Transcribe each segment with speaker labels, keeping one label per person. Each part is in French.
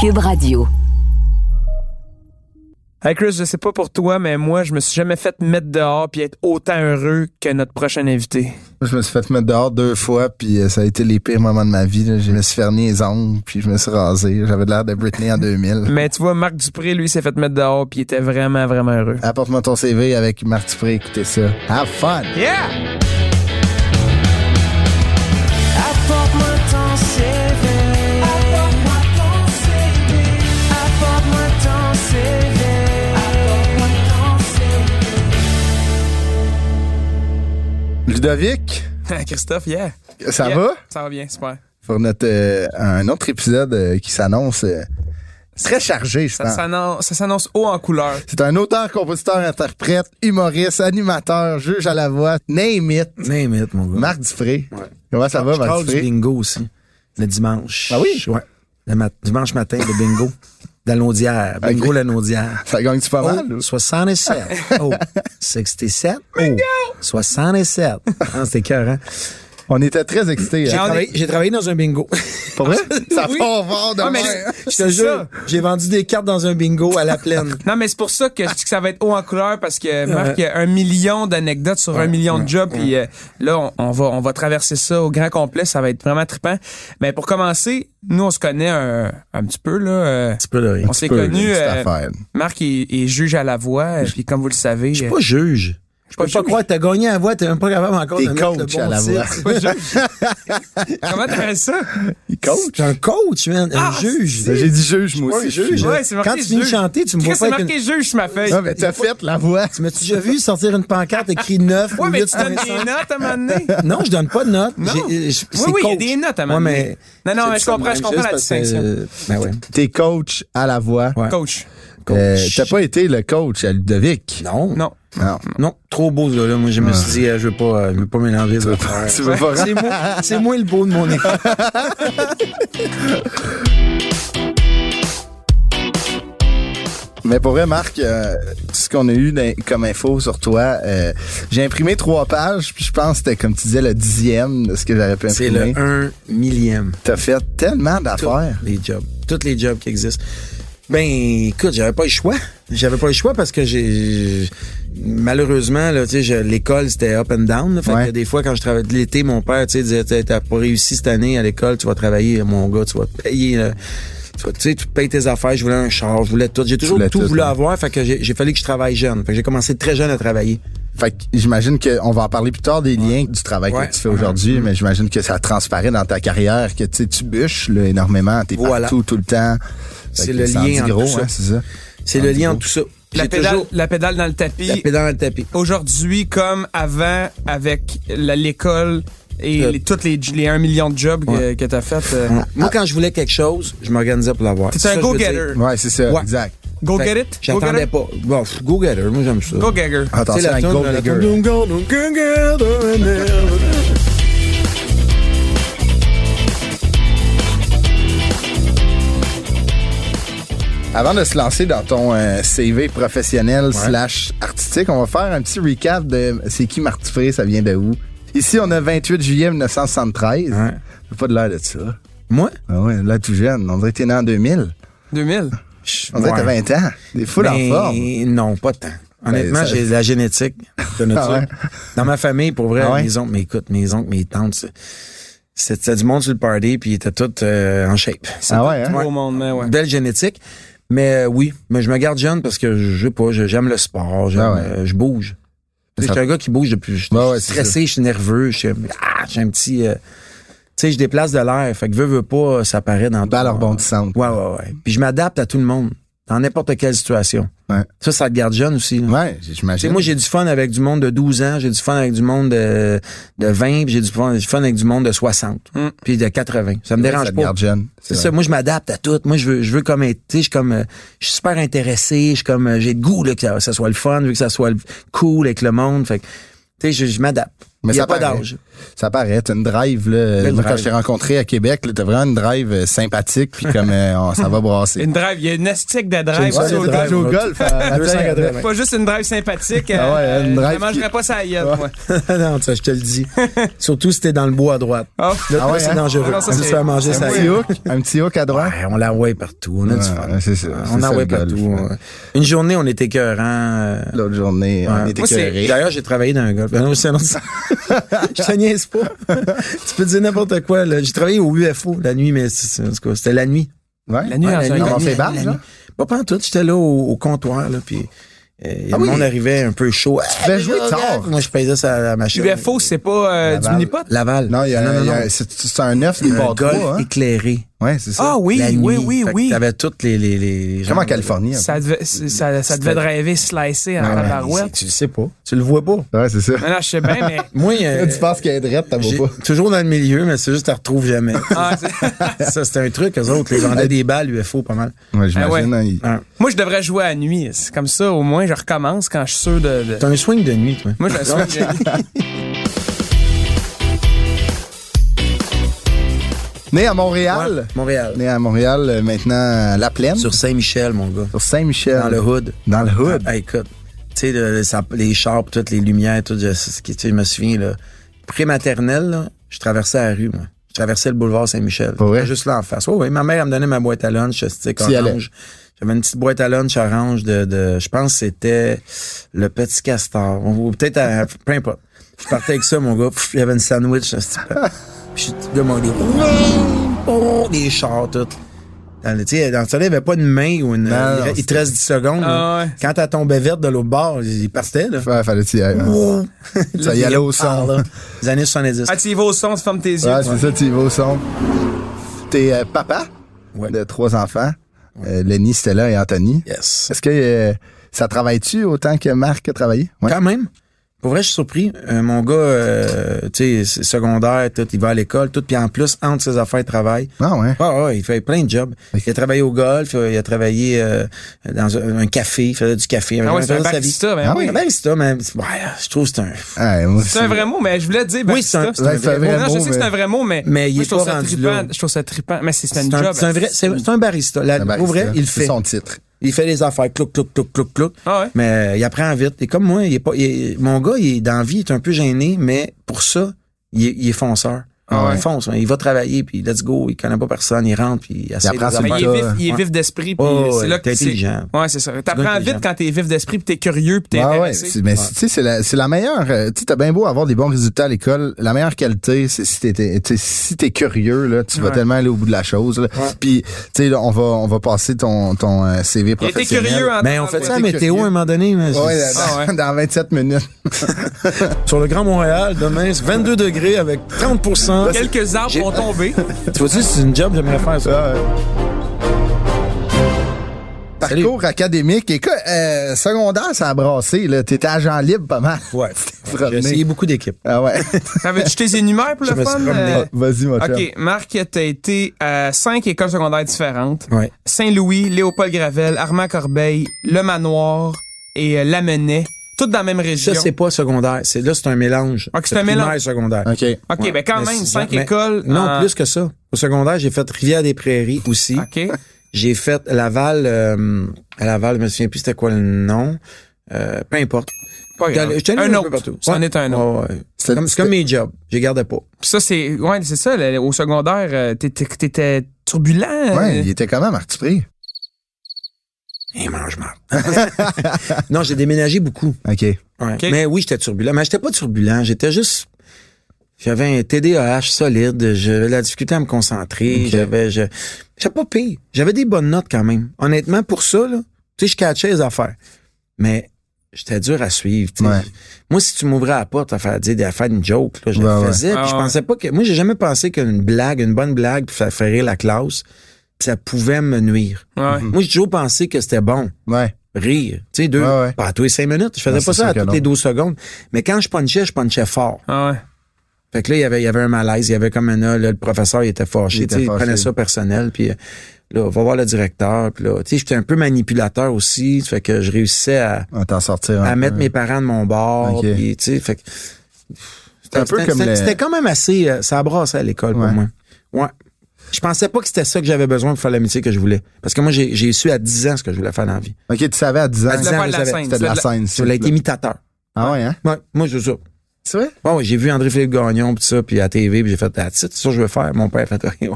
Speaker 1: Cube Radio.
Speaker 2: Hey Chris, je sais pas pour toi, mais moi, je me suis jamais fait mettre dehors puis être autant heureux que notre prochain invité.
Speaker 3: Je me suis fait mettre dehors deux fois, puis euh, ça a été les pires moments de ma vie. là. Je me suis fermé les ongles, puis je me suis rasé. J'avais l'air de Britney en 2000.
Speaker 2: Mais tu vois, Marc Dupré, lui, s'est fait mettre dehors puis il était vraiment, vraiment heureux.
Speaker 3: Apporte-moi ton CV avec Marc Dupré, écoutez ça. Have fun!
Speaker 2: Yeah!
Speaker 3: Ludovic,
Speaker 2: Christophe, yeah.
Speaker 3: ça
Speaker 2: Yeah.
Speaker 3: va?
Speaker 2: Ça va bien, super.
Speaker 3: Pour notre euh, un autre épisode euh, qui s'annonce euh, très chargé, je
Speaker 2: Ça
Speaker 3: pense.
Speaker 2: s'annon- ça s'annonce haut en couleur.
Speaker 3: C'est un auteur, compositeur, interprète, humoriste, animateur, juge à la voix, name it,
Speaker 4: Name it, mon gars.
Speaker 3: Marc Dupré. Comment
Speaker 2: Ah,
Speaker 3: ça va,
Speaker 4: je
Speaker 3: Marc
Speaker 4: parle du
Speaker 3: Dupré?
Speaker 4: bingo aussi. Le dimanche.
Speaker 3: Ah oui?
Speaker 4: Ouais. Le mat- dimanche matin, le bingo. D'Alondière. Bingo
Speaker 3: Ok.
Speaker 4: l'Alondière.
Speaker 3: Ça gagne-tu pas mal?
Speaker 4: Oh, 67. Oh, 67. Bingo! 67. Ah, c'est cœur, hein?
Speaker 3: On était très excités.
Speaker 4: J'ai
Speaker 3: hein.
Speaker 4: travaillé, j'ai travaillé dans un bingo.
Speaker 3: Pour vrai? Ça
Speaker 2: Oui.
Speaker 3: part hein? fort de
Speaker 2: Ah, mais
Speaker 3: même.
Speaker 4: Je
Speaker 2: C'est ça.
Speaker 4: te jure, j'ai vendu des cartes dans un bingo à la plaine.
Speaker 2: Non, mais c'est pour ça que je dis que ça va être haut en couleur parce que Marc, il y a un million d'anecdotes sur un million de jobs. Puis euh, là, on, on va, on va traverser ça au grand complet. Ça va être vraiment trippant. Mais pour commencer, nous, on se connaît un, un petit peu. Là, euh,
Speaker 4: Tu peux le rire.
Speaker 2: on s'est
Speaker 3: peu, une
Speaker 2: connus.
Speaker 3: petite
Speaker 2: euh,
Speaker 3: affaire.
Speaker 2: Marc est, est juge à la voix. et Puis comme vous le savez,
Speaker 4: Je
Speaker 2: euh,
Speaker 4: suis pas juge. Je
Speaker 2: pas
Speaker 4: peux pas,
Speaker 2: juge.
Speaker 4: croire que t'as gagné à voix, t'es même pas capable encore
Speaker 3: T'es
Speaker 4: de mettre
Speaker 3: coach
Speaker 4: le bon
Speaker 3: à la voix.
Speaker 4: titre.
Speaker 2: pas juge. Comment t'appelles ça?
Speaker 3: Il coach?
Speaker 4: T'es un coach, Ah, man. Un juge.
Speaker 3: J'ai dit juge, moi
Speaker 4: Pas un
Speaker 3: aussi.
Speaker 4: juge.
Speaker 2: Ouais, c'est marqué
Speaker 4: Quand tu finis de
Speaker 2: juge.
Speaker 4: chanter, tu me vois
Speaker 2: Chris,
Speaker 4: pas
Speaker 2: c'est
Speaker 4: avec une-
Speaker 2: marqué juge sur ma feuille.
Speaker 3: Ah, mais t'as fait la voix.
Speaker 4: Tu m'as-tu déjà vu sortir une pancarte écrit 9
Speaker 2: Ouais,
Speaker 4: ou
Speaker 2: mais tu donnes
Speaker 4: 8.5?
Speaker 2: des notes à un moment donné.
Speaker 4: Non, je donne pas de notes.
Speaker 2: Non.
Speaker 4: J'ai- euh, je-
Speaker 2: Oui,
Speaker 4: c'est
Speaker 2: oui, il y a
Speaker 4: coach.
Speaker 2: des notes à un moment
Speaker 4: Ouais,
Speaker 2: donné. Non, non,
Speaker 4: c'est
Speaker 2: mais je
Speaker 4: tout ça de
Speaker 2: comprends, je
Speaker 4: même,
Speaker 2: comprends
Speaker 4: juste
Speaker 2: la
Speaker 4: parce que,
Speaker 2: distinction.
Speaker 4: euh, ben ouais.
Speaker 3: T'es coach à la voix.
Speaker 4: Ouais.
Speaker 2: Coach.
Speaker 4: Coach.
Speaker 3: Euh, t'as pas été le coach à Ludovic.
Speaker 4: Non.
Speaker 2: Non.
Speaker 3: Non.
Speaker 4: Non, trop beau ce gars-là. Moi, je me suis dit, euh, je veux pas, euh, je veux pas mélanger. les affaires.
Speaker 3: Tu veux pas
Speaker 4: C'est moi, c'est moi le beau de mon équipe.
Speaker 3: Mais pour vrai, Marc, euh, tout ce qu'on a eu d'in- comme info sur toi, euh, j'ai imprimé trois pages, puis je pense que c'était, comme tu disais, le dixième de ce que j'aurais pu
Speaker 4: C'est
Speaker 3: imprimer.
Speaker 4: le 1 millième.
Speaker 3: T'as fait tellement
Speaker 4: Tous
Speaker 3: d'affaires.
Speaker 4: les jobs. Tous les jobs qui existent. Ben, écoute, j'avais pas le choix. J'avais pas le choix parce que j'ai. Malheureusement, là, tu sais, je- l'école, c'était up and down. là. fait
Speaker 3: Ouais.
Speaker 4: que des fois, quand je travaillais l'été, mon père, tu sais, disait, T'as- t'as pas réussi cette année à l'école, tu vas travailler, mon gars, tu vas te payer, là. Tu vas- tu sais, tu payes tes affaires, je voulais un char, je voulais tout. J'ai toujours
Speaker 3: voulais
Speaker 4: tout
Speaker 3: tout, hein.
Speaker 4: voulu
Speaker 3: ouais.
Speaker 4: avoir, fait que j'ai j'ai fallu que je travaille jeune. Fait que j'ai commencé très jeune à travailler.
Speaker 3: Fait que j'imagine qu'on va en parler plus tard des liens du travail
Speaker 4: Ouais. Mm-hmm.
Speaker 3: que tu fais aujourd'hui, mais j'imagine que ça transparaît dans ta carrière, que tu sais, tu bûches là, énormément, t'es
Speaker 4: Voilà.
Speaker 3: partout tout le temps.
Speaker 4: C'est
Speaker 3: Fait que
Speaker 4: le
Speaker 3: ça en
Speaker 4: lien
Speaker 3: dit
Speaker 4: entre
Speaker 3: gros,
Speaker 4: tout ça.
Speaker 3: hein, c'est ça.
Speaker 4: C'est
Speaker 3: Ah,
Speaker 4: le
Speaker 3: dis
Speaker 4: lien
Speaker 3: donc.
Speaker 4: entre tout ça.
Speaker 2: La
Speaker 4: J'ai
Speaker 2: pédale,
Speaker 4: toujours
Speaker 2: la pédale dans le
Speaker 4: la
Speaker 2: tapis.
Speaker 4: pédale dans le tapis.
Speaker 2: Aujourd'hui, comme avant, avec la- l'école et
Speaker 4: Le-
Speaker 2: les, toutes les, les 1 million de jobs que-
Speaker 4: Euh. Ouais.
Speaker 2: que, t'as fait. euh,
Speaker 4: Moi, quand je voulais quelque chose, je m'organisais pour l'avoir.
Speaker 2: T'es
Speaker 4: C'est
Speaker 2: un
Speaker 4: ça que je veux dire.
Speaker 2: go-getter.
Speaker 3: Ouais, c'est ça,
Speaker 4: Ouais.
Speaker 3: exact.
Speaker 2: Go
Speaker 4: Fait
Speaker 2: get
Speaker 4: que
Speaker 2: it? Go get
Speaker 4: J'attendais Ah.
Speaker 2: it?
Speaker 4: pas. Bon, pff, go getter, moi j'aime ça.
Speaker 2: Go getter.
Speaker 4: Tu sais,
Speaker 3: Attention,
Speaker 4: la
Speaker 3: à
Speaker 4: toune,
Speaker 3: Gold
Speaker 4: la
Speaker 3: Digger.
Speaker 4: toune, go, go, go getter, and never-
Speaker 3: Avant de se lancer dans ton euh, CV professionnel slash artistique, on va faire un petit recap de c'est qui Marc Dupré, ça vient de où. Ici, on a 28 juillet 1973.
Speaker 4: Ouais.
Speaker 3: T'as Pas de l'air de ça.
Speaker 4: Moi?
Speaker 3: Ah ouais, là tout jeune. On dirait que t'es né en 2000.
Speaker 2: 2000.
Speaker 4: Je-
Speaker 3: On dirait
Speaker 4: ouais.
Speaker 3: que t'as 20 ans. T'es full
Speaker 4: Ben,
Speaker 3: en forme.
Speaker 4: Non, pas tant. Honnêtement,
Speaker 3: Ben, ça-
Speaker 4: j'ai de la génétique de nature.
Speaker 3: Ah ouais?
Speaker 4: Dans ma famille, pour vrai,
Speaker 3: Ah ouais?
Speaker 4: mes oncles, mais écoute, mes oncles, mes tantes, c'est- c'était du monde sur le party, puis ils étaient tous euh, en shape. C'est
Speaker 3: Ah ouais,
Speaker 4: tout-
Speaker 3: hein?
Speaker 2: Au monde, mais ouais.
Speaker 4: Belle génétique. Mais euh, oui, mais je me garde jeune parce que je je sais pas, je- j'aime le sport, j'aime,
Speaker 3: Ah ouais.
Speaker 4: euh, je bouge. Je
Speaker 3: Ça-
Speaker 4: suis un gars qui bouge depuis. Je je
Speaker 3: Ouais, ouais,
Speaker 4: suis
Speaker 3: c'est
Speaker 4: stressé, je suis nerveux, je suis ah, j'ai un petit. euh, tu sais, je déplace de l'air. Fait que veux, veux pas, ça paraît dans
Speaker 3: Balle
Speaker 4: tout.
Speaker 3: rebondissante.
Speaker 4: Ouais, ouais, ouais. Puis je m'adapte à tout le monde, dans n'importe quelle situation.
Speaker 3: Ouais.
Speaker 4: Ça, ça te garde jeune aussi. là.
Speaker 3: Ouais,
Speaker 4: Tu
Speaker 3: j'imagine.
Speaker 4: sais, moi, j'ai du fun avec du monde de 12 ans, j'ai du fun avec du monde de, de 20, puis j'ai du fun, du fun avec du monde de 60,
Speaker 2: Mm.
Speaker 4: puis de 80. Ça me dérange
Speaker 3: ça te
Speaker 4: pas.
Speaker 3: garde jeune.
Speaker 4: C'est
Speaker 3: vrai.
Speaker 4: ça, moi je m'adapte à tout. Moi je veux je veux comme être, tu sais, je suis comme euh, je suis super intéressé, je suis comme euh, j'ai le goût là, que ça, ça soit le fun, je veux que ça soit le- cool avec le monde, fait que tu sais je, je m'adapte.
Speaker 3: Mais
Speaker 4: Il y a
Speaker 3: ça
Speaker 4: pas
Speaker 3: paraît.
Speaker 4: d'âge.
Speaker 3: Ça paraît, t'as une drive, là.
Speaker 4: Belle
Speaker 3: Moi, quand
Speaker 4: drive.
Speaker 3: je t'ai rencontré à Québec, là, t'as vraiment une drive euh, sympathique, puis comme, euh, on- ça va brasser.
Speaker 2: Une drive, il y a une estique de drive.
Speaker 4: J'ai une
Speaker 2: aussi
Speaker 4: seule
Speaker 2: au
Speaker 4: drive.
Speaker 2: drive.
Speaker 4: au
Speaker 3: golf hein,
Speaker 4: à 280.
Speaker 2: Pas juste une drive sympathique.
Speaker 3: Ah ouais,
Speaker 2: euh,
Speaker 3: une
Speaker 2: euh,
Speaker 3: drive
Speaker 2: Je ne mangerais
Speaker 3: qui-
Speaker 2: pas ça à gueule, moi.
Speaker 4: non, ça je te le dis. Surtout si t'es dans le bois à droite.
Speaker 2: Oh.
Speaker 4: Là,
Speaker 3: Ah ouais,
Speaker 4: c'est
Speaker 3: hein?
Speaker 4: dangereux.
Speaker 2: Ah non, ça,
Speaker 4: on peut se
Speaker 2: c'est-
Speaker 4: faire manger
Speaker 3: Un
Speaker 4: ça.
Speaker 3: petit hook, un petit hook à droite.
Speaker 4: Ouais, on l'envoie partout, on a du fun.
Speaker 3: Ah, Ouais, c'est ça, c'est
Speaker 4: on
Speaker 3: ça,
Speaker 4: l'envoie
Speaker 3: le golf,
Speaker 4: partout.
Speaker 3: ouais.
Speaker 4: ouais. Une journée, on était écœurant. euh,
Speaker 3: L'autre journée, on
Speaker 4: Ouais.
Speaker 3: était
Speaker 2: Moi, c'est-
Speaker 3: écœurés.
Speaker 4: D'ailleurs, j'ai travaillé dans un golf. Ben non, c'est un autre- je te niaise pas. tu peux dire n'importe quoi. là. J'ai travaillé au UFO la nuit, mais c'est- c'est- en tout cas, c'était la nuit.
Speaker 3: Ouais.
Speaker 2: La nuit, hein,
Speaker 4: Ouais,
Speaker 2: dans un
Speaker 3: nuit,
Speaker 2: golf.
Speaker 3: on fait
Speaker 4: la
Speaker 3: barre,
Speaker 4: nuit, la
Speaker 3: là?
Speaker 4: nuit. Pas pas en tout. J'étais là au, au comptoir, là, puis euh,
Speaker 3: Ah
Speaker 4: le
Speaker 3: oui.
Speaker 4: monde arrivait un peu chaud. Tu
Speaker 3: fais jouer tard.
Speaker 4: Moi, je pesais ça à la machine.
Speaker 2: UFO, c'est pas euh, du
Speaker 3: Laval.
Speaker 2: mini-pot?
Speaker 4: Laval.
Speaker 3: Non, il y a,
Speaker 4: non,
Speaker 3: il y a-
Speaker 4: non.
Speaker 3: c'est, c'est un œuf qui
Speaker 4: Le
Speaker 3: part
Speaker 4: golf
Speaker 3: pas, hein.
Speaker 4: éclairé.
Speaker 3: Ouais, c'est ça.
Speaker 2: Ah oui,
Speaker 4: la
Speaker 2: oui,
Speaker 4: nuit.
Speaker 2: oui,
Speaker 4: Fait que
Speaker 2: oui.
Speaker 4: T'avais toutes les... les, les
Speaker 3: Comme en
Speaker 4: genres de-
Speaker 3: Californie. hein?
Speaker 2: Ça devait, c'est- ça, ça devait de rêver slicé en
Speaker 4: Ouais,
Speaker 2: tabarouette.
Speaker 4: c'est- Tu le sais pas. Tu le vois pas.
Speaker 3: Ouais, c'est ça.
Speaker 2: Non, non, je sais bien, mais...
Speaker 4: Moi,
Speaker 3: Là,
Speaker 4: euh,
Speaker 3: tu penses qu'elle est drette, t'as
Speaker 4: J'ai-
Speaker 3: beau pas.
Speaker 4: Toujours dans le milieu, mais c'est juste que tu retrouves jamais.
Speaker 2: Ah, c'est-
Speaker 4: ça, c'était un truc, eux autres. Ils vendaient des balles UFO pas mal.
Speaker 2: Ah
Speaker 3: Ouais,
Speaker 2: ouais.
Speaker 3: j'imagine. hein, il-
Speaker 4: Hein.
Speaker 2: Moi, je devrais jouer à nuit. C'est comme ça, au moins, je recommence quand je suis sûr de... de-
Speaker 4: T'as un swing de nuit, toi.
Speaker 2: Moi, je me souviens que-
Speaker 3: Né à Montréal.
Speaker 4: Montréal.
Speaker 3: Né à Montréal, euh, maintenant à La Plaine.
Speaker 4: Sur Saint-Michel, mon gars.
Speaker 3: Sur Saint-Michel.
Speaker 4: Dans le hood.
Speaker 3: Dans le hood.
Speaker 4: Ah, écoute, tu sais, le- le- ça- les chars, pis toutes les lumières, tout, je, c'est ce qui- tu sais, je me souviens, là, pré-maternelle, là, je traversais la rue, moi. Je traversais le boulevard Saint-Michel.
Speaker 3: Pour vrai?
Speaker 4: Juste là en face. Oui, oui, ma mère, elle me donnait ma boîte à lunch, tu sais,
Speaker 3: y allais?
Speaker 4: orange. J'avais une petite boîte à lunch orange de, de je pense que c'était le petit castor. Ou peut-être, à- peu importe. Je partais avec ça, mon gars. Pff, Il y avait une sandwich, un petit peu. Puis je demandais, oh, des chars, tout. Dans le, tu sais, dans le soleil, il n'y avait pas une main ou une.
Speaker 3: Non, non,
Speaker 4: il- il te reste 10 secondes.
Speaker 2: Ah ouais.
Speaker 4: Quand elle tombait verte de l'autre bord, il partait, là.
Speaker 3: Ouais, fallait y aller. hein. Ça y allait au
Speaker 4: Ah,
Speaker 3: son.
Speaker 4: là. Les années 70.
Speaker 2: Ah, tu y vas au son, tu fermes tes yeux.
Speaker 3: Ouais, c'est ça, tu y vas au son. T'es euh, papa
Speaker 4: Ouais.
Speaker 3: de trois enfants. Euh, Lenny, Stella et Anthony.
Speaker 4: Yes.
Speaker 3: Est-ce que euh, ça travaille-tu autant que Marc a travaillé? Ouais.
Speaker 4: Quand même. Pour vrai, je suis surpris. Euh, mon gars, euh, tu sais, c'est secondaire, tout, il va à l'école, tout. Puis en plus, entre ses affaires, il travaille.
Speaker 3: Ah ouais.
Speaker 4: Ah ouais, il fait plein de jobs. Il a travaillé au golf, euh, il a travaillé euh, dans un, un café, il faisait du café.
Speaker 2: Ah ouais,
Speaker 4: Il
Speaker 2: c'est un
Speaker 4: faisait sa vie.
Speaker 2: barista, ben
Speaker 3: Ah
Speaker 2: oui.
Speaker 4: Ah ben, c'est ça, mais ouais, je trouve que c'est un...
Speaker 3: Ouais, moi,
Speaker 2: C'est un vrai mot, mais je voulais dire
Speaker 4: Oui, c'est
Speaker 2: barista.
Speaker 4: un,
Speaker 3: Ouais, c'est un vrai
Speaker 2: non,
Speaker 3: mot,
Speaker 2: je sais que c'est
Speaker 3: mais-
Speaker 2: un vrai mot, mais,
Speaker 4: Mais il
Speaker 2: moi,
Speaker 4: est
Speaker 2: je trouve
Speaker 4: pas
Speaker 2: ça
Speaker 4: rendu
Speaker 2: trippant.
Speaker 4: là.
Speaker 2: Je trouve ça trippant. Mais c'est c'est un
Speaker 4: C'est un,
Speaker 2: job.
Speaker 4: c'est un vrai, c'est c'est un barista. La-
Speaker 3: un
Speaker 4: Pour
Speaker 3: barista.
Speaker 4: vrai, il
Speaker 3: Ah, ben,
Speaker 4: le
Speaker 3: C'est
Speaker 4: fait.
Speaker 3: son titre.
Speaker 4: Il fait les affaires, clouc, clouc, clouc, clouc, clouc.
Speaker 2: Ah ouais?
Speaker 4: Mais euh, il apprend vite. Et comme moi, il est pas, il est- mon gars, il est dans la vie, il est un peu gêné, mais pour ça, il est, il est fonceur.
Speaker 2: Ah ouais.
Speaker 4: Il fonce, hein. il va travailler, puis let's go, il connaît pas personne, il rentre, puis il essaie
Speaker 3: apprend
Speaker 4: des
Speaker 3: sur le
Speaker 2: Mais
Speaker 4: affaires.
Speaker 2: il est
Speaker 3: Ouais.
Speaker 2: vif, il est vif d'esprit. puis
Speaker 4: Oh,
Speaker 2: c'est
Speaker 4: ouais,
Speaker 2: là que
Speaker 4: t'es
Speaker 2: c'est-
Speaker 4: intelligent.
Speaker 2: Ouais, c'est ça. T'apprends
Speaker 4: intelligent.
Speaker 2: vite quand t'es vif d'esprit, puis t'es curieux, puis t'es
Speaker 3: Ah ouais,
Speaker 2: intéressé.
Speaker 3: c'est, mais c'est- tu sais, c'est la, c'est la meilleure. euh, Tu sais, t'as bien beau avoir des bons résultats à l'école. La meilleure qualité, c'est si t'es, t'es- tu sais, si t'es curieux, là, tu vas tellement aller au bout de la chose. là. Puis, tu sais, là, on va, on va passer ton, ton euh, CV
Speaker 2: Il était
Speaker 3: professionnel.
Speaker 2: curieux en
Speaker 4: Mais on fait ça à
Speaker 3: T'es
Speaker 4: météo à
Speaker 3: curieux.
Speaker 4: un moment donné. mais
Speaker 3: Ouais,
Speaker 4: c'est-
Speaker 3: dans,
Speaker 2: Ah ouais.
Speaker 3: dans 27 minutes.
Speaker 4: Sur le Grand Montréal, demain, c'est 22 degrés avec 30
Speaker 2: Quelques arbres ont tombé.
Speaker 4: Tu vois-tu, c'est une job, j'aimerais faire ça. Salut.
Speaker 3: Parcours académique. Écoute, euh, secondaire, ça a brassé. Là. T'étais agent libre pas mal.
Speaker 4: Ouais.
Speaker 3: promené.
Speaker 4: J'ai essayé beaucoup d'équipes.
Speaker 3: Ah ouais.
Speaker 2: T'avais tu tes énumères pour
Speaker 4: Je
Speaker 2: le
Speaker 4: me suis
Speaker 2: fun?
Speaker 4: promené.
Speaker 2: euh?
Speaker 3: Vas-y, mon chum.
Speaker 2: OK, Marc, t'as été à cinq écoles secondaires différentes.
Speaker 4: Ouais.
Speaker 2: Saint-Louis, Léopold Gravel, Armand Corbeil, Le Manoir et euh, Lamennais, toutes dans la même région.
Speaker 4: Ça, c'est pas secondaire. C'est, là, c'est un mélange.
Speaker 2: Ah, que c'est un
Speaker 4: primaire
Speaker 2: mélange.
Speaker 4: et secondaire.
Speaker 3: OK.
Speaker 2: OK,
Speaker 4: Ouais.
Speaker 2: ben quand
Speaker 4: Mais
Speaker 2: même,
Speaker 4: c'est-
Speaker 2: cinq
Speaker 4: mais-
Speaker 2: écoles.
Speaker 4: Non,
Speaker 2: en-
Speaker 4: plus que ça. Au secondaire, j'ai fait Rivière-des-Prairies aussi.
Speaker 2: OK.
Speaker 4: J'ai fait Laval, euh, à Laval, je me souviens plus c'était quoi le nom. Euh, peu importe.
Speaker 2: Pas grave.
Speaker 4: Je suis allé
Speaker 2: Un
Speaker 4: peu
Speaker 2: autre.
Speaker 4: partout.
Speaker 2: C'en
Speaker 4: Ouais.
Speaker 2: est un autre.
Speaker 4: Ouais, ouais. C'est
Speaker 3: C'était-
Speaker 4: comme, c'est comme mes jobs. Je les gardais pas.
Speaker 2: Puis ça, c'est. Ouais, c'est ça. le- au secondaire, euh, t'étais- t'étais turbulent.
Speaker 3: Ouais,
Speaker 2: euh,
Speaker 3: il était quand même artipré.
Speaker 4: Et mange marde. non, j'ai déménagé beaucoup.
Speaker 3: OK.
Speaker 4: Ouais.
Speaker 2: OK.
Speaker 4: Mais oui, j'étais turbulent. Mais j'étais pas turbulent. J'étais juste. J'avais un TDAH solide. J'avais de la difficulté à me concentrer. J'avais. je- J'étais pas pire. J'avais des bonnes notes quand même. Honnêtement, pour ça, là, tu sais, je catchais les affaires. Mais j'étais dur à suivre. tu sais.
Speaker 3: Ouais.
Speaker 4: Moi, si tu m'ouvrais la porte à faire, à dire, à faire une joke, là, je
Speaker 3: Ouais, ouais.
Speaker 4: le faisais. puis
Speaker 2: Ah
Speaker 4: je
Speaker 2: ouais.
Speaker 4: pensais pas que. Moi, j'ai jamais pensé qu'une blague, une bonne blague, ça ferait la classe, ça pouvait me nuire.
Speaker 2: ouais.
Speaker 3: Hmm.
Speaker 4: Moi, j'ai toujours pensé que c'était bon.
Speaker 3: Ouais.
Speaker 4: rire. Tu sais, deux,
Speaker 3: Ouais, ouais.
Speaker 4: pas à tous les cinq minutes. Je faisais
Speaker 3: Non,
Speaker 4: pas
Speaker 3: c'est
Speaker 4: ça à
Speaker 3: sûr que
Speaker 4: toutes
Speaker 3: non.
Speaker 4: les 12 secondes. Mais quand je punchais, je punchais fort.
Speaker 2: Ah ouais.
Speaker 4: Fait que là, il y avait, il y avait un malaise, il y avait comme un, là, le professeur, il était fâché,
Speaker 3: Il
Speaker 4: tu
Speaker 3: était
Speaker 4: sais, il
Speaker 3: fâché.
Speaker 4: prenait ça personnel, puis euh, là, va voir le directeur, puis là, tu sais, j'étais un peu manipulateur aussi, fait que je réussissais à,
Speaker 3: On va t'en sortir.
Speaker 4: à
Speaker 3: un
Speaker 4: mettre
Speaker 3: peu.
Speaker 4: mes parents de mon bord,
Speaker 3: Ah, Ok.
Speaker 4: puis tu sais, fait que... C'était
Speaker 3: un peu
Speaker 4: c'était-
Speaker 3: comme
Speaker 4: c'était-
Speaker 3: le-
Speaker 4: C'était quand même assez... euh, ça brassait à l'école
Speaker 3: Ouais.
Speaker 4: pour moi. Ouais. Je pensais pas que c'était ça que j'avais besoin pour faire le métier que je voulais. Parce que moi, j'ai j'ai su à 10 ans ce que je voulais faire dans la vie.
Speaker 3: Ok, tu savais à 10 ans.
Speaker 4: À
Speaker 2: Ben, Tu
Speaker 4: 10
Speaker 2: voulais
Speaker 4: ans,
Speaker 2: faire de
Speaker 4: je
Speaker 2: la
Speaker 4: savais,
Speaker 2: scène.
Speaker 3: C'était de la scène.
Speaker 4: Je voulais être imitateur.
Speaker 3: Ah ouais, hein?
Speaker 4: Ouais, moi, je veux ça.
Speaker 3: C'est vrai?
Speaker 4: Bon, j'ai vu André-Philippe Gagnon, puis ça, puis à TV, puis j'ai fait, ah, tu sais, c'est ça que je veux faire. Mon père a fait, ouais.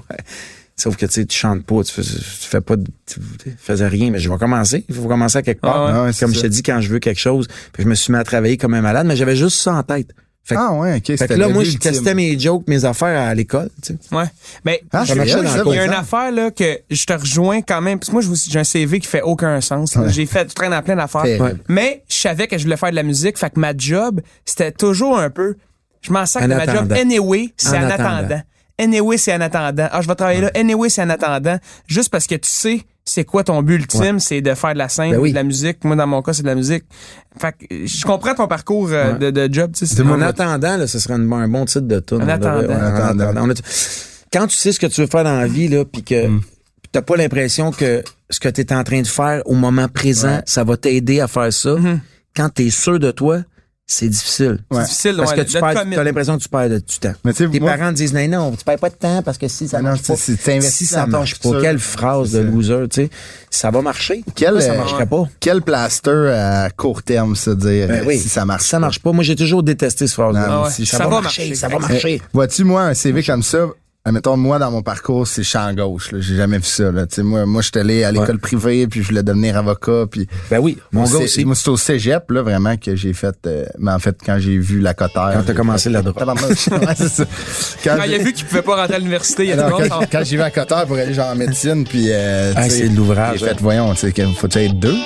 Speaker 4: Sauf que, tu sais, tu chantes pas, tu fais, tu fais pas, de- tu, tu faisais rien, mais je vais commencer. Il faut commencer à quelque part.
Speaker 2: Ah
Speaker 3: ouais. Ah ouais, c'est
Speaker 4: comme
Speaker 3: ça.
Speaker 4: je te dis, quand je veux quelque chose, puis je me suis mis à travailler comme un malade, mais j'avais juste ça en tête. Fait, que-
Speaker 3: Ah ouais, ok.
Speaker 4: fait que
Speaker 3: c'était
Speaker 4: là,
Speaker 3: le
Speaker 4: moi,
Speaker 3: but
Speaker 4: je
Speaker 3: ultime.
Speaker 4: testais mes jokes, mes affaires à l'école, tu sais.
Speaker 2: Ouais. Ben, Mais
Speaker 3: Ah,
Speaker 4: Ça
Speaker 3: c'est
Speaker 4: marchait
Speaker 3: vrai,
Speaker 4: dans
Speaker 3: ça,
Speaker 4: le
Speaker 3: par
Speaker 2: Il y a une
Speaker 3: exemple.
Speaker 2: affaire là que je te rejoins quand même. Parce que moi, je vous- j'ai un CV qui fait aucun sens. là.
Speaker 3: Ouais.
Speaker 2: J'ai fait, je traîne en plein d'affaires.
Speaker 3: Terrible. Ouais.
Speaker 2: Mais je savais que je voulais faire de la musique. Fait que ma job, c'était toujours un peu. Je m'en sers que
Speaker 4: En
Speaker 2: ma job.
Speaker 4: attendant.
Speaker 2: Anyway, c'est
Speaker 4: En
Speaker 2: en,
Speaker 4: attendant.
Speaker 2: attendant. Anyway, c'est en attendant. Ah, je vais travailler là. Anyway, c'est en attendant. Juste parce que tu sais, c'est quoi ton but ultime, c'est de faire de la scène,
Speaker 4: Ben oui.
Speaker 2: de la musique. Moi, dans mon cas, c'est de la musique. Fait que euh, je comprends ton parcours euh, de, de job. tu sais, c'est-
Speaker 4: En attendant, là, ce serait une- un bon titre de tune.
Speaker 2: En
Speaker 4: On devrait-
Speaker 2: attendant.
Speaker 4: ouais, en
Speaker 3: En attendant. Mm.
Speaker 4: attendant. On a- Quand tu sais ce que tu veux faire dans la vie, là, puis que tu t'as pas l'impression que ce que tu es en train de faire au moment présent, ça va t'aider à faire ça.
Speaker 2: Mm-hmm.
Speaker 4: Quand tu es sûr de toi, c'est difficile.
Speaker 3: Ouais.
Speaker 2: difficile.
Speaker 4: Parce
Speaker 2: ouais,
Speaker 4: que
Speaker 2: de-
Speaker 4: tu
Speaker 2: de
Speaker 4: perds,
Speaker 2: commit.
Speaker 4: as l'impression que tu perds de- du temps.
Speaker 3: Mais tu sais,
Speaker 4: Tes
Speaker 3: moi-
Speaker 4: parents disent non, non, tu perds pas de temps parce que si ça
Speaker 3: Ah non,
Speaker 4: marche
Speaker 3: c'est-
Speaker 4: pas,
Speaker 3: c'est- t'investis
Speaker 4: si
Speaker 3: dans
Speaker 4: ça
Speaker 3: le
Speaker 4: marche pas,
Speaker 3: futur.
Speaker 4: quelle phrase de
Speaker 3: C'est ça.
Speaker 4: loser, tu sais, ça va marcher.
Speaker 3: Quel,
Speaker 4: Moi, ça
Speaker 3: euh,
Speaker 4: marcherait pas.
Speaker 3: Quel plaster à court terme, se dire,
Speaker 4: Ben
Speaker 3: euh,
Speaker 4: oui.
Speaker 3: si ça marche.
Speaker 4: Si ça marche pas, moi j'ai toujours détesté cette phrase-là.
Speaker 3: Ah
Speaker 2: ouais.
Speaker 4: Si
Speaker 2: Ça va marcher,
Speaker 4: ça va
Speaker 3: pas.
Speaker 4: marcher.
Speaker 3: Eh, Vois-tu, moi, un CV comme ça, admettons, moi, dans mon parcours, c'est champ gauche, là. J'ai jamais vu ça, là. Tu sais, moi, moi, j'étais allé à l'école privée, puis je voulais devenir avocat, puis.
Speaker 4: Ben oui, mon gars
Speaker 3: C'est-
Speaker 4: aussi.
Speaker 3: Moi, c'est au cégep, là, vraiment, que j'ai fait. euh, mais en fait, quand j'ai vu la cotère.
Speaker 4: Quand t'as
Speaker 3: j'ai
Speaker 4: commencé
Speaker 3: fait-
Speaker 4: la drogue.
Speaker 3: Tabarnak. Ouais, c'est ça. Quand
Speaker 2: Quand il a
Speaker 3: j'ai-
Speaker 2: vu qu'il pouvait pas rentrer à l'université, il a dit
Speaker 3: Ah, Alors,
Speaker 2: bon, ça
Speaker 3: quand,
Speaker 2: va.
Speaker 3: quand j'ai vu la cotère pour aller genre en médecine, puis. euh,
Speaker 4: Ah,
Speaker 3: tu sais,
Speaker 4: c'est de l'ouvrage,
Speaker 3: J'ai
Speaker 4: hein.
Speaker 3: fait, voyons, tu sais, qu'il faut être deux.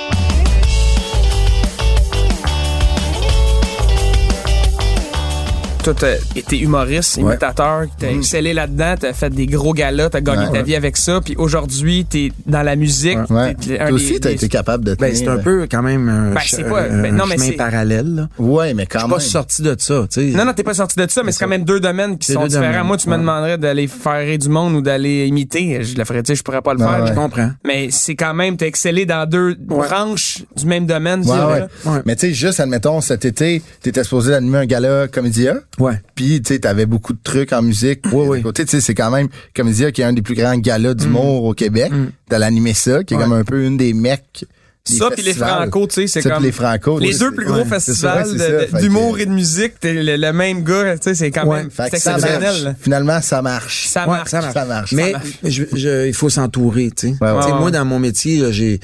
Speaker 2: Toi, t'as été humoriste, imitateur, t'as excellé là-dedans, t'as fait des gros galas, t'as gagné
Speaker 3: Mm. Ouais.
Speaker 2: ta vie avec ça, puis aujourd'hui, t'es dans la musique.
Speaker 3: Ouais.
Speaker 2: t'es- t'es un
Speaker 3: Toi
Speaker 2: des-
Speaker 3: aussi, t'as
Speaker 2: des-
Speaker 3: été capable de
Speaker 4: Ben,
Speaker 3: tenir,
Speaker 4: c'est un
Speaker 3: euh,
Speaker 4: peu quand même un,
Speaker 2: Ben,
Speaker 4: che-
Speaker 2: c'est pas-
Speaker 4: un-
Speaker 2: ben, non,
Speaker 4: un
Speaker 2: mais
Speaker 4: chemin
Speaker 2: c'est-
Speaker 4: parallèle. Là.
Speaker 3: Ouais, mais quand
Speaker 4: Pas
Speaker 3: même.
Speaker 4: sorti de ça, tu sais.
Speaker 2: Non, non, t'es pas sorti de ça, mais c'est quand même deux domaines qui
Speaker 4: C'est
Speaker 2: sont
Speaker 4: deux
Speaker 2: différents.
Speaker 4: domaines.
Speaker 2: Moi, tu me
Speaker 4: Ouais.
Speaker 2: demanderais d'aller faire rire du monde ou d'aller imiter. Je le ferais, tu sais, je pourrais pas le faire.
Speaker 3: ouais.
Speaker 4: Je comprends.
Speaker 2: Mais c'est quand même, t'as excellé dans deux
Speaker 4: Ouais.
Speaker 2: branches du même domaine.
Speaker 3: Ouais,
Speaker 2: tu sais,
Speaker 3: ouais.
Speaker 2: là.
Speaker 4: Ouais.
Speaker 3: Mais tu sais, juste, admettons, cet été, t'étais supposé animer un gala comédia.
Speaker 4: Ouais.
Speaker 3: Puis, tu sais, t'avais beaucoup de trucs en musique.
Speaker 4: Oui, oui.
Speaker 3: Côté, tu sais, c'est quand même comédia qui est un des plus grands galas d'humour au Québec. T'allais animer ça, qui est
Speaker 4: Mm. Ouais.
Speaker 3: comme un peu une des mecs. des
Speaker 2: Ça, puis les
Speaker 3: festivals.
Speaker 2: Franco, tu sais, c'est
Speaker 3: Ça, puis
Speaker 2: comme-
Speaker 3: les Franco.
Speaker 2: Les
Speaker 3: tu
Speaker 2: deux
Speaker 3: sais,
Speaker 2: plus
Speaker 3: c'est-
Speaker 2: gros
Speaker 3: ouais,
Speaker 2: festivals
Speaker 3: c'est ça,
Speaker 2: de-
Speaker 3: ouais, c'est ça.
Speaker 2: d'humour
Speaker 3: Fait
Speaker 2: et de musique, t'es le, le même gars, tu sais, c'est quand
Speaker 4: Ouais.
Speaker 2: même,
Speaker 3: que-
Speaker 2: c'est
Speaker 3: fait que ça
Speaker 2: exceptionnel. là.
Speaker 3: marche. Finalement, ça marche.
Speaker 2: Ça
Speaker 4: Ouais,
Speaker 2: marche.
Speaker 4: ça marche.
Speaker 3: Ça marche.
Speaker 4: Mais
Speaker 3: Ça marche.
Speaker 4: je- je- il faut s'entourer, tu sais.
Speaker 3: Ouais, ouais.
Speaker 4: Tu sais,
Speaker 2: Ouais, ouais.
Speaker 4: Moi, dans mon métier, là, j'ai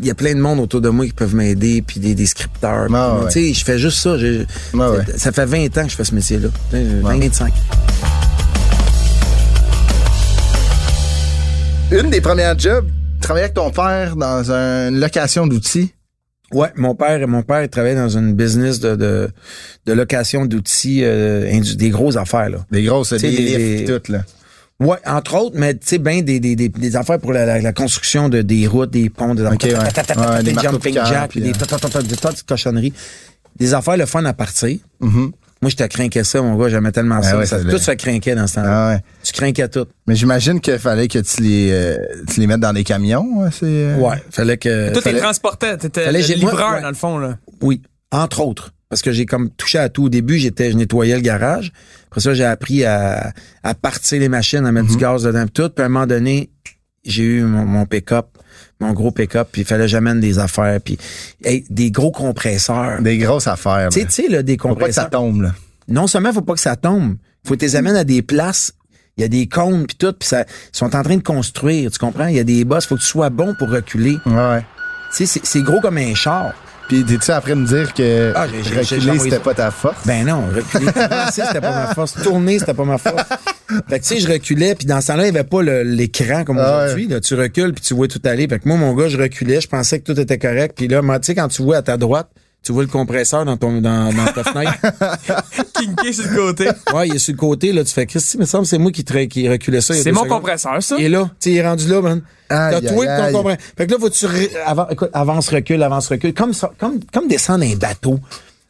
Speaker 4: il y a plein de monde autour de moi qui peuvent m'aider, puis des, des scripteurs. puis
Speaker 3: Ouais,
Speaker 4: tout le monde.
Speaker 3: ouais.
Speaker 4: Tu sais, je fais juste ça. j'ai-
Speaker 3: ouais.
Speaker 4: c'est- Ça fait 20 ans que je fais ce métier-là. Tu sais, 25.
Speaker 3: Une des premières jobs, travailler avec ton père dans une location d'outils.
Speaker 4: Ouais, mon père, mon père il travaillait dans une business de, de, de location d'outils, euh, indu- des grosses affaires, là.
Speaker 3: Des grosses, des,
Speaker 4: Tu sais, des-
Speaker 3: lifts
Speaker 4: des-
Speaker 3: et tout, là.
Speaker 4: Ouais, entre autres, mais tu sais, ben des, des, des, des affaires pour la, la, la construction de, des routes, des ponts, des,
Speaker 3: Ok, ouais. Ouais,
Speaker 4: des,
Speaker 3: des marteaux
Speaker 4: jumping
Speaker 3: piqueurs,
Speaker 4: jacks,
Speaker 3: puis,
Speaker 4: des
Speaker 3: euh.
Speaker 4: tas, tas, tas, tas, des tas de cochonneries. Des affaires le fun à partir. Moi, j'étais craqué ça, mon gars, j'aimais tellement ça.
Speaker 3: Mm-hmm. Ben ouais,
Speaker 4: ça
Speaker 3: ça
Speaker 4: tout
Speaker 3: l'est.
Speaker 4: se craquait dans ce temps-là.
Speaker 3: Ah ouais.
Speaker 4: Tu craquais tout.
Speaker 3: Mais j'imagine qu'il fallait que tu les, euh, tu les mettes dans des camions, hein, c'est. euh,
Speaker 4: Ouais, fallait que...
Speaker 2: Toi, t'es
Speaker 4: fallait-
Speaker 2: transporté, t'étais
Speaker 4: Fallait-
Speaker 2: le
Speaker 4: j'ai- moi,
Speaker 2: livreur,
Speaker 4: ouais.
Speaker 2: dans le fond, là.
Speaker 4: Oui, entre autres. Parce que j'ai comme touché à tout. Au début, j'étais, je nettoyais le garage. Après ça, j'ai appris à, à partir les machines, à
Speaker 3: Mhm.
Speaker 4: mettre du gaz dedans pis tout. Puis à un moment donné, j'ai eu mon, mon pick-up, mon gros pick-up, puis il fallait que j'amène des affaires, puis hey, des gros compresseurs.
Speaker 3: Des grosses affaires.
Speaker 4: Tu sais,
Speaker 3: là.
Speaker 4: tu sais, là, des
Speaker 3: Ben, Faut pas que ça
Speaker 4: compresseurs.
Speaker 3: tombe, là.
Speaker 4: non seulement faut pas que ça tombe, faut que tu les amènes à des places. Il y a des cônes puis tout, puis ça, ils sont en train de construire, tu comprends? Il y a des bosses, faut que tu sois bon pour reculer. Tu
Speaker 3: Ouais, ouais.
Speaker 4: sais, c'est- c'est gros comme un char.
Speaker 3: Puis t'es-tu après me dire que
Speaker 4: Ah, j'ai- j'ai- j'ai
Speaker 3: reculer,
Speaker 4: envoyé
Speaker 3: c'était
Speaker 4: ça.
Speaker 3: pas ta force?
Speaker 4: Ben non, reculer. Avancer, c'était pas ma force. Tourner, c'était pas ma force. Fait que tu sais, je reculais, puis dans ce temps-là, il n'y avait pas le- l'écran comme
Speaker 3: Ah ouais.
Speaker 4: aujourd'hui. là. Tu recules, puis tu vois tout aller. Fait que moi, mon gars, je reculais, je pensais que tout était correct. Puis là, moi, tu sais, quand tu vois à ta droite, Tu vois le compresseur dans, ton, dans, dans ta fenêtre?
Speaker 2: Kinké sur le côté.
Speaker 4: Ouais, il est sur le côté, là. Tu fais, Christy, il me semble que c'est moi qui, tra- qui reculais ça. il y a
Speaker 2: C'est
Speaker 4: deux
Speaker 2: mon
Speaker 4: secondes.
Speaker 2: compresseur, ça.
Speaker 4: Il est là. Tu sais, il est rendu là, man. T'as
Speaker 3: Aïe,
Speaker 4: toi
Speaker 3: aïe,
Speaker 4: ton
Speaker 3: aïe.
Speaker 4: compresseur. Fait que là, faut-tu ré- avan- écoute, avance, recul, avance, recul. Comme, ça- comme, comme descendre un bateau.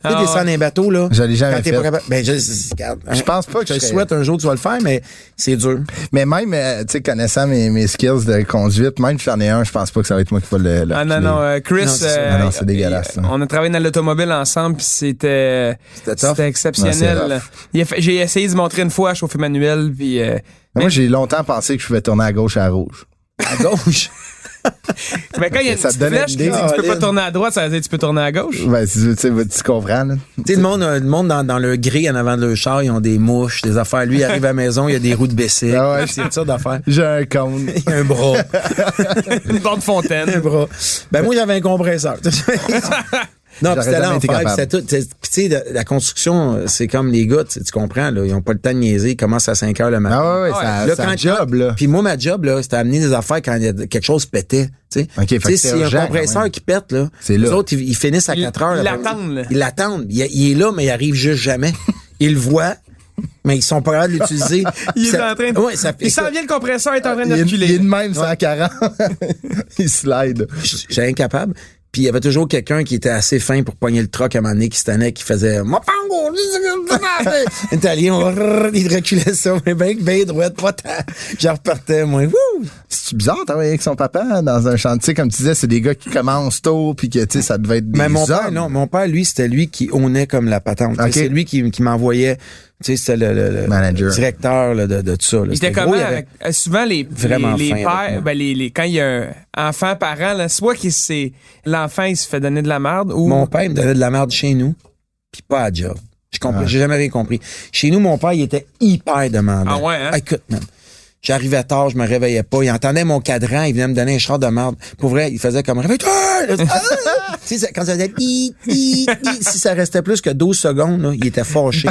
Speaker 4: Tu sais,
Speaker 2: Ah,
Speaker 4: descendre un bateau, là.
Speaker 3: Je l'ai jamais
Speaker 4: quand t'es
Speaker 3: fait.
Speaker 4: pas capable- Ben, je, regarde,
Speaker 3: Je pense pas que
Speaker 4: je
Speaker 3: je
Speaker 4: te
Speaker 3: serais-
Speaker 4: souhaite un jour que tu vas le faire, mais c'est dur.
Speaker 3: Mais même, euh, tu sais, connaissant mes, mes skills de conduite, même si j'en ai un, je pense pas que ça va être moi qui va le. le
Speaker 2: Ah non,
Speaker 3: reculer.
Speaker 2: non, euh, Chris.
Speaker 4: Non, c'est ça.
Speaker 2: euh,
Speaker 3: Ah non, c'est dégueulasse,
Speaker 2: il-
Speaker 3: là.
Speaker 2: On a travaillé dans l'automobile ensemble, puis c'était
Speaker 3: tough?
Speaker 2: c'était exceptionnel.
Speaker 3: Non, c'est rough.
Speaker 2: Il a fait- J'ai essayé de montrer une fois à chauffer manuel, puis euh,
Speaker 3: Mais Moi, j'ai longtemps pensé que je pouvais tourner à gauche à rouge.
Speaker 4: À gauche.
Speaker 2: mais quand il y a une
Speaker 3: Ça te
Speaker 2: petite
Speaker 3: donnait
Speaker 2: flèche
Speaker 3: une
Speaker 2: qui dit
Speaker 3: idée.
Speaker 2: que tu peux
Speaker 3: Ah,
Speaker 2: pas
Speaker 3: Lynn.
Speaker 2: tourner à droite, ça veut dire que tu peux tourner à gauche.
Speaker 3: Ben, tu, tu sais, tu comprends, là.
Speaker 4: Tu sais, le monde, euh, le monde dans, dans le gris en avant de leur char, ils ont des mouches, des affaires. Lui, il arrive à la maison, il y a des roues de baissé.
Speaker 3: Ah ouais.
Speaker 4: c'est ça d'affaires.
Speaker 3: J'ai un con.
Speaker 4: Il y a un bras.
Speaker 2: Une borne
Speaker 4: un
Speaker 2: fontaine.
Speaker 4: bras. Ben, moi, j'avais un compresseur. Non, puis c'était
Speaker 3: jamais été
Speaker 4: l'enfer, puis
Speaker 3: capable.
Speaker 4: c'était tout. Puis tu sais, la- la construction, euh, c'est comme les gars, tu sais, tu comprends, là, ils ont pas le temps de niaiser, ils commencent à 5 heures le matin.
Speaker 3: Ah ouais, ouais,
Speaker 2: Ouais.
Speaker 3: ça,
Speaker 4: Là,
Speaker 3: ça
Speaker 4: quand-
Speaker 3: job, là.
Speaker 4: Puis moi, ma job, là, c'était amener des affaires quand il y a de- quelque chose pétait. Tu sais,
Speaker 3: Ok, fait
Speaker 4: Tu sais,
Speaker 3: que
Speaker 4: s'il
Speaker 3: c'est
Speaker 4: y a un
Speaker 3: urgent, quand
Speaker 4: compresseur
Speaker 3: même.
Speaker 4: qui pète, là,
Speaker 3: C'est
Speaker 4: les
Speaker 3: là.
Speaker 4: autres, ils, ils finissent à
Speaker 2: Ils-
Speaker 4: 4 heures.
Speaker 2: ils
Speaker 4: là, par-
Speaker 2: l'attendent, là.
Speaker 4: Ils l'attendent. Il, il est là, mais il arrive juste jamais. Ils le voient, mais ils sont pas capables de l'utiliser.
Speaker 2: Il est
Speaker 4: Ça-
Speaker 2: en train de.
Speaker 4: Ouais, ça
Speaker 2: il s'en
Speaker 4: écoute,
Speaker 2: vient, le compresseur est en train
Speaker 3: Il
Speaker 2: de
Speaker 3: est, il est
Speaker 2: reculer.
Speaker 3: de même 140. il slide.
Speaker 4: J'étais incapable. Puis il y avait toujours quelqu'un qui était assez fin pour pogner le troc à un moment donné, qui se tenait, qui faisait Mopango! Italien, on- il reculait ça, mais bien ben droite, pas tant. Je repartais, moi. Wouh!
Speaker 3: C'est bizarre de travailler avec son papa dans un chantier. Comme tu disais, c'est des gars qui commencent tôt, puis que, tu sais, ça devait être des
Speaker 4: Mais mon père,
Speaker 3: hommes.
Speaker 4: non, mon père, lui, c'était lui qui ownait comme la patente. Tu sais,
Speaker 3: Ok.
Speaker 4: C'est lui qui, qui m'envoyait, tu sais, c'était le, le- le
Speaker 3: Manager.
Speaker 4: directeur là, de, de tout ça. là.
Speaker 2: Il était
Speaker 4: C'était gros,
Speaker 2: comment
Speaker 4: il avait-
Speaker 2: avec- euh, souvent les,
Speaker 4: Vraiment
Speaker 2: les, les
Speaker 4: fin avec moi.
Speaker 2: pères, ben les, les- quand il y a un enfant parent, là, soit que c'est l'enfant il se fait donner de la merde ou
Speaker 4: Mon père il me donnait de la merde chez nous, puis pas à job. Je
Speaker 2: Ah.
Speaker 4: comprends, j'ai jamais rien compris. Chez nous, mon père, il était hyper demandant.
Speaker 2: Ah ouais, hein?
Speaker 4: Écoute, man. J'arrivais tard, je me réveillais pas. Il entendait mon cadran, il venait me donner un char de merde. Pour vrai, il faisait comme réveille-toi! Là, ah! tu sais, ça- quand ça faisait Hi, hi, hi si ça restait plus que 12 secondes, là, il était fâché.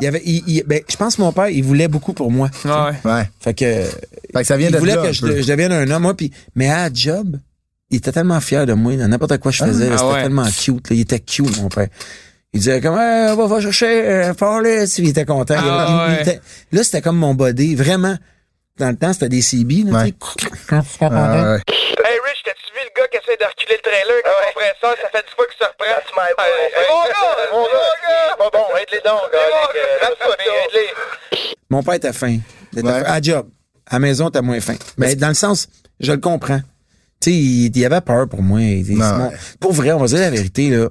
Speaker 4: Il avait, il- il- ben, je pense que mon père, il voulait beaucoup pour moi.
Speaker 2: Ah ouais.
Speaker 3: Ouais.
Speaker 4: Fait que,
Speaker 3: Fait que ça vient
Speaker 4: il
Speaker 3: de
Speaker 4: voulait
Speaker 3: là,
Speaker 4: que
Speaker 3: un
Speaker 4: je,
Speaker 3: peu.
Speaker 4: de- je devienne un homme, moi, puis mais à la job, il était tellement fier de moi, dans n'importe quoi que je faisais, là,
Speaker 2: Ah
Speaker 4: c'était
Speaker 2: ouais.
Speaker 4: tellement cute, là, il était cute mon père. Il disait comme Eh, va va chercher euh, Paulus, il était content. Il-
Speaker 2: Ah
Speaker 4: il- il
Speaker 2: ouais.
Speaker 4: était- là c'était comme mon body, vraiment. Dans le temps, c'était des CB, là,
Speaker 3: Ouais.
Speaker 4: tu sais. Quand tu t'entendais.
Speaker 3: Ah, ouais.
Speaker 5: Hey Rich, t'as-tu vu le gars qui essaie de reculer le trailer avec le compresseur? Ça fait 10 fois qu'il se reprend. C'est mon gars! Mon gars! Pas bon, aide-les donc. euh, Aide-les.
Speaker 4: Mon père était fin. Il était
Speaker 3: Ouais.
Speaker 4: fin. À job. À la maison, t'as moins fin. Mais dans le sens, je le comprends. Tu sais, il, il avait peur pour moi. Il- il-
Speaker 3: Non,
Speaker 4: mon-
Speaker 3: ouais.
Speaker 4: Pour vrai, on va dire la vérité, là.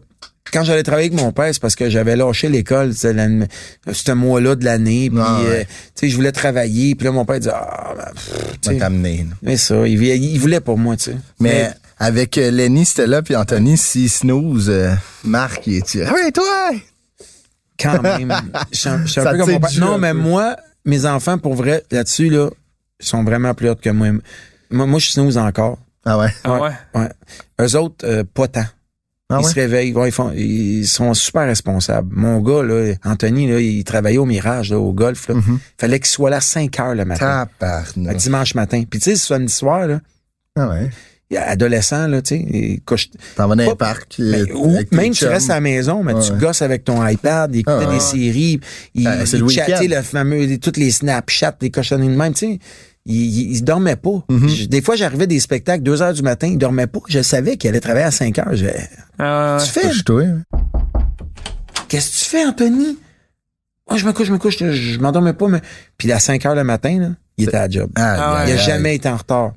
Speaker 4: Quand j'allais travailler avec mon père, c'est parce que j'avais lâché l'école tu sais, l'an- ce mois-là de l'année. Puis,
Speaker 3: Ah, ouais.
Speaker 4: euh, tu sais, je voulais travailler. Puis là, mon père disait, ah, ben, pff, tu
Speaker 3: Va
Speaker 4: sais.
Speaker 3: t'amener, là.
Speaker 4: mais ça, il, vi- il voulait pour moi, tu sais.
Speaker 3: Mais avec euh, Lenny, c'était là, puis Anthony, s'il snooze, euh, Marc, il est tu Hey, toi!
Speaker 4: quand même. Je suis un, je suis un
Speaker 3: Ça
Speaker 4: peu comme mon père.
Speaker 3: t'éduque
Speaker 4: Non,
Speaker 3: un
Speaker 4: mais
Speaker 3: peu.
Speaker 4: moi, mes enfants, pour vrai, là-dessus, là, sont vraiment plus hauts que moi. Moi, moi je suis snooze encore.
Speaker 3: Ah ouais.
Speaker 2: Ah ouais.
Speaker 4: ouais. Eux autres, euh, pas tant.
Speaker 3: Ah
Speaker 4: ils
Speaker 3: ouais.
Speaker 4: se réveillent, ouais, ils, font- ils sont super responsables. Mon gars, là, Anthony, là, il travaillait au Mirage, là, au golf. Là. fallait qu'il soit là à 5 heures le matin, le
Speaker 3: Mm-hmm. Tabarnak.
Speaker 4: dimanche matin. Puis tu sais, ce samedi soir, là,
Speaker 3: Ah ouais.
Speaker 4: adolescent, là, tu sais, il couche-
Speaker 3: T'en vas dans
Speaker 4: Pas-
Speaker 3: un parc.
Speaker 4: mais-
Speaker 3: euh,
Speaker 4: Ben, ou
Speaker 3: avec tes
Speaker 4: même tu
Speaker 3: chums.
Speaker 4: restes à la maison, mais tu
Speaker 3: Ouais.
Speaker 4: gosses avec ton iPad, il écoutait
Speaker 3: Ah,
Speaker 4: des
Speaker 3: ouais.
Speaker 4: séries, il,
Speaker 3: Ah, c'est
Speaker 4: il
Speaker 3: le
Speaker 4: chattait
Speaker 3: week-end.
Speaker 4: le fameux, les- toutes les Snapchat, les cochonneries de même, tu sais. Il, il, il dormait pas.
Speaker 3: Mm-hmm.
Speaker 4: Je- Des fois, j'arrivais des spectacles, 2 heures du matin, il dormait pas. Je savais qu'il allait travailler à 5 heures. Je,
Speaker 2: Ah ouais.
Speaker 4: tu fais,
Speaker 3: Couche-toi, hein.
Speaker 4: Qu'est-ce que tu fais, Anthony? Oh, je me couche, je me couche, je, je m'endormais pas, mais. Puis à 5 heures le matin, là, il était à la job.
Speaker 3: Ah,
Speaker 2: Ah
Speaker 4: Il
Speaker 2: ouais.
Speaker 4: a
Speaker 3: aïe, aïe.
Speaker 4: jamais été en retard.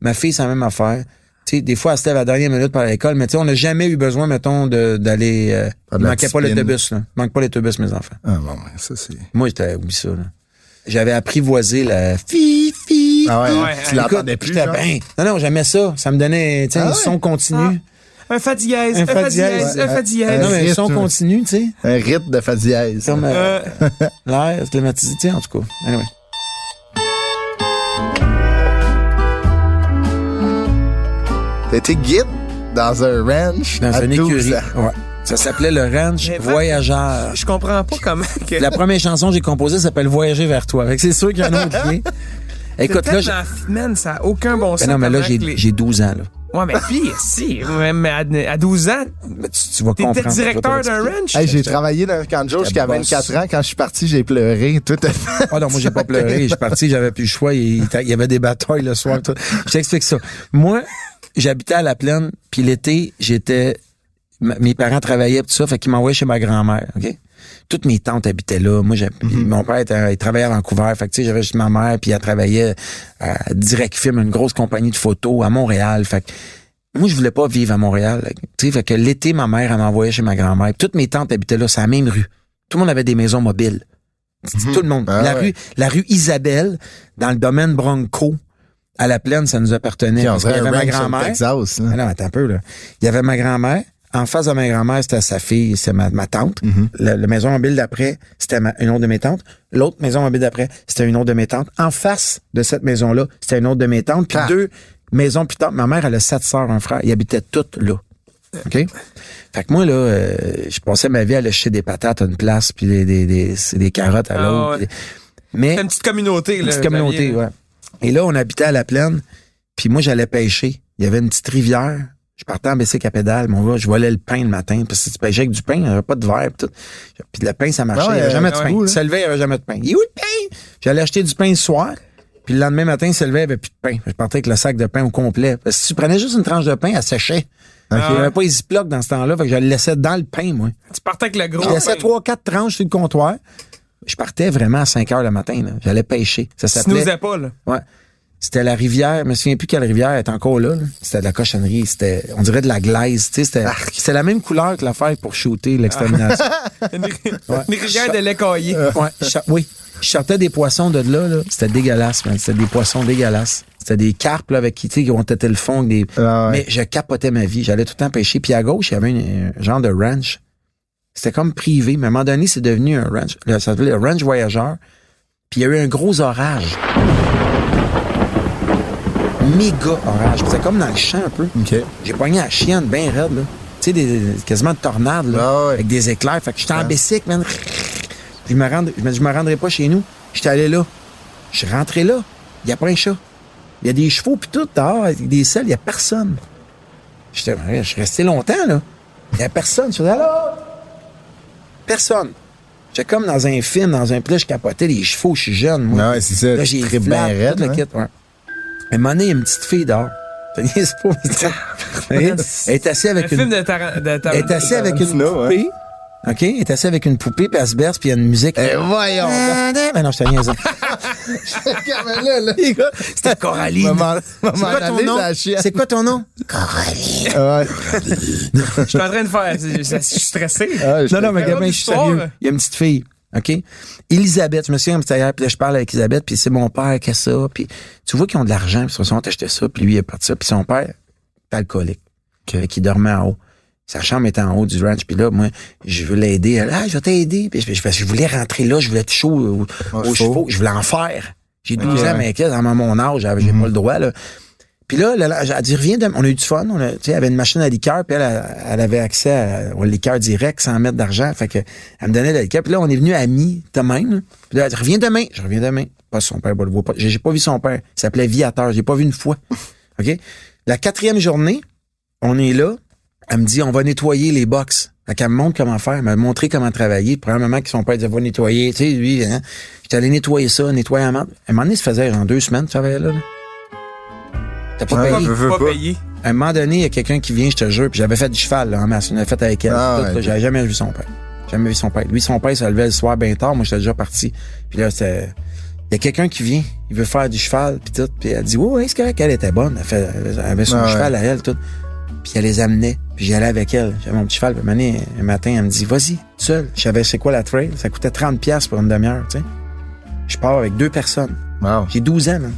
Speaker 4: Ma fille, c'est la même affaire. Tu sais, des fois, elle se lève à la dernière minute par l'école, mais tu sais, on n'a jamais eu besoin, mettons, de- d'aller. Euh,
Speaker 3: Faire
Speaker 4: il
Speaker 3: de la
Speaker 4: manquait pas
Speaker 3: discipline.
Speaker 4: l'autobus, là. Il manque pas l'autobus, mes enfants.
Speaker 3: Ah bon, ouais, ça c'est.
Speaker 4: Moi, j'étais oublié ça, là. J'avais apprivoisé la fi fi.
Speaker 3: Ah ouais,
Speaker 2: Ouais,
Speaker 3: tu
Speaker 2: écoute,
Speaker 3: l'entendais plus.
Speaker 4: J'étais
Speaker 3: genre?
Speaker 4: ben, non, non, j'aimais ça. Ça me donnait, tu sais,
Speaker 3: Ah
Speaker 4: un
Speaker 3: ouais? Ah,
Speaker 4: son continu.
Speaker 2: Un fa dièse,
Speaker 4: Un
Speaker 2: un
Speaker 4: fa
Speaker 2: fa
Speaker 4: dièse,
Speaker 2: dièse, un fa
Speaker 3: ouais.
Speaker 2: dièse.
Speaker 3: Ah,
Speaker 4: Euh, non, mais un
Speaker 3: rythme.
Speaker 4: son continu, tu sais.
Speaker 3: Un rythme de fa dièse.
Speaker 4: Comme euh,
Speaker 2: Euh,
Speaker 4: l'air, c'est climatisé, tu sais, en tout cas. Anyway.
Speaker 3: T'as été guide dans un ranch
Speaker 4: Dans
Speaker 3: à
Speaker 4: une
Speaker 3: 12
Speaker 4: écurie.
Speaker 3: ans.
Speaker 4: Ouais. Ça s'appelait le Ranch
Speaker 2: Mais va-
Speaker 4: Voyageur.
Speaker 2: Je comprends pas comment que.
Speaker 4: La première chanson que j'ai composée s'appelle Voyager vers toi. Fait que c'est sûr qu'il y en a oublié. Écoute, là, j'ai-
Speaker 2: Tellement, man, ça a aucun bon sens.
Speaker 4: Ben non, mais là,
Speaker 2: comment
Speaker 4: j'ai
Speaker 2: que les-
Speaker 4: j'ai 12 ans, là.
Speaker 2: Ouais, mais pire, si. Même à, à 12 ans,
Speaker 4: Mais tu, tu vas comprendre.
Speaker 2: t'étais
Speaker 4: je vais
Speaker 2: directeur
Speaker 4: te
Speaker 2: d'un
Speaker 4: l'expliquer.
Speaker 2: ranch.
Speaker 3: Hey, j'ai travaillé dans un camp de jour jusqu'à
Speaker 4: bosse.
Speaker 3: 24 ans. Quand je suis parti, j'ai pleuré. Tout à fait.
Speaker 4: Ah non, moi j'ai pas pleuré. Je suis parti, j'avais plus le choix. Il, il t'a- il y avait des batailles le soir. tout. Je t'explique ça. Moi, j'habitais à la plaine, puis l'été, j'étais. ma- Mes parents travaillaient pis tout ça, fait qu'ils m'envoyaient chez ma grand-mère, OK? Toutes mes tantes habitaient là. Moi, j'hab- mon père était- il travaillait à Vancouver. Fait que tu sais, j'avais juste ma mère, puis elle travaillait à Direct Film, une grosse compagnie de photos à Montréal. Fait que moi, je voulais pas vivre à Montréal. là. Tu sais, fait que l'été, ma mère, elle m'envoyait chez ma grand-mère. Toutes mes tantes habitaient là, c'est la même rue. Tout le monde avait des maisons mobiles. Tout le monde.
Speaker 3: Ah
Speaker 4: la
Speaker 3: ouais.
Speaker 4: rue, la rue Isabelle, dans le domaine Bronco, à la plaine, ça nous appartenait.
Speaker 3: Puis on
Speaker 4: Parce qu'il y
Speaker 3: dirait
Speaker 4: avait
Speaker 3: un
Speaker 4: ma
Speaker 3: ranch au
Speaker 4: grand-mère.
Speaker 3: Texas. là.
Speaker 4: Ah non, attends un peu, là. Il y avait ma grand-mère. En face de ma grand-mère, c'était sa fille, c'est ma, ma tante.
Speaker 3: Mm-hmm.
Speaker 4: la, la maison mobile d'après, c'était ma- une autre de mes tantes. L'autre maison mobile d'après, c'était une autre de mes tantes. En face de cette maison-là, c'était une autre de mes tantes. Puis
Speaker 3: Ah.
Speaker 4: deux maisons plus tard, ma mère, elle a sept sœurs, un frère. Ils habitaient toutes là. OK? Fait que moi, là, euh, je passais ma vie à lâcher des patates à une place, puis des, des, des, des carottes à
Speaker 2: Ah,
Speaker 4: l'autre.
Speaker 2: ouais.
Speaker 4: puis des- Mais
Speaker 2: C'est une petite communauté, là.
Speaker 4: petite communauté,
Speaker 2: Xavier.
Speaker 4: ouais. Et là, on habitait à la plaine, puis moi, j'allais pêcher. Il y avait une petite rivière. Je partais en bicycle à pédale, mon gars, je volais le pain le matin, parce que tu pêchais avec du pain, il n'y avait pas de verre, puis tout. Puis le pain, ça marchait,
Speaker 3: Ah ouais,
Speaker 4: il n'y avait jamais
Speaker 3: euh,
Speaker 4: de
Speaker 3: ouais,
Speaker 4: pain.
Speaker 3: cool,
Speaker 4: Il se levait, il n'y avait jamais de pain. Il est où le pain? J'allais acheter du pain le soir, puis le lendemain matin, il se levait, il n'y avait plus de pain. Je partais avec le sac de pain au complet. Parce que si tu prenais juste une tranche de pain, elle séchait.
Speaker 3: Ah
Speaker 4: Il n'y avait pas les ziplocs dans ce temps-là, fait que je le laissais dans le pain, moi.
Speaker 2: Tu partais avec le
Speaker 3: Oh
Speaker 2: gros.
Speaker 4: Je laissais
Speaker 2: pain.
Speaker 4: trois, quatre tranches sur le comptoir. Je partais vraiment à 5 heures le matin. là. J'allais pêcher. Ça
Speaker 2: Tu nous
Speaker 4: s'appelait.
Speaker 2: as pas, là.
Speaker 4: Ouais. C'était la rivière, je me souviens plus quelle rivière elle est encore là. là. C'était de la cochonnerie, c'était on dirait de la glaise, tu sais, c'était c'était la même couleur que l'affaire pour shooter l'extermination.
Speaker 2: Une une rivière de lait caillé.
Speaker 4: Euh, Ouais, je sor- oui, je sortais des poissons de là, là. c'était dégueulasse, man. c'était des poissons dégueulasses. C'était des carpes là, avec qui tu sais qui ont têté le fond avec des
Speaker 3: Ah ouais.
Speaker 4: mais je capotais ma vie, j'allais tout le temps pêcher puis à gauche, il y avait une- un genre de ranch. C'était comme privé, mais à un moment donné, c'est devenu un ranch, Là, ça s'appelait le ranch voyageur. Puis il y a eu un gros orage. Méga orage. Puis C'était comme dans le champ un peu.
Speaker 3: OK.
Speaker 4: J'ai pogné la chienne bien raide, là. Tu sais, des, quasiment de tornade, là.
Speaker 3: Ah ouais.
Speaker 4: Avec des éclairs. Fait que j'étais en bicycle, man. Je me, rend- je me- je me rendrais pas chez nous. J'étais allé là. Je suis rentré là. Il n'y a pas un chat. Il y a des chevaux, puis tout, dehors, avec des selles, il n'y a personne. J'étais, je suis resté longtemps, là. Il n'y a personne. Je faisais, allô? Personne. J'étais comme dans un film, dans un plat, je capotais les chevaux, je suis jeune, moi.
Speaker 3: Ah ouais, c'est ça,
Speaker 4: Là, j'ai
Speaker 3: très
Speaker 4: flab,
Speaker 3: bien raide,
Speaker 4: tout le
Speaker 3: hein.
Speaker 4: kit, ouais. À un moment donné, il y a une petite fille dehors. Ça niaise pas, mais c'est- Elle est assise
Speaker 2: Un
Speaker 4: avec
Speaker 2: film
Speaker 4: une.
Speaker 2: de Taran- de
Speaker 4: Elle est
Speaker 2: Tarantino.
Speaker 4: assise avec une
Speaker 3: Tarantino, hein.
Speaker 4: poupée. OK? Elle est assise avec une poupée, puis elle se berce, puis il y a une musique.
Speaker 3: Eh, voyons.
Speaker 4: Mais non, je t'ai niaisé.
Speaker 3: Regarde, là, là.
Speaker 4: C'était Coraline.
Speaker 3: Maman-
Speaker 4: C'est
Speaker 3: maman
Speaker 4: quoi ton
Speaker 3: Annalise,
Speaker 4: nom?
Speaker 3: la chienne.
Speaker 4: C'est quoi ton nom?
Speaker 3: Ouais.
Speaker 2: Je suis en train de faire. c'est- c'est- Je suis stressé.
Speaker 3: Ah, je-
Speaker 4: Non, non, mais
Speaker 2: Quelle
Speaker 4: gamin, Eh ben, je suis
Speaker 2: bonne
Speaker 4: sérieux.
Speaker 2: histoire.
Speaker 4: Il y a une petite fille. OK? Elisabeth, je me souviens, c'était hier, puis là, je parle avec Elisabeth, puis c'est mon père qui a ça, puis tu vois qu'ils ont de l'argent, puis ils se sont achetés ça, puis lui, il est parti ça, puis son père est alcoolique. Fait qu'il dormait en haut. Sa chambre était en haut du ranch, puis là, moi, je veux l'aider. Elle, ah, je vais t'aider. Puis je, je- je voulais rentrer là, je voulais être chaud au-
Speaker 3: Au
Speaker 4: aux
Speaker 3: chaud.
Speaker 4: chevaux, je voulais en faire. J'ai 12
Speaker 3: Ouais.
Speaker 4: ans, mais qu'est-ce, à mon âge, j'avais- j'ai pas le droit, là. Puis là, là, là, elle dit, reviens demain. On a eu du fun. On a, tu sais, elle avait une machine à liqueur, puis elle, elle, elle avait accès à- au liqueur direct sans mettre d'argent. Fait que, elle me donnait la liqueur. Puis là, on est venu amis, de même. là. Puis là, elle dit, reviens demain. Je reviens demain. Pas son père, bah, le vois pas. J'ai j'ai pas vu son père. Il s'appelait Viateur. J'ai pas vu une fois. OK? La quatrième journée, on est là. Elle me dit, on va nettoyer les box. Fait qu'elle me montre comment faire. Elle m'a montré comment travailler. Premièrement, que son père disait, va nettoyer. Tu sais, lui, hein. J'étais allé nettoyer ça, nettoyer la marde. À un moment donné, ça faisait genre deux semaines, tu savais, là. là. T'as pas
Speaker 3: Ouais,
Speaker 4: payé.
Speaker 3: je veux
Speaker 2: Pas
Speaker 3: pas.
Speaker 2: payé.
Speaker 4: À un moment donné, il y a quelqu'un qui vient, je te jure, puis j'avais fait du cheval, là, en masse. On avait fait avec elle.
Speaker 3: Ah,
Speaker 4: Tout,
Speaker 3: ouais.
Speaker 4: là, J'avais jamais vu son père. Jamais vu son père. Lui, son père se levait le soir bien tard. Moi, j'étais déjà parti. Puis là, c'était... Il y a quelqu'un qui vient, il veut faire du cheval, puis tout. Puis elle dit, ouais, ouais, c'est correct, elle était bonne. Elle, fait- elle avait son
Speaker 3: Ah, ouais.
Speaker 4: cheval à elle, tout. Puis elle les amenait, puis j'allais avec elle. J'avais mon petit cheval. Puis un moment donné, un matin, elle me dit, vas-y, seul. Je savais c'est quoi la trail. Ça coûtait 30$ piastres pour une demi-heure, tu sais. Je pars avec deux personnes.
Speaker 3: Wow.
Speaker 4: J'ai 12 ans, man.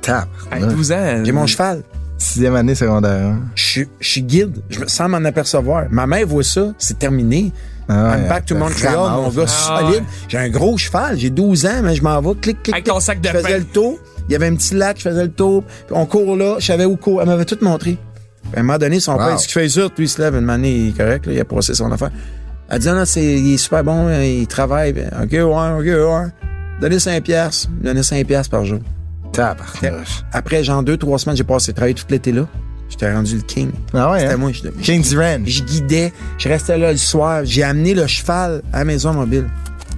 Speaker 3: Tap.
Speaker 2: À 12 ans. euh,
Speaker 4: J'ai
Speaker 3: Mm.
Speaker 4: mon cheval.
Speaker 3: Sixième année secondaire. hein.
Speaker 4: Je suis- je suis guide, je me, sans m'en apercevoir. Ma mère voit ça, c'est terminé.
Speaker 3: Ah ouais,
Speaker 4: I'm back to
Speaker 3: elle te
Speaker 4: Montreal, mon
Speaker 3: ramasse.
Speaker 4: gars
Speaker 2: Ah
Speaker 4: solide.
Speaker 2: ouais.
Speaker 4: J'ai un gros cheval, j'ai 12 ans, mais je m'en vais, clic, clic,
Speaker 2: Avec
Speaker 4: clic.
Speaker 2: ton sac de
Speaker 4: Je faisais
Speaker 2: pain.
Speaker 4: le tour, il y avait un petit lac, je faisais le tour, Puis on court là, je savais où courir, elle m'avait tout montré. Puis À un moment donné, son
Speaker 3: Wow.
Speaker 4: père, ce qu'il fait sûr, lui, il se lève, une année, il est correct, là, il a processé son affaire. Elle dit, non, non, c'est, il est super bon, euh, il travaille, Puis, ok, ouais, ok, ouais. Donnez 5 piastres, donnez 5 piastres par jour.
Speaker 3: Tabarnouche.
Speaker 4: Après, genre, deux, trois semaines, j'ai passé travailler tout l'été là. J'étais rendu le king.
Speaker 3: Ah ouais,
Speaker 4: C'était
Speaker 3: hein?
Speaker 4: moi. Je, je-
Speaker 3: King's Ranch.
Speaker 4: je guidais. Je restais là le soir. J'ai amené le cheval à la maison mobile.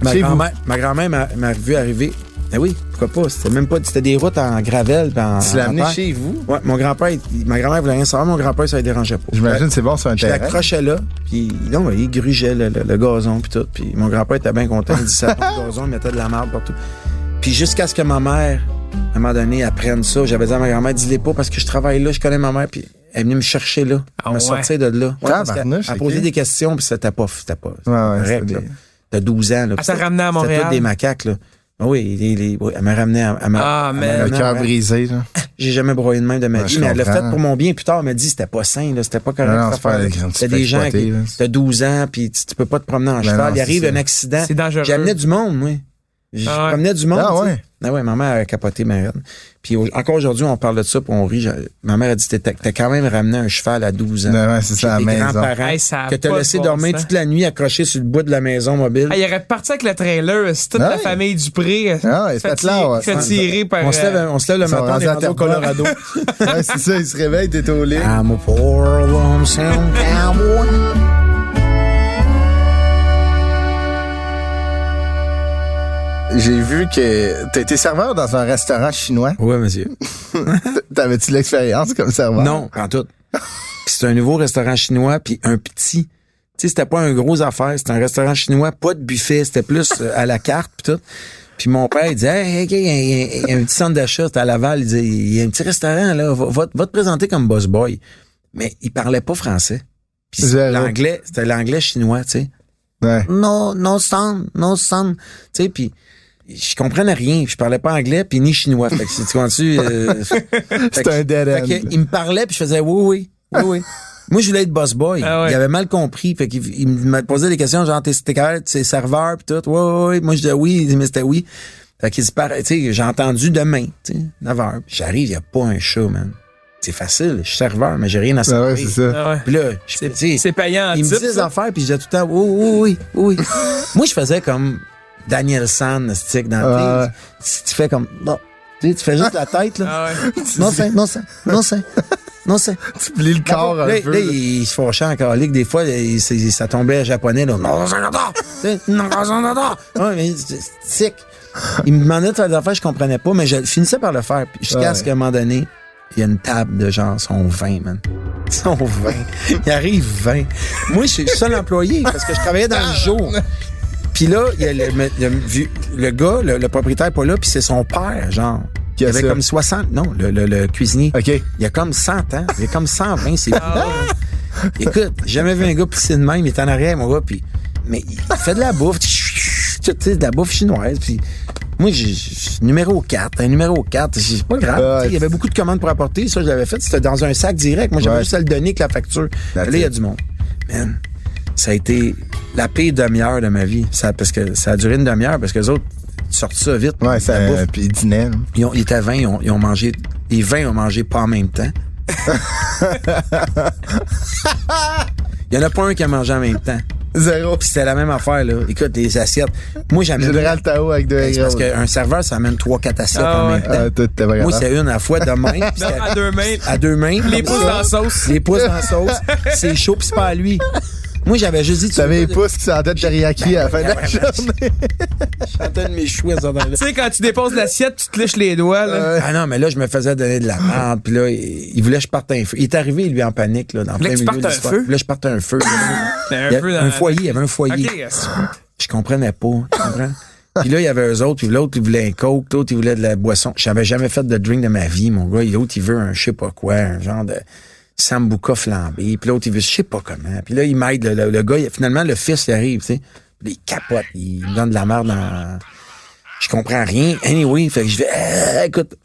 Speaker 4: Ma
Speaker 3: Chez vous?
Speaker 4: grand-mère ma grand-mère m'a m'a vu arriver. Ben oui, pourquoi pas? C'était même pas. C'était des routes en gravelle. puis En,
Speaker 3: Tu l'as
Speaker 4: en
Speaker 3: amené
Speaker 4: terre.
Speaker 3: chez vous?
Speaker 4: Ouais, mon grand-père, il- ma grand-mère voulait rien savoir, mon grand-père, ça ne dérangeait pas.
Speaker 3: J'imagine que c'est bon sur un
Speaker 4: Je
Speaker 3: terrain.
Speaker 4: l'accrochais là, puis non, il grugeait le, le- le gazon, puis tout. Puis mon grand-père était bien content, il dit ça prend du gazon, il mettait de la marde partout. Puis jusqu'à ce que ma mère, à un moment donné, apprenne ça, j'avais dit à ma grand-mère, dis-les pas parce que je travaille là, je connais ma mère, puis elle est venue me chercher là,
Speaker 2: Ah
Speaker 4: me
Speaker 2: ouais.
Speaker 4: sortir de là. parce qu'elle-
Speaker 3: Tabarnouche,
Speaker 4: elle posait
Speaker 3: ok.
Speaker 4: des questions, puis c'était pas, c'était pas
Speaker 3: Ouais, ouais,
Speaker 4: correct,
Speaker 3: c'était
Speaker 4: là.
Speaker 3: des-
Speaker 4: T'as 12 ans, là. puis
Speaker 2: t'a
Speaker 4: c'était-
Speaker 2: ramené à Montréal?
Speaker 4: C'était tous des macaques, là. Ah Oui, les- les- oui, elle m'a ramené à, à ma-
Speaker 2: Ah,
Speaker 4: elle m'a
Speaker 2: man.
Speaker 4: ramené
Speaker 3: Le
Speaker 4: à
Speaker 3: cœur
Speaker 4: Montréal.
Speaker 3: brisé, là.
Speaker 4: J'ai jamais broyé de même de ma
Speaker 3: Ouais,
Speaker 4: vie,
Speaker 3: je
Speaker 4: mais elle l'a
Speaker 3: comprends.
Speaker 4: fait pour mon bien. Plus tard, elle m'a dit c'était pas sain, là, c'était pas correct.
Speaker 3: Non, non,
Speaker 4: cette
Speaker 3: c'est pas
Speaker 4: affaire-là.
Speaker 3: des grandes-
Speaker 4: C'était
Speaker 3: tu te fais
Speaker 4: des gens
Speaker 3: exploiter,
Speaker 4: qui.
Speaker 3: là.
Speaker 4: T'as 12 ans, puis tu, tu peux pas te promener en
Speaker 3: Ben
Speaker 4: cheval.
Speaker 3: non,
Speaker 4: il
Speaker 3: c'est
Speaker 4: arrive
Speaker 3: ça.
Speaker 4: un accident.
Speaker 2: C'est dangereux.
Speaker 4: J'amenais du monde, moi. Je
Speaker 2: Ah ouais.
Speaker 4: promenais du monde.
Speaker 3: Ah
Speaker 4: tu sais.
Speaker 3: ouais.
Speaker 4: Ah ouais, ma mère a capoté ma reine. Puis au- encore aujourd'hui, on parle de ça, puis on rit. Je- Ma mère a dit t'as t'as quand même ramené un cheval à 12 ans.
Speaker 3: Ouais, ouais, c'est
Speaker 4: Chez
Speaker 3: ça, à
Speaker 4: tes
Speaker 3: la maison.
Speaker 4: grands-parents
Speaker 2: Hey, ça a
Speaker 4: que
Speaker 2: pas
Speaker 4: t'as
Speaker 2: de
Speaker 4: laissé
Speaker 2: bon
Speaker 4: dormir
Speaker 2: sens.
Speaker 4: toute la nuit accroché sur le bois de la maison mobile.
Speaker 2: Ah, il aurait parti avec le trailer. euh, C'est toute
Speaker 3: Ah
Speaker 2: la
Speaker 3: ouais.
Speaker 2: famille Dupré.
Speaker 3: Ah ouais,
Speaker 2: fait
Speaker 3: faites-la, ouais.
Speaker 2: fait tirer par. euh,
Speaker 4: on, se lève, on se lève le
Speaker 3: Ils sont
Speaker 4: matin, on
Speaker 3: rendus
Speaker 4: est
Speaker 3: à
Speaker 4: rendu au
Speaker 3: Terrebonne.
Speaker 4: Colorado. Ah,
Speaker 3: ouais, c'est ça, il se réveille, t'es au lit.
Speaker 4: I'm a poor lonesome cowboy.
Speaker 3: J'ai vu que t'as été serveur dans un restaurant chinois.
Speaker 4: Ouais, monsieur.
Speaker 3: T'avais-tu l'expérience comme serveur?
Speaker 4: Non, pas en tout. Puis c'est un nouveau restaurant chinois, puis un petit. Tu sais, c'était pas un gros affaire, c'était un restaurant chinois, pas de buffet, c'était plus euh, à la carte, puis tout. Puis mon père, il disait, hey, OK, il y, a- il y a- il y a un petit centre d'achat, c'était à Laval, il disait, il y a un petit restaurant, là, va, va- va te présenter comme boss boy. Mais il parlait pas français. Puis
Speaker 3: Zéro.
Speaker 4: l'anglais, c'était l'anglais chinois, tu sais.
Speaker 3: Ouais.
Speaker 4: Non, non son, non son. Tu sais, puis je comprenais rien. Je parlais pas anglais puis ni chinois. Fait que si tu comprends-tu... euh, fait que-
Speaker 3: un dead
Speaker 4: fait
Speaker 3: end,
Speaker 4: que
Speaker 3: là.
Speaker 4: Il me parlait puis je faisais oui, oui, oui, oui. Moi, je voulais être boss boy.
Speaker 2: Ah ouais.
Speaker 4: Il avait mal compris. Fait qu'il il me posait des questions genre, t'es t'es capable, t'es serveur puis tout. Oui, oui, oui. Moi, je disais oui. Il dit, mais c'était oui. Fait qu'il se parlait, tu sais, j'ai entendu demain, tu sais, 9 heures. J'arrive, il n'y a pas un show, man. C'est facile. Je suis serveur, mais j'ai rien à
Speaker 3: Ouais,
Speaker 4: servir.
Speaker 3: ouais, c'est ça.
Speaker 2: Ah ouais.
Speaker 4: Puis là, je- tu sais,
Speaker 2: C'est payant en
Speaker 4: il me
Speaker 2: type,
Speaker 4: disait des
Speaker 2: ça.
Speaker 4: affaires, puis je disais tout le temps, oui, oui, oui, oui. Moi, je faisais comme Daniel San, stick dans
Speaker 3: Ah
Speaker 4: le
Speaker 3: ouais.
Speaker 4: Si tu fais comme, non, tu sais, tu fais juste la tête, là.
Speaker 2: Ah ouais.
Speaker 4: Non, c'est, non, c'est, non, c'est, non, c'est.
Speaker 3: Tu plies le corps
Speaker 4: Là,
Speaker 3: un peu. là.
Speaker 4: là, il il se fâchait en calique. Des fois, il- c'est- ça tombait à japonais. Là. Non, ça, non, non. Tu sais, non, ça, non, non. Ouais, mais c'est- c'est sick. Il me demandait de faire des affaires, je comprenais pas, mais je finissais par le faire. Puis Jusqu'à
Speaker 3: Ouais.
Speaker 4: ce qu'à un moment donné, il y a une table de gens, sont 20, man. Ils sont 20. Il arrive 20. Moi, je suis le seul employé parce que je travaillais dans
Speaker 3: Ah,
Speaker 4: le jour. Puis là, il y a le, le- le vieux- le gars, le, le propriétaire est pas là, puis c'est son père, genre. Il
Speaker 3: Qui a
Speaker 4: avait
Speaker 3: ça?
Speaker 4: comme 60. Non, le, le- le cuisinier.
Speaker 3: OK.
Speaker 4: Il y a comme 100 ans. Il y a comme 120, c'est fou.
Speaker 3: Ah.
Speaker 4: Écoute, j'ai jamais vu un gars pisser de même. Il est en arrière, mon gars, puis... Mais il fait de la bouffe. Tu sais, de la bouffe chinoise, puis... Moi, j'ai- j'ai- numéro 4, un numéro 4, c'est pas grave.
Speaker 3: Ouais.
Speaker 4: tu sais, il y avait beaucoup de commandes pour apporter, ça je l'avais fait, c'était dans un sac direct. Moi, j'avais
Speaker 3: Ouais.
Speaker 4: juste à le donner que la facture.
Speaker 3: That's
Speaker 4: Là, il y a
Speaker 3: it.
Speaker 4: du monde. Man, ça a été la pire demi-heure de ma vie. Ça, parce que ça a duré une demi-heure, parce que les autres sortent ça vite.
Speaker 3: Ouais,
Speaker 4: la bouffe.
Speaker 3: ça. Puis il dînait. là.
Speaker 4: Ils, ont, ils étaient 20, ils ont, ils ont mangé. Les 20 ont mangé pas en même temps. Il n'y en a pas un qui a mangé en même temps.
Speaker 3: Zéro.
Speaker 4: Puis c'était la même affaire, là. Écoute, les assiettes. Moi, j'amène.
Speaker 3: Général Tao avec deux
Speaker 4: C'est
Speaker 3: gros.
Speaker 4: parce qu'un serveur, ça amène 3-4 assiettes
Speaker 2: Ah
Speaker 4: en
Speaker 2: ouais.
Speaker 4: même temps.
Speaker 3: Ah, toi, t'es pas
Speaker 4: Moi,
Speaker 3: capable.
Speaker 4: c'est une à la fois de main. puis c'était
Speaker 2: À deux mains.
Speaker 4: à deux mains.
Speaker 2: Les
Speaker 4: comme
Speaker 2: pouces
Speaker 4: ça.
Speaker 2: dans la sauce.
Speaker 4: Les pouces dans la sauce. C'est chaud, puis c'est pas à lui. Moi, j'avais juste dit... tu
Speaker 3: T'avais les
Speaker 4: veux pas
Speaker 3: pouces qui sentaient
Speaker 4: Ben,
Speaker 3: de teriyaki à la fin de la journée.
Speaker 4: de- J'entends de mes choux à ce moment-là.
Speaker 2: Tu sais, quand tu déposes l'assiette, tu te liches les doigts. Là.
Speaker 4: Ah non, mais là, je me faisais donner
Speaker 2: Ah.
Speaker 4: de la merde. Puis là, il, il voulait que je parte un feu. Il est arrivé, lui, en panique, là, dans
Speaker 2: voulait
Speaker 4: plein
Speaker 2: que tu
Speaker 4: milieu
Speaker 2: partes
Speaker 4: de
Speaker 2: un
Speaker 4: l'histoire.
Speaker 2: feu?
Speaker 4: Il voulait que je parte un feu.
Speaker 2: C'était
Speaker 4: Il y a-
Speaker 2: peu dans-
Speaker 4: un foyer, il y avait un foyer.
Speaker 2: OK. yes.
Speaker 4: Je comprenais pas. Tu comprends? Puis là, il y avait eux autres, puis l'autre, il voulait un coke, l'autre, il voulait de la boisson. J'avais jamais fait de drink de ma vie, mon gars. Et L'autre, il veut un je sais pas quoi, un genre de sambuca flambé. Puis l'autre, il veut je sais pas comment. Puis là, il m'aide. Le, le- le gars, il- finalement, le fils, il arrive, tu sais. Puis il capote, il me donne de la merde dans... Je comprends rien. Anyway, fait que je vais... Euh, écoute,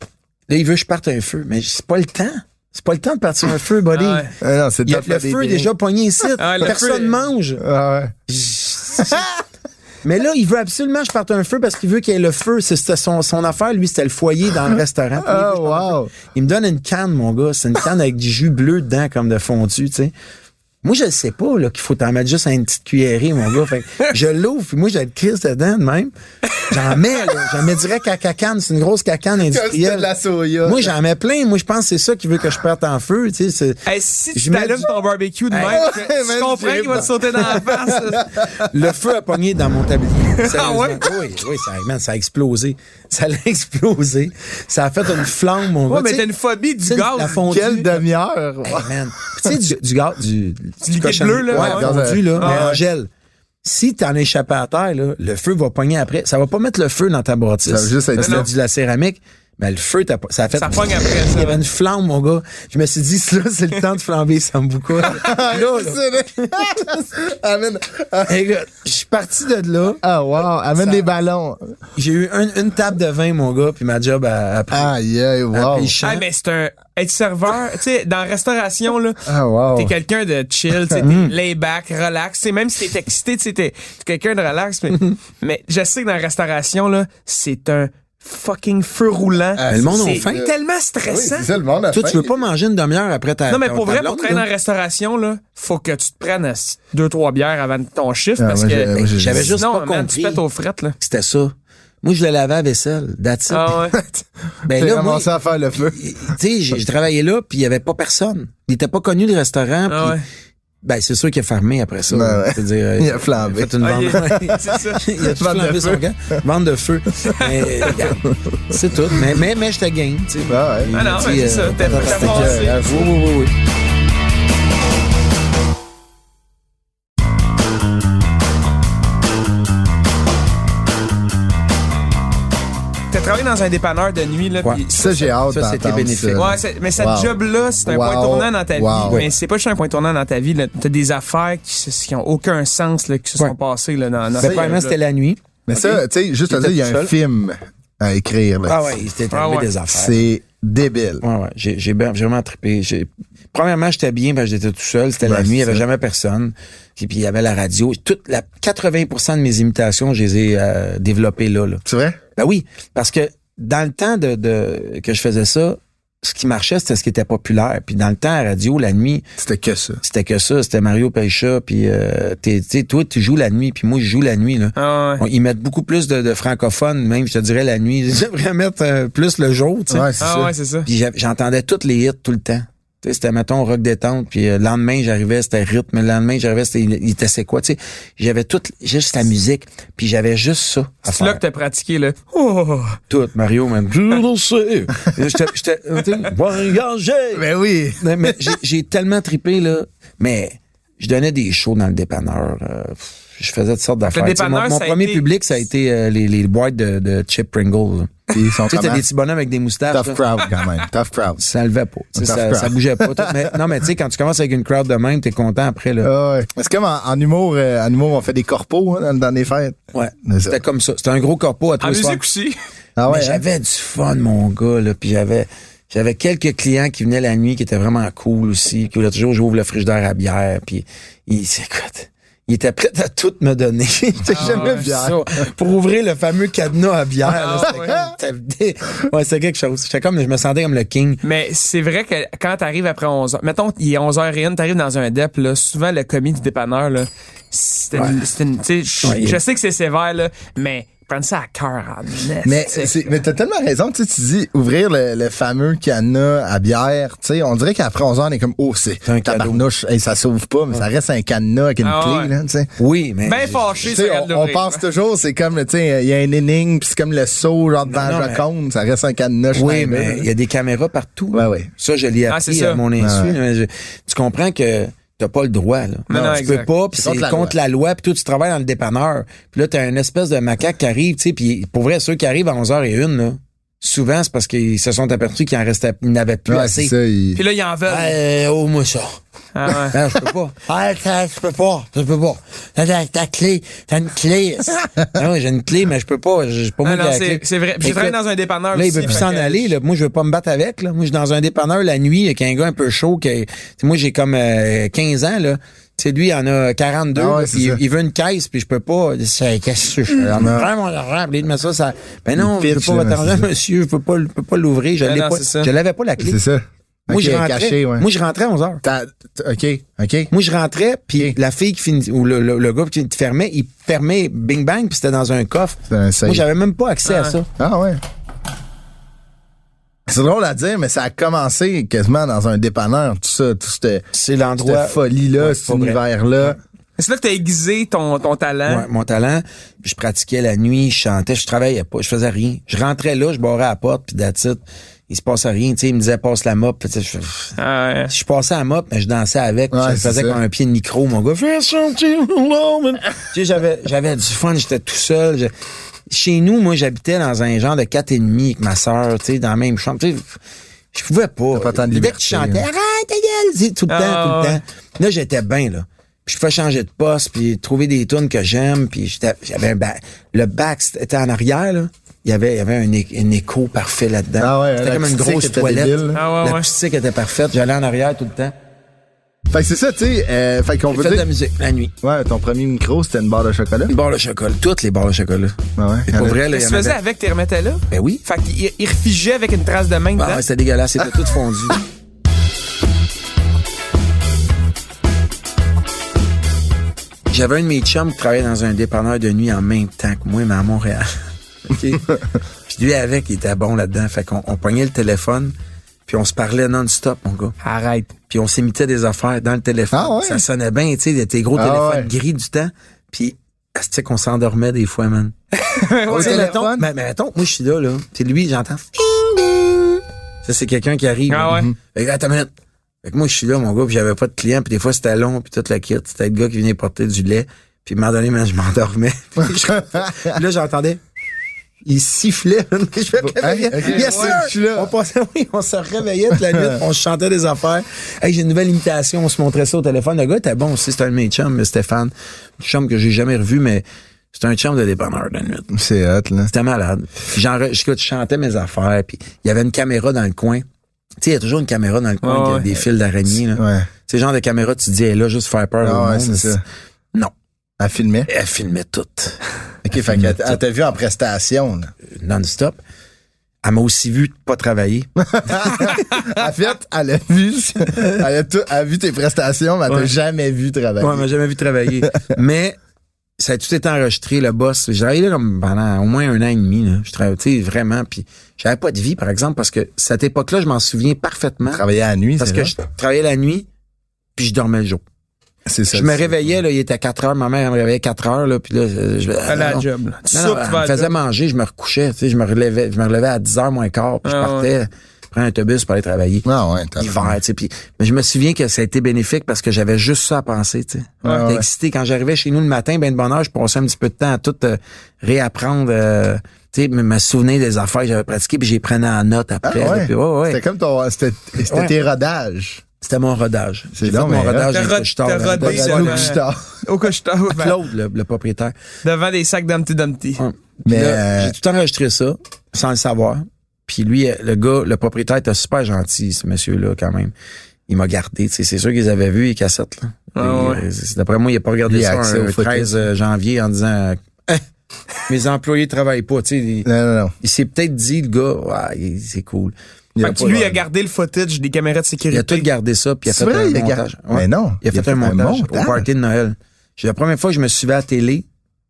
Speaker 4: là, il veut que je parte un feu, mais c'est pas le temps. C'est pas le temps de partir un feu, buddy.
Speaker 2: Ah ouais.
Speaker 3: Ah non, c'est
Speaker 4: Il y a
Speaker 3: top,
Speaker 4: le
Speaker 3: là, des
Speaker 4: feu
Speaker 3: biens.
Speaker 4: déjà pogné ici.
Speaker 2: Ah, le
Speaker 4: Personne
Speaker 2: feu-
Speaker 4: mange.
Speaker 3: Ah ouais.
Speaker 4: Mais là, il veut absolument que je parte un feu parce qu'il veut qu'il y ait le feu. C'est- C'était son, son affaire. Lui, c'était le foyer dans le restaurant. Puis il veut
Speaker 3: Oh,
Speaker 4: que je parte un feu.
Speaker 3: wow.
Speaker 4: Il me donne une canne, mon gars. C'est une canne avec du jus bleu dedans, comme de fondu, tu sais. Moi, je le sais pas, là, qu'il faut t'en mettre juste à une petite cuillerée, mon gars. Fait que je l'ouvre, puis moi, j'ai le crise dedans, de même. J'en mets, là. J'en mets direct à cacane. C'est une grosse cacane
Speaker 3: Comme si c'était de
Speaker 4: industrielle.
Speaker 3: la hein. soya.
Speaker 4: Moi, j'en mets plein. Moi, je pense que c'est ça qui veut que je perde en feu, tu sais. c'est-
Speaker 2: Hey, si
Speaker 4: Je
Speaker 2: tu
Speaker 4: mets
Speaker 2: t'allumes
Speaker 4: du-
Speaker 2: ton barbecue de
Speaker 4: Hey,
Speaker 2: même,
Speaker 4: ouais,
Speaker 2: je-
Speaker 4: man,
Speaker 2: je comprends
Speaker 4: c'est
Speaker 2: qu'il va te sauter dans la face.
Speaker 4: Le feu a pogné dans mon tablier. Sérieusement.
Speaker 2: Ah, ouais?
Speaker 4: Oui, oui, ça, man, ça a explosé. Ça l'a explosé. Ça a fait une flamme, mon gars.
Speaker 2: Ouais, mais
Speaker 4: Tu sais,
Speaker 2: t'as une phobie du
Speaker 4: tu sais, la
Speaker 2: gaz.
Speaker 4: fondue,
Speaker 3: Quelle demi-heure!
Speaker 4: Hey, man. Puis Tu sais, du, du gaz, du, du
Speaker 2: liquide
Speaker 4: cochon-
Speaker 2: bleu, là,
Speaker 4: Ouais,
Speaker 3: ouais.
Speaker 4: fondu, là,
Speaker 2: Ah,
Speaker 4: mais en
Speaker 2: ouais.
Speaker 4: gel. Si t'en échappes à terre, là, le feu va pogner après. Ça va pas mettre le feu dans ta bâtisse.
Speaker 3: Ça va juste être-
Speaker 4: Parce que
Speaker 2: Non,
Speaker 4: c'est
Speaker 2: non.
Speaker 4: de la céramique. Mais le feu, t'as pas- ça a fait.
Speaker 2: Ça pogne après, ça,
Speaker 4: Il y
Speaker 2: ouais.
Speaker 4: avait une flamme, mon gars. Je me suis dit, là, c'est le temps de flamber Sambuca. là, là,
Speaker 3: amène,
Speaker 4: hey, gars, je suis parti de là.
Speaker 3: ah, wow, amène des ballons.
Speaker 4: J'ai eu un- une table de vin, mon gars, puis ma job a, a pris.
Speaker 3: Aïe, aïe, wow.
Speaker 4: Après, il chante.
Speaker 2: Ah, mais c'est un. Être serveur, tu sais, dans la restauration, là.
Speaker 3: Ah, Mm-hmm. wow.
Speaker 2: T'es quelqu'un de chill, tu sais, t'es laid-back, relax. Tu sais, même si t'es excité, tu sais, t'es t'es quelqu'un de relax. Mais,
Speaker 3: Mm-hmm.
Speaker 2: mais je sais que dans la restauration, là, c'est un fucking feu roulant.
Speaker 3: Ah,
Speaker 4: Mais le monde a
Speaker 2: c'est
Speaker 4: faim.
Speaker 2: tellement
Speaker 3: Oui,
Speaker 2: stressant.
Speaker 3: c'est ça, le monde a
Speaker 4: Toi,
Speaker 3: faim.
Speaker 4: tu veux pas manger une demi-heure après ta
Speaker 2: ben, non, mais
Speaker 4: ton-
Speaker 2: pour
Speaker 4: ta
Speaker 2: vrai, pour
Speaker 4: blonde,
Speaker 2: travailler dans
Speaker 4: là?
Speaker 2: la restauration, là, faut que tu te prennes à s- deux, trois bières avant ton chiffre
Speaker 3: Ah,
Speaker 2: parce
Speaker 3: moi,
Speaker 2: que.
Speaker 3: j'ai- moi, j'ai-
Speaker 4: J'avais juste
Speaker 2: sinon,
Speaker 4: pas
Speaker 2: man,
Speaker 4: compris.
Speaker 2: tu pètes aux frettes, là.
Speaker 4: C'était ça. Moi, je le lavais à vaisselle. That's it.
Speaker 2: Ah ouais.
Speaker 4: ben
Speaker 3: T'as
Speaker 4: là, moi,
Speaker 3: commencé à faire le feu.
Speaker 4: tu sais, j'ai- je travaillais là, puis il y avait pas personne. Il était pas connu le restaurant.
Speaker 2: Ah
Speaker 4: puis-
Speaker 2: ouais.
Speaker 4: Ben, c'est sûr qu'il a fermé après ça.
Speaker 3: Ben
Speaker 4: là.
Speaker 3: ouais.
Speaker 4: C'est-à-dire, euh,
Speaker 3: Il a flambé.
Speaker 4: fait une
Speaker 2: Ah,
Speaker 4: vente.
Speaker 2: il- c'est ça.
Speaker 4: Il a tout
Speaker 3: Vente de
Speaker 4: flambé son
Speaker 3: feu.
Speaker 4: gant. Vente de feu. Mais, regarde, c'est tout. Mais, mais, mais j'étais game, tu sais.
Speaker 3: Ah, ouais.
Speaker 2: Ah non,
Speaker 4: Tu
Speaker 2: mais
Speaker 4: sais,
Speaker 2: c'est ça.
Speaker 4: euh,
Speaker 2: T'as t'as
Speaker 4: fantastique,
Speaker 2: passé.
Speaker 4: euh, oui, oui, oui, oui.
Speaker 2: T'as travaillé dans un dépanneur de nuit, là.
Speaker 4: Ouais.
Speaker 2: puis-
Speaker 3: Ça, j'ai hâte
Speaker 4: ça, c'était
Speaker 3: d'entendre
Speaker 4: bénéfique.
Speaker 3: ça.
Speaker 2: Ouais, c'est- mais cette
Speaker 3: Wow.
Speaker 2: job-là, c'est un
Speaker 3: Wow.
Speaker 2: point tournant dans ta
Speaker 3: Wow.
Speaker 2: vie. Mais c'est pas juste un point tournant dans ta vie. là. T'as des affaires qui, se- qui ont aucun sens, là, qui se sont
Speaker 4: Ouais.
Speaker 2: passées là, dans, dans
Speaker 4: Ben,
Speaker 2: cette
Speaker 4: premièrement,
Speaker 2: job-là.
Speaker 4: c'était la nuit.
Speaker 3: Mais ça, tu sais, juste à
Speaker 4: était
Speaker 3: dire, il y a
Speaker 4: tout
Speaker 3: un
Speaker 4: seul.
Speaker 3: film à écrire. là.
Speaker 4: Ah ouais, il s'était arrivé
Speaker 2: Ah ouais.
Speaker 4: des affaires.
Speaker 3: Ben, C'est débile.
Speaker 4: Ouais, ouais. J'ai, j'ai ben- j'ai vraiment trippé. J'ai- Premièrement, j'étais bien parce que j'étais tout seul. C'était la
Speaker 3: Ouais,
Speaker 4: nuit, il n'y
Speaker 3: c'est
Speaker 4: avait
Speaker 3: ça.
Speaker 4: jamais personne. Puis, puis il y avait la radio. Toute la 80 de mes imitations, je les ai euh, développées là, là.
Speaker 3: C'est vrai?
Speaker 4: Ben oui, parce que dans le temps de, de- que je faisais ça, ce qui marchait, c'était ce qui était populaire. Puis dans le temps, à la radio, la nuit,
Speaker 3: C'était que ça.
Speaker 4: c'était que ça. C'était Mario Pécha. Puis euh, t'es- tu sais, toi, tu joues la nuit. Puis moi, je joue la nuit. Là.
Speaker 2: Ah ouais.
Speaker 4: On- Ils mettent beaucoup plus de, de francophones, même, je te dirais, la nuit. J'aimerais mettre euh, plus le jour, tu sais.
Speaker 3: Ouais, c'est
Speaker 2: Ah
Speaker 3: ça.
Speaker 2: ouais, c'est ça.
Speaker 4: Puis j'a- j'entendais toutes les hits tout le temps. Tu sais, C'était, mettons, rock détente, puis euh, le lendemain, j'arrivais, c'était rythme, le lendemain, j'arrivais, c'était, il il était c'est quoi, tu sais. J'avais toute, juste la musique, puis j'avais juste ça à
Speaker 2: C'est là
Speaker 4: faire.
Speaker 2: que t'as pratiqué, là. Oh!
Speaker 4: Tout, Mario, même. Je le sais. J'étais, j'étais, euh, tu sais, voyager.
Speaker 3: Ben oui.
Speaker 4: Mais, mais j'ai, j'ai tellement trippé, là. Mais je donnais des shows dans le dépanneur. euh, pff, je faisais toutes sortes d'affaires. Tu sais,
Speaker 2: dépanneur,
Speaker 4: mon mon
Speaker 2: ça a
Speaker 4: premier
Speaker 2: été-
Speaker 4: public, ça a été euh, les, les boîtes de, de Chip Pringles. là.
Speaker 3: Puis ils sont
Speaker 4: Tu sais, t'as
Speaker 3: comment?
Speaker 4: des petits bonhommes avec des moustaches. là
Speaker 3: Tough crowd, quand même. Tough crowd.
Speaker 4: ça levait pas. Tu sais,
Speaker 3: Tough
Speaker 4: Ça,
Speaker 3: crowd.
Speaker 4: ça bougeait pas. tout. Mais, non, mais tu sais, quand tu commences avec une crowd de même, t'es content après. Là.
Speaker 3: Ah ouais. C'est comme en, en humour, euh, en humour, on fait des corpos hein, dans, dans les fêtes.
Speaker 4: ouais.
Speaker 3: Mais ça-
Speaker 4: C'était comme ça. C'était un gros corpo à tous
Speaker 2: En
Speaker 4: les soirs.
Speaker 2: musique aussi.
Speaker 3: Ah
Speaker 4: Mais
Speaker 3: ouais. hein?
Speaker 4: j'avais du fun, mon gars. Là. Puis j'avais, j'avais quelques clients qui venaient la nuit qui étaient vraiment cool aussi. Qui voulaient toujours, j'ouvre le frigidaire à bière. Puis ils, écoute, ils étaient prêts à tout me donner. J'étais jamais
Speaker 2: Ah ouais.
Speaker 4: vu ça. Pour ouvrir le fameux cadenas à bière. là,
Speaker 2: Ah,
Speaker 4: c'était comme- c'était- ouais, c'était quelque chose. J'étais comme, je me sentais comme le king.
Speaker 2: Mais c'est vrai que quand t'arrives après 11h, mettons, il est 11h01, t'arrives dans un dep, là, souvent le commis du dépanneur, là, c'est une, c'est une- tu sais, je-
Speaker 4: Ouais, il-
Speaker 2: je sais que c'est sévère, là, mais prendre ça à cœur en nest,
Speaker 3: Mais
Speaker 2: tu sais.
Speaker 3: c'est- mais t'as tellement raison, tu sais, tu dis ouvrir le, le fameux cadenas à bière, tu sais, on dirait qu'après 11 ans, on est comme, oh, c'est
Speaker 4: un
Speaker 3: tabarnouche, hey, ça s'ouvre pas, mais ça reste un cadenas avec une
Speaker 2: Ah
Speaker 3: clé,
Speaker 2: ouais.
Speaker 3: là, tu sais.
Speaker 4: Oui, mais.
Speaker 2: Ben fâché,
Speaker 3: Tu
Speaker 2: ça
Speaker 3: sais,
Speaker 2: regarde
Speaker 3: on, on
Speaker 2: l'ouvrir.
Speaker 3: pense toujours, c'est comme, tu sais, il y a une énigme, puis c'est comme le saut, genre, dans
Speaker 4: non,
Speaker 3: la
Speaker 4: mais-
Speaker 3: Joconde, ça reste un cadenas.
Speaker 4: Oui,
Speaker 3: Schneider,
Speaker 4: mais il y a des caméras partout.
Speaker 3: Ouais, ouais.
Speaker 4: Ça, je l'ai
Speaker 2: Ah,
Speaker 4: appris
Speaker 2: c'est ça.
Speaker 4: à mon insu.
Speaker 3: Ouais, ouais.
Speaker 4: là, mais je- tu comprends que t'as pas le droit. Là.
Speaker 2: Non, non,
Speaker 4: tu
Speaker 2: exact.
Speaker 4: peux pas, puis
Speaker 3: C'est
Speaker 4: c'est
Speaker 3: contre la
Speaker 4: contre, la loi, puis toi, tu travailles dans le dépanneur. Puis là, t'as une espèce de macaque qui arrive, tu sais, puis pour vrai, ceux qui arrivent à 11h01, là, souvent, c'est parce qu'ils se sont aperçus qu'il en restait, ils n'avaient plus
Speaker 3: Ouais, c'est
Speaker 4: assez.
Speaker 3: ça, il-
Speaker 2: Puis là, ils en veulent.
Speaker 4: Hey, oh, moi, ça.
Speaker 2: Ah ouais.
Speaker 4: Ben, je peux pas. Ah, ça, je peux pas. Je peux pas. T'as ta, ta clé. T'as une clé. non, Ah j'ai une clé, mais je peux pas. J'ai pas moi
Speaker 2: Ah
Speaker 4: qui
Speaker 2: non,
Speaker 4: ai la
Speaker 2: c'est-
Speaker 4: clé.
Speaker 2: c'est vrai. Puis j'ai
Speaker 4: Écoute,
Speaker 2: travaillé dans un dépanneur
Speaker 4: Là, il
Speaker 2: aussi,
Speaker 4: veut plus
Speaker 2: fait
Speaker 4: s'en
Speaker 2: que-
Speaker 4: aller. Là. Moi, je veux pas me battre avec. Là. Moi, je suis dans un dépanneur la nuit avec un gars un peu chaud. Qui, tu sais, moi, j'ai comme euh, 15 ans. Là. Tu sais, lui, il en a 42.
Speaker 3: Ah ouais,
Speaker 4: là,
Speaker 3: c'est
Speaker 4: puis il,
Speaker 3: ça.
Speaker 4: il veut une caisse, puis je peux pas. C'est- Qu'est-ce que je fais?
Speaker 3: Non.
Speaker 4: Prends mon argent, puis mais ça, ça. Ben non,
Speaker 3: Il
Speaker 4: je veux
Speaker 3: pitch,
Speaker 4: pas votre
Speaker 3: là, c'est
Speaker 4: argent, monsieur. Je peux pas, je peux pas l'ouvrir. Je
Speaker 2: Ben
Speaker 4: l'ai
Speaker 2: non,
Speaker 4: pas.
Speaker 2: c'est ça.
Speaker 4: Je l'avais pas la clé.
Speaker 3: C'est ça.
Speaker 4: Moi,
Speaker 3: Ok,
Speaker 4: je rentrais,
Speaker 3: caché, ouais.
Speaker 4: moi, je rentrais à 11 heures.
Speaker 3: T'as- t- OK, OK.
Speaker 4: Moi, je rentrais, puis
Speaker 3: Ok.
Speaker 4: la fille qui finissait, ou le, le, le gars qui te fermait, il fermait bing bang, puis c'était dans un coffre.
Speaker 3: C'est un safe.
Speaker 4: Moi, j'avais même pas accès à ça.
Speaker 3: Ah ouais. C'est drôle à dire, mais ça a commencé quasiment dans un dépanneur, tout ça, tout cette,
Speaker 4: C'est
Speaker 3: cette
Speaker 4: l'endroit.
Speaker 3: folie-là,
Speaker 4: Ouais,
Speaker 3: cet
Speaker 4: pas vrai.
Speaker 3: univers-là.
Speaker 2: C'est là que t'as aiguisé ton, ton talent.
Speaker 4: Ouais, mon talent, je pratiquais la nuit, je chantais, je travaillais pas, je faisais rien. Je rentrais là, je barrais à la porte, puis that's it. Il se passait rien, tu sais, il me disait passe la mop. Puis tu sais, Je,
Speaker 2: Ah, ouais.
Speaker 4: si je passais à la mop, mais je dansais avec, puis
Speaker 3: Ouais,
Speaker 4: je le
Speaker 3: c'est
Speaker 4: faisais
Speaker 3: ça.
Speaker 4: comme un pied de micro, mon gars. Fais sentir l'homme. Tu sais, j'avais, j'avais du fun, j'étais tout seul. je- Chez nous, moi, j'habitais dans un genre de 4,5 et demi avec ma sœur, tu sais, dans la même chambre. tu sais, je pouvais pas.
Speaker 3: pas tant de
Speaker 4: Dès que
Speaker 3: liberté,
Speaker 4: je chantais,
Speaker 3: hein.
Speaker 4: arrête ta gueule, tu sais, tout le
Speaker 2: Ah,
Speaker 4: temps, tout le
Speaker 2: ouais.
Speaker 4: temps. Là, j'étais bien, là. Puis je pouvais changer de poste, puis trouver des tunes que j'aime, puis j'étais- j'avais un bac. Le bac c'était- était en arrière, là. Il y avait, il y avait un, é- un écho parfait là-dedans.
Speaker 3: Ah ouais,
Speaker 4: c'était comme une
Speaker 3: l'acoustique
Speaker 4: grosse
Speaker 3: était
Speaker 4: toilette.
Speaker 3: débile, là.
Speaker 2: Ah ouais, ouais.
Speaker 4: L'acoustique était parfaite. J'allais en arrière tout le temps.
Speaker 3: Fait que c'est ça, tu sais, euh, fait qu'on
Speaker 4: Je
Speaker 3: peut
Speaker 4: faisais de la
Speaker 3: dire...
Speaker 4: musique la nuit.
Speaker 3: Ouais, ton premier micro, c'était une barre de chocolat.
Speaker 4: Une barre de chocolat. Toutes les barres de chocolat.
Speaker 3: Ah ouais.
Speaker 4: C'est pas vrai,
Speaker 2: Qu'est-ce que
Speaker 4: là. il y en
Speaker 2: tu faisais
Speaker 4: avait-
Speaker 2: avec tes remettais là?
Speaker 4: Ben oui.
Speaker 2: Fait qu'il il refigeait avec une trace de main dedans.
Speaker 4: Ah, ouais, c'était dégueulasse. C'était tout fondu. J'avais un de mes chums qui travaillait dans un dépanneur de nuit en même temps que moi, mais à Montréal. OK? puis lui, avec, il était bon là-dedans. Fait qu'on on pognait le téléphone, puis on se parlait non-stop, mon gars.
Speaker 2: Arrête.
Speaker 4: puis on s'imitait des affaires dans le téléphone.
Speaker 3: Ah ouais?
Speaker 4: Ça sonnait bien, tu sais, il y a tes gros
Speaker 3: Ah
Speaker 4: téléphones
Speaker 3: ouais.
Speaker 4: gris du temps. Puis, c'est qu'on s'endormait des fois, man.
Speaker 2: Ouais,
Speaker 4: Tu sais,
Speaker 3: téléphone?
Speaker 4: mettons- Mais mais mettons, moi, je suis là, là. Puis lui, j'entends Ding, ding. Ça, c'est quelqu'un qui arrive.
Speaker 2: Ah
Speaker 4: là.
Speaker 2: ouais.
Speaker 4: Fait que, attends une minute. Fait que moi, je suis là, mon gars, puis j'avais pas de client, puis des fois, c'était long, puis toute la kit. C'était le gars qui venait porter du lait. Puis, à un moment donné, man, je m'endormais. Puis je- là, j'entendais. Il sifflait. man. Je fais,
Speaker 3: Hey, ok, ouais,
Speaker 4: yes, sir!
Speaker 3: je suis là.
Speaker 4: On passait, oui, on se réveillait toute la nuit, on se chantait des affaires. Hey, j'ai une nouvelle imitation, on se montrait ça au téléphone. Le gars était bon aussi, c'était un de mes chums, mais Stéphane. Un chum que j'ai jamais revu, mais c'était un chum de dépanneur de la nuit.
Speaker 3: C'est hot, là.
Speaker 4: C'était malade. Puis Genre, je chantais mes affaires, puis il y avait une caméra dans le coin. Tu sais, il y a toujours une caméra dans le coin,
Speaker 2: Ouais,
Speaker 4: qui a
Speaker 2: ouais.
Speaker 4: des fils d'araignée. là.
Speaker 3: Ouais.
Speaker 4: C'est le genre de caméra, tu te dis, elle est là, juste faire peur. au
Speaker 3: Ah ouais,
Speaker 4: monde.
Speaker 3: c'est ça.
Speaker 4: Non,
Speaker 3: Elle filmait.
Speaker 4: elle filmait tout.
Speaker 3: OK, fait qu'elle elle t'a vu en prestation, là.
Speaker 4: Non-stop. Elle m'a aussi vu pas travailler.
Speaker 3: En fait, elle a vu, elle a, tout- elle a vu tes prestations, mais elle t'a
Speaker 4: Ouais.
Speaker 3: jamais vu travailler.
Speaker 4: Ouais, elle m'a jamais vu travailler. mais ça a tout été enregistré, le boss. J'ai travaillé là comme pendant au moins un an et demi. Là. Je travaillais, tu sais, vraiment. Puis j'avais pas de vie, par exemple, parce que cette époque-là, je m'en souviens parfaitement.
Speaker 3: Travailler à la nuit,
Speaker 4: Parce
Speaker 3: c'est
Speaker 4: que
Speaker 3: vrai.
Speaker 4: je travaillais la nuit, puis je dormais le jour.
Speaker 3: C'est ça,
Speaker 4: je me
Speaker 3: c'est-
Speaker 4: réveillais, là, il était 4 heures, ma mère elle me réveillait 4 heures, là, puis là, euh, je
Speaker 2: Fais la
Speaker 4: non.
Speaker 2: job, là. Tu
Speaker 4: Non,
Speaker 2: soupes,
Speaker 4: non,
Speaker 2: tu vas
Speaker 4: elle
Speaker 2: à
Speaker 4: me
Speaker 2: la
Speaker 4: faisait
Speaker 2: job.
Speaker 4: manger, je me recouchais, tu sais, je me relevais, je me relevais à 10 h moins quart, puis je
Speaker 2: Ah,
Speaker 4: partais prendre un autobus pour aller travailler.
Speaker 3: Ah ouais, t'as-
Speaker 4: Hiver, tu sais, puis- mais je me souviens que ça a été bénéfique parce que j'avais juste ça à penser, tu sais. J'étais
Speaker 3: Ah, ouais.
Speaker 4: excité. Quand j'arrivais chez nous le matin, ben de bonne heure, je passais un petit peu de temps à tout euh, réapprendre, euh, tu sais, me, me souvenir des affaires que j'avais pratiquées, puis j'y prenais en note
Speaker 3: Ah
Speaker 4: après. là,
Speaker 3: ouais.
Speaker 4: puis ouais, ouais.
Speaker 3: C'était comme ton. C'était c'était
Speaker 4: Ouais.
Speaker 3: tes rodages.
Speaker 4: C'était mon rodage.
Speaker 3: C'est
Speaker 4: J'ai fait
Speaker 3: long, mais hein.
Speaker 4: mon
Speaker 3: là,
Speaker 4: rodage
Speaker 2: t'as
Speaker 4: dans
Speaker 2: rod-
Speaker 4: le couche-tard,
Speaker 2: t'as
Speaker 4: là.
Speaker 2: rodé
Speaker 4: Pas de euh,
Speaker 2: sur
Speaker 4: rodage.
Speaker 3: Nous,
Speaker 2: ouais.
Speaker 3: Gustave.
Speaker 2: Au couche-tard, ben,
Speaker 4: Claude, le, le propriétaire.
Speaker 2: devant des sacs Dumpty Dumpty.
Speaker 4: Ouais.
Speaker 3: Mais,
Speaker 4: Mais
Speaker 3: euh,
Speaker 4: j'ai tout enregistré ça sans le savoir. Puis lui, euh, le gars, le propriétaire était super gentil, ce monsieur-là, quand même. Il m'a gardé, tu sais. C'est sûr qu'ils avaient vu les cassettes, là.
Speaker 2: Ah
Speaker 4: Et,
Speaker 2: ouais.
Speaker 4: euh, c'est- D'après moi, il a pas regardé
Speaker 3: Lui,
Speaker 4: ça
Speaker 3: accès
Speaker 4: un
Speaker 3: au footage.
Speaker 4: 13 janvier en disant, euh, Hein, mes employés travaillent pas, tu sais. Il,
Speaker 3: Non, non, non.
Speaker 4: il s'est peut-être dit, le gars, ouais, il- c'est cool.
Speaker 3: Il
Speaker 2: Fait que lui, il a gardé le footage des caméras de
Speaker 4: Il
Speaker 2: sécurité.
Speaker 4: a tout gardé ça, puis il a
Speaker 3: C'est
Speaker 4: fait
Speaker 3: vrai,
Speaker 4: un
Speaker 3: il a
Speaker 4: montage.
Speaker 3: gardé-
Speaker 4: Ouais.
Speaker 3: Mais non.
Speaker 4: Il a fait, un, montage au party de Noël. J'ai- La première fois que je me suivais à la télé,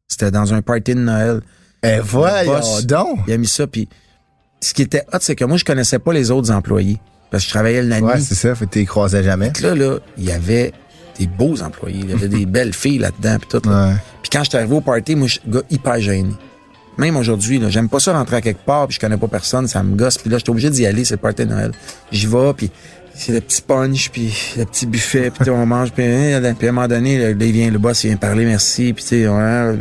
Speaker 4: c'était dans un party de Noël.
Speaker 3: Eh,
Speaker 4: Le
Speaker 3: voyons
Speaker 4: boss.
Speaker 3: donc.
Speaker 4: Il a mis ça, puis ce qui était hot, c'est que moi, je connaissais pas les autres employés parce que je travaillais le
Speaker 3: Ouais,
Speaker 4: nuit.
Speaker 3: c'est ça. Fait que t'es croisais jamais.
Speaker 4: là, là, il y avait des beaux employés. Il y avait des belles filles là-dedans, puis tout. là.
Speaker 3: Ouais.
Speaker 4: Puis quand j'étais arrivé au party, moi, je suis un gars hyper gêné. Même aujourd'hui, là, j'aime pas ça rentrer à quelque part, puis je connais pas personne, ça me gosse. Puis là, j'étais obligé d'y aller, c'est le party de Noël. J'y vais, puis c'est le petit punch, puis le petit buffet, puis tu sais, on mange, puis, hein, puis à un moment donné, le, le- il vient, le boss, il vient parler, merci, puis tu sais, ouais,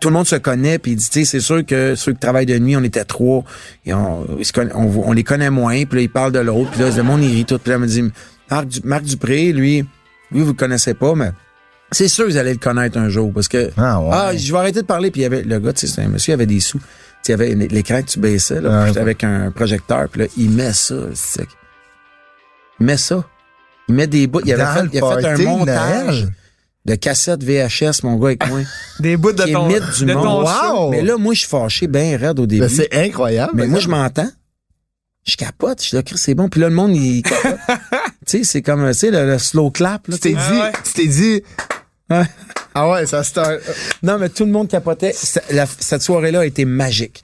Speaker 4: tout le monde se connaît, puis il dit, tu sais, c'est sûr que ceux qui travaillent de nuit, on était trois, et on, ils se conna- on, vo- on les connaît moins, puis là, ils parlent de l'autre, puis là, le monde, il rit tout, puis là, il me dit, Marc, Du- Marc Dupré, lui, lui, vous le connaissez pas, mais c'est sûr que vous allez le connaître un jour, parce que,
Speaker 3: Ah ouais.
Speaker 4: je vais arrêter de parler, puis il y avait, le gars, tu sais, c'est un monsieur, il avait des sous, tu sais, il y avait une- l'écran que tu baissais,
Speaker 3: Ah,
Speaker 4: là,
Speaker 3: Ouais.
Speaker 4: puis j'étais avec un projecteur, puis là, il met ça, c'est il met ça. Il met des bouts. Il, avait
Speaker 3: Dans
Speaker 4: fait,
Speaker 3: le
Speaker 4: il a fait un
Speaker 3: party de
Speaker 4: montage
Speaker 3: Noël?
Speaker 4: de cassettes VHS, mon gars, avec moi.
Speaker 2: Des bouts de
Speaker 4: qui
Speaker 2: ton,
Speaker 4: imite du
Speaker 2: de
Speaker 4: monde.
Speaker 2: ton
Speaker 3: Wow!
Speaker 2: show.
Speaker 4: Mais là, moi, je suis fâché bien raide au début.
Speaker 3: Ben, C'est incroyable.
Speaker 4: mais moi,
Speaker 3: ça.
Speaker 4: je m'entends. je capote. Je suis là, Chris, c'est bon. Puis là, le monde, il capote. tu sais, c'est comme, tu sais, le, le slow clap. Là,
Speaker 3: Tu t'es
Speaker 4: tu sais.
Speaker 3: dit,
Speaker 2: Ah, ouais.
Speaker 3: tu t'es dit,
Speaker 4: Ouais.
Speaker 3: ah ouais, ça start.
Speaker 4: Non, mais tout le monde capotait. Ça- la- cette soirée-là a été magique.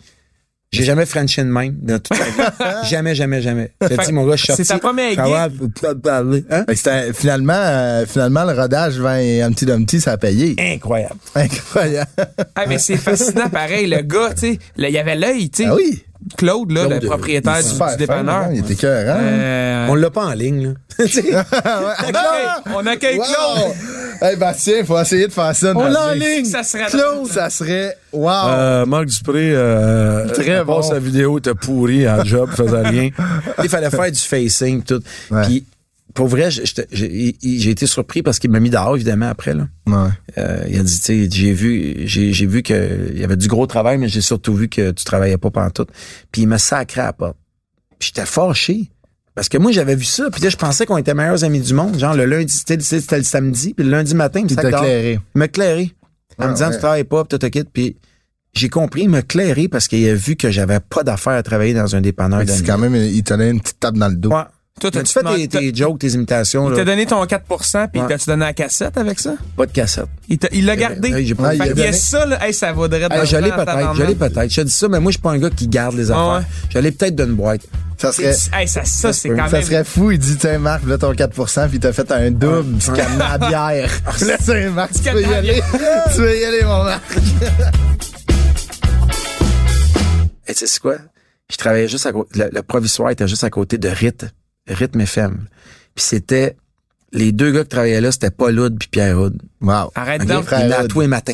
Speaker 4: J'ai jamais Frenché de même dans toute ma vie. jamais, jamais, jamais. J'ai
Speaker 2: Fait
Speaker 4: dit, mon gars, je suis
Speaker 2: c'est
Speaker 4: sorti.
Speaker 2: ta première
Speaker 4: Ah ouais, pas de parler, hein?
Speaker 3: Fait que c'était- Ben, finalement, euh, finalement, le rodage 20 et Humpty Dumpty, ça a payé.
Speaker 4: Incroyable.
Speaker 3: Incroyable.
Speaker 2: Ah, mais c'est fascinant, pareil. Le gars, tu sais, là, il y avait l'œil, tu sais.
Speaker 3: Ah oui.
Speaker 2: Claude, là,
Speaker 4: Claude,
Speaker 2: le propriétaire
Speaker 3: Il est
Speaker 2: du,
Speaker 3: super
Speaker 2: du
Speaker 3: fin,
Speaker 2: dépanneur.
Speaker 3: hein, Il était cœur,
Speaker 2: Euh,
Speaker 4: On l'a pas en ligne, là. Tu sais,
Speaker 2: on, accueille, on accueille Claude.
Speaker 3: Hey, Bastien, faut essayer de faire ça.
Speaker 4: On l'a en
Speaker 3: Bastien.
Speaker 4: ligne.
Speaker 2: Ça serait
Speaker 3: Claude, ça serait. Wow!
Speaker 6: Euh, Marc Dupré, euh,
Speaker 3: Très
Speaker 6: à part
Speaker 3: bon.
Speaker 6: sa vidéo était pourrie en job, faisait rien.
Speaker 4: il fallait faire du facing, tout.
Speaker 3: Ouais.
Speaker 4: Puis, pour vrai, je- j'étais- j'ai il- j'ai été surpris parce qu'il m'a mis dehors, évidemment, après, là.
Speaker 3: Ouais.
Speaker 4: Euh, il a dit, tu sais, j'ai vu, j'ai j'ai vu que il y avait du gros travail, mais j'ai surtout vu que tu travaillais pas pantoute. Puis il m'a sacré à la porte. Puis j'étais fâché. Parce que moi, j'avais vu ça. Puis là, je pensais qu'on était meilleurs amis du monde. Genre, le lundi, c'était le- c'était le samedi. Puis le lundi matin, il me
Speaker 3: Il t'a
Speaker 4: sacre dehors.
Speaker 3: éclairé.
Speaker 4: Il m'a éclairé. En
Speaker 2: Ah,
Speaker 3: Ouais,
Speaker 4: me disant,
Speaker 3: ouais.
Speaker 4: tu travailles pas, puis tout, tout, tout. Puis j'ai compris, il m'a éclairé parce qu'il a vu que j'avais pas d'affaire à travailler dans un dépanneur.
Speaker 3: Fait que
Speaker 4: de
Speaker 3: C'est
Speaker 4: nuit.
Speaker 3: quand même, il te donné une petite tape dans le dos.
Speaker 4: Ouais.
Speaker 2: Toi,
Speaker 4: T'as-tu fait tes, tes jokes, tes imitations?
Speaker 2: Il
Speaker 4: là?
Speaker 2: t'a donné ton 4 puis
Speaker 4: Ouais.
Speaker 2: t'as-tu donné la cassette avec ça?
Speaker 4: Pas de cassette.
Speaker 2: Il t'a- il l'a gardé.
Speaker 4: Ouais, Eh ben, j'ai pas-
Speaker 3: Ouais, il
Speaker 2: fait
Speaker 3: a
Speaker 2: qu'il y a
Speaker 3: donné-
Speaker 2: ça, là, hey, ça vaudrait de
Speaker 4: Ah, je l'ai
Speaker 2: l'argent en
Speaker 4: peut-être, je
Speaker 2: tabarnak.
Speaker 4: l'ai peut-être. Je te dis ça, mais moi, je suis pas un gars qui garde les affaires.
Speaker 2: Ah ouais?
Speaker 4: Je l'ai peut-être d'une boîte.
Speaker 3: Ça serait.
Speaker 2: Hey, ça, ça, c'est
Speaker 4: peut.
Speaker 2: quand
Speaker 3: Ça
Speaker 2: même.
Speaker 3: serait fou, il dit, tiens, Marc, là, ton 4 puis t'as fait un double, tu calmes la bière. Là, tiens, Marc, tu peux y
Speaker 2: calmes la
Speaker 3: aller. Tu peux y aller, mon Marc.
Speaker 4: Et tu sais quoi? Je travaillais juste à côté. Le, le provisoire était juste à côté de Rite, Rythme FM. Puis c'était. Les deux gars qui travaillaient là, c'était Paul Hood puis Pierre Hood.
Speaker 3: Wow.
Speaker 2: Arrête
Speaker 4: Ok?
Speaker 2: donc.
Speaker 4: Ils venaient à tous les matins.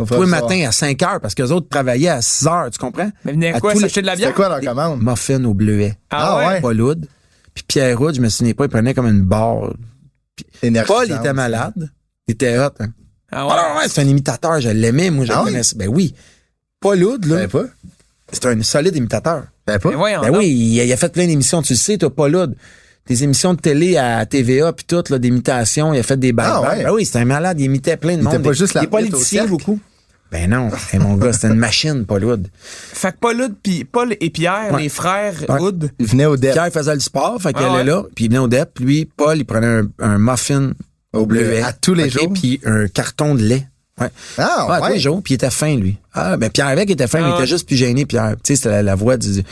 Speaker 3: Mon frère,
Speaker 4: Tous les
Speaker 3: ça va.
Speaker 4: matins à 5 heures parce que les autres travaillaient à 6 heures, tu comprends?
Speaker 2: Mais venez
Speaker 4: À
Speaker 2: quoi,
Speaker 4: tous les-
Speaker 2: s'acheter de la bière?
Speaker 3: C'était quoi leur commande?
Speaker 4: Muffin au bleuet.
Speaker 2: Ah,
Speaker 3: Ah
Speaker 2: ouais?
Speaker 3: ouais?
Speaker 4: Paul Hood. Puis Pierre Hood, je me souviens pas, il prenait comme une barre.
Speaker 3: Énergie.
Speaker 4: Paul il était malade. Il était hot. hein.
Speaker 2: Ah ouais?
Speaker 4: Ah ouais, c'est un imitateur, je l'aimais, moi je
Speaker 3: Ah
Speaker 4: le
Speaker 3: ouais?
Speaker 4: connaissais. Ben oui. Paul Hood, là,
Speaker 3: T'avais pas?
Speaker 4: c'est un solide imitateur.
Speaker 3: T'avais
Speaker 2: Mais
Speaker 3: pas?
Speaker 2: voyons.
Speaker 4: Ben
Speaker 2: donc.
Speaker 4: oui, il a, il a fait plein d'émissions, tu le sais, toi, Paul Hood. Des émissions de télé à TVA puis tout, là, d'imitations, il a fait des bails.
Speaker 3: Ah ouais?
Speaker 4: Ben oui, c'était un malade, il imitait plein de
Speaker 3: Il
Speaker 4: monde.
Speaker 3: était pas
Speaker 4: des-
Speaker 3: juste la
Speaker 4: des
Speaker 3: bête au
Speaker 4: politiciens
Speaker 3: cercle.
Speaker 4: beaucoup. Ben non, hey, mon gars, c'était une machine, Paul Hood.
Speaker 2: Fait que Paul, Hood pis- Paul et Pierre,
Speaker 4: Ouais.
Speaker 2: les frères
Speaker 4: Ouais.
Speaker 2: Hood,
Speaker 3: Il venait au DEP.
Speaker 4: Pierre faisait le sport, fait qu'il
Speaker 2: Ah
Speaker 4: allait
Speaker 2: ouais?
Speaker 4: là, puis il venait au DEP. Lui, Paul, il prenait un, un muffin
Speaker 3: Au bleuet. À tous les
Speaker 4: ok,
Speaker 3: jours?
Speaker 4: Puis un carton de lait. Ouais.
Speaker 3: Ah,
Speaker 4: Ouais, à tous
Speaker 3: ouais.
Speaker 4: les jours, puis il était fin, lui. Ah, ben Pierre avec était fin, mais il
Speaker 2: Ah.
Speaker 4: était juste plus gêné, Pierre. Tu sais, c'était la, la voix du, du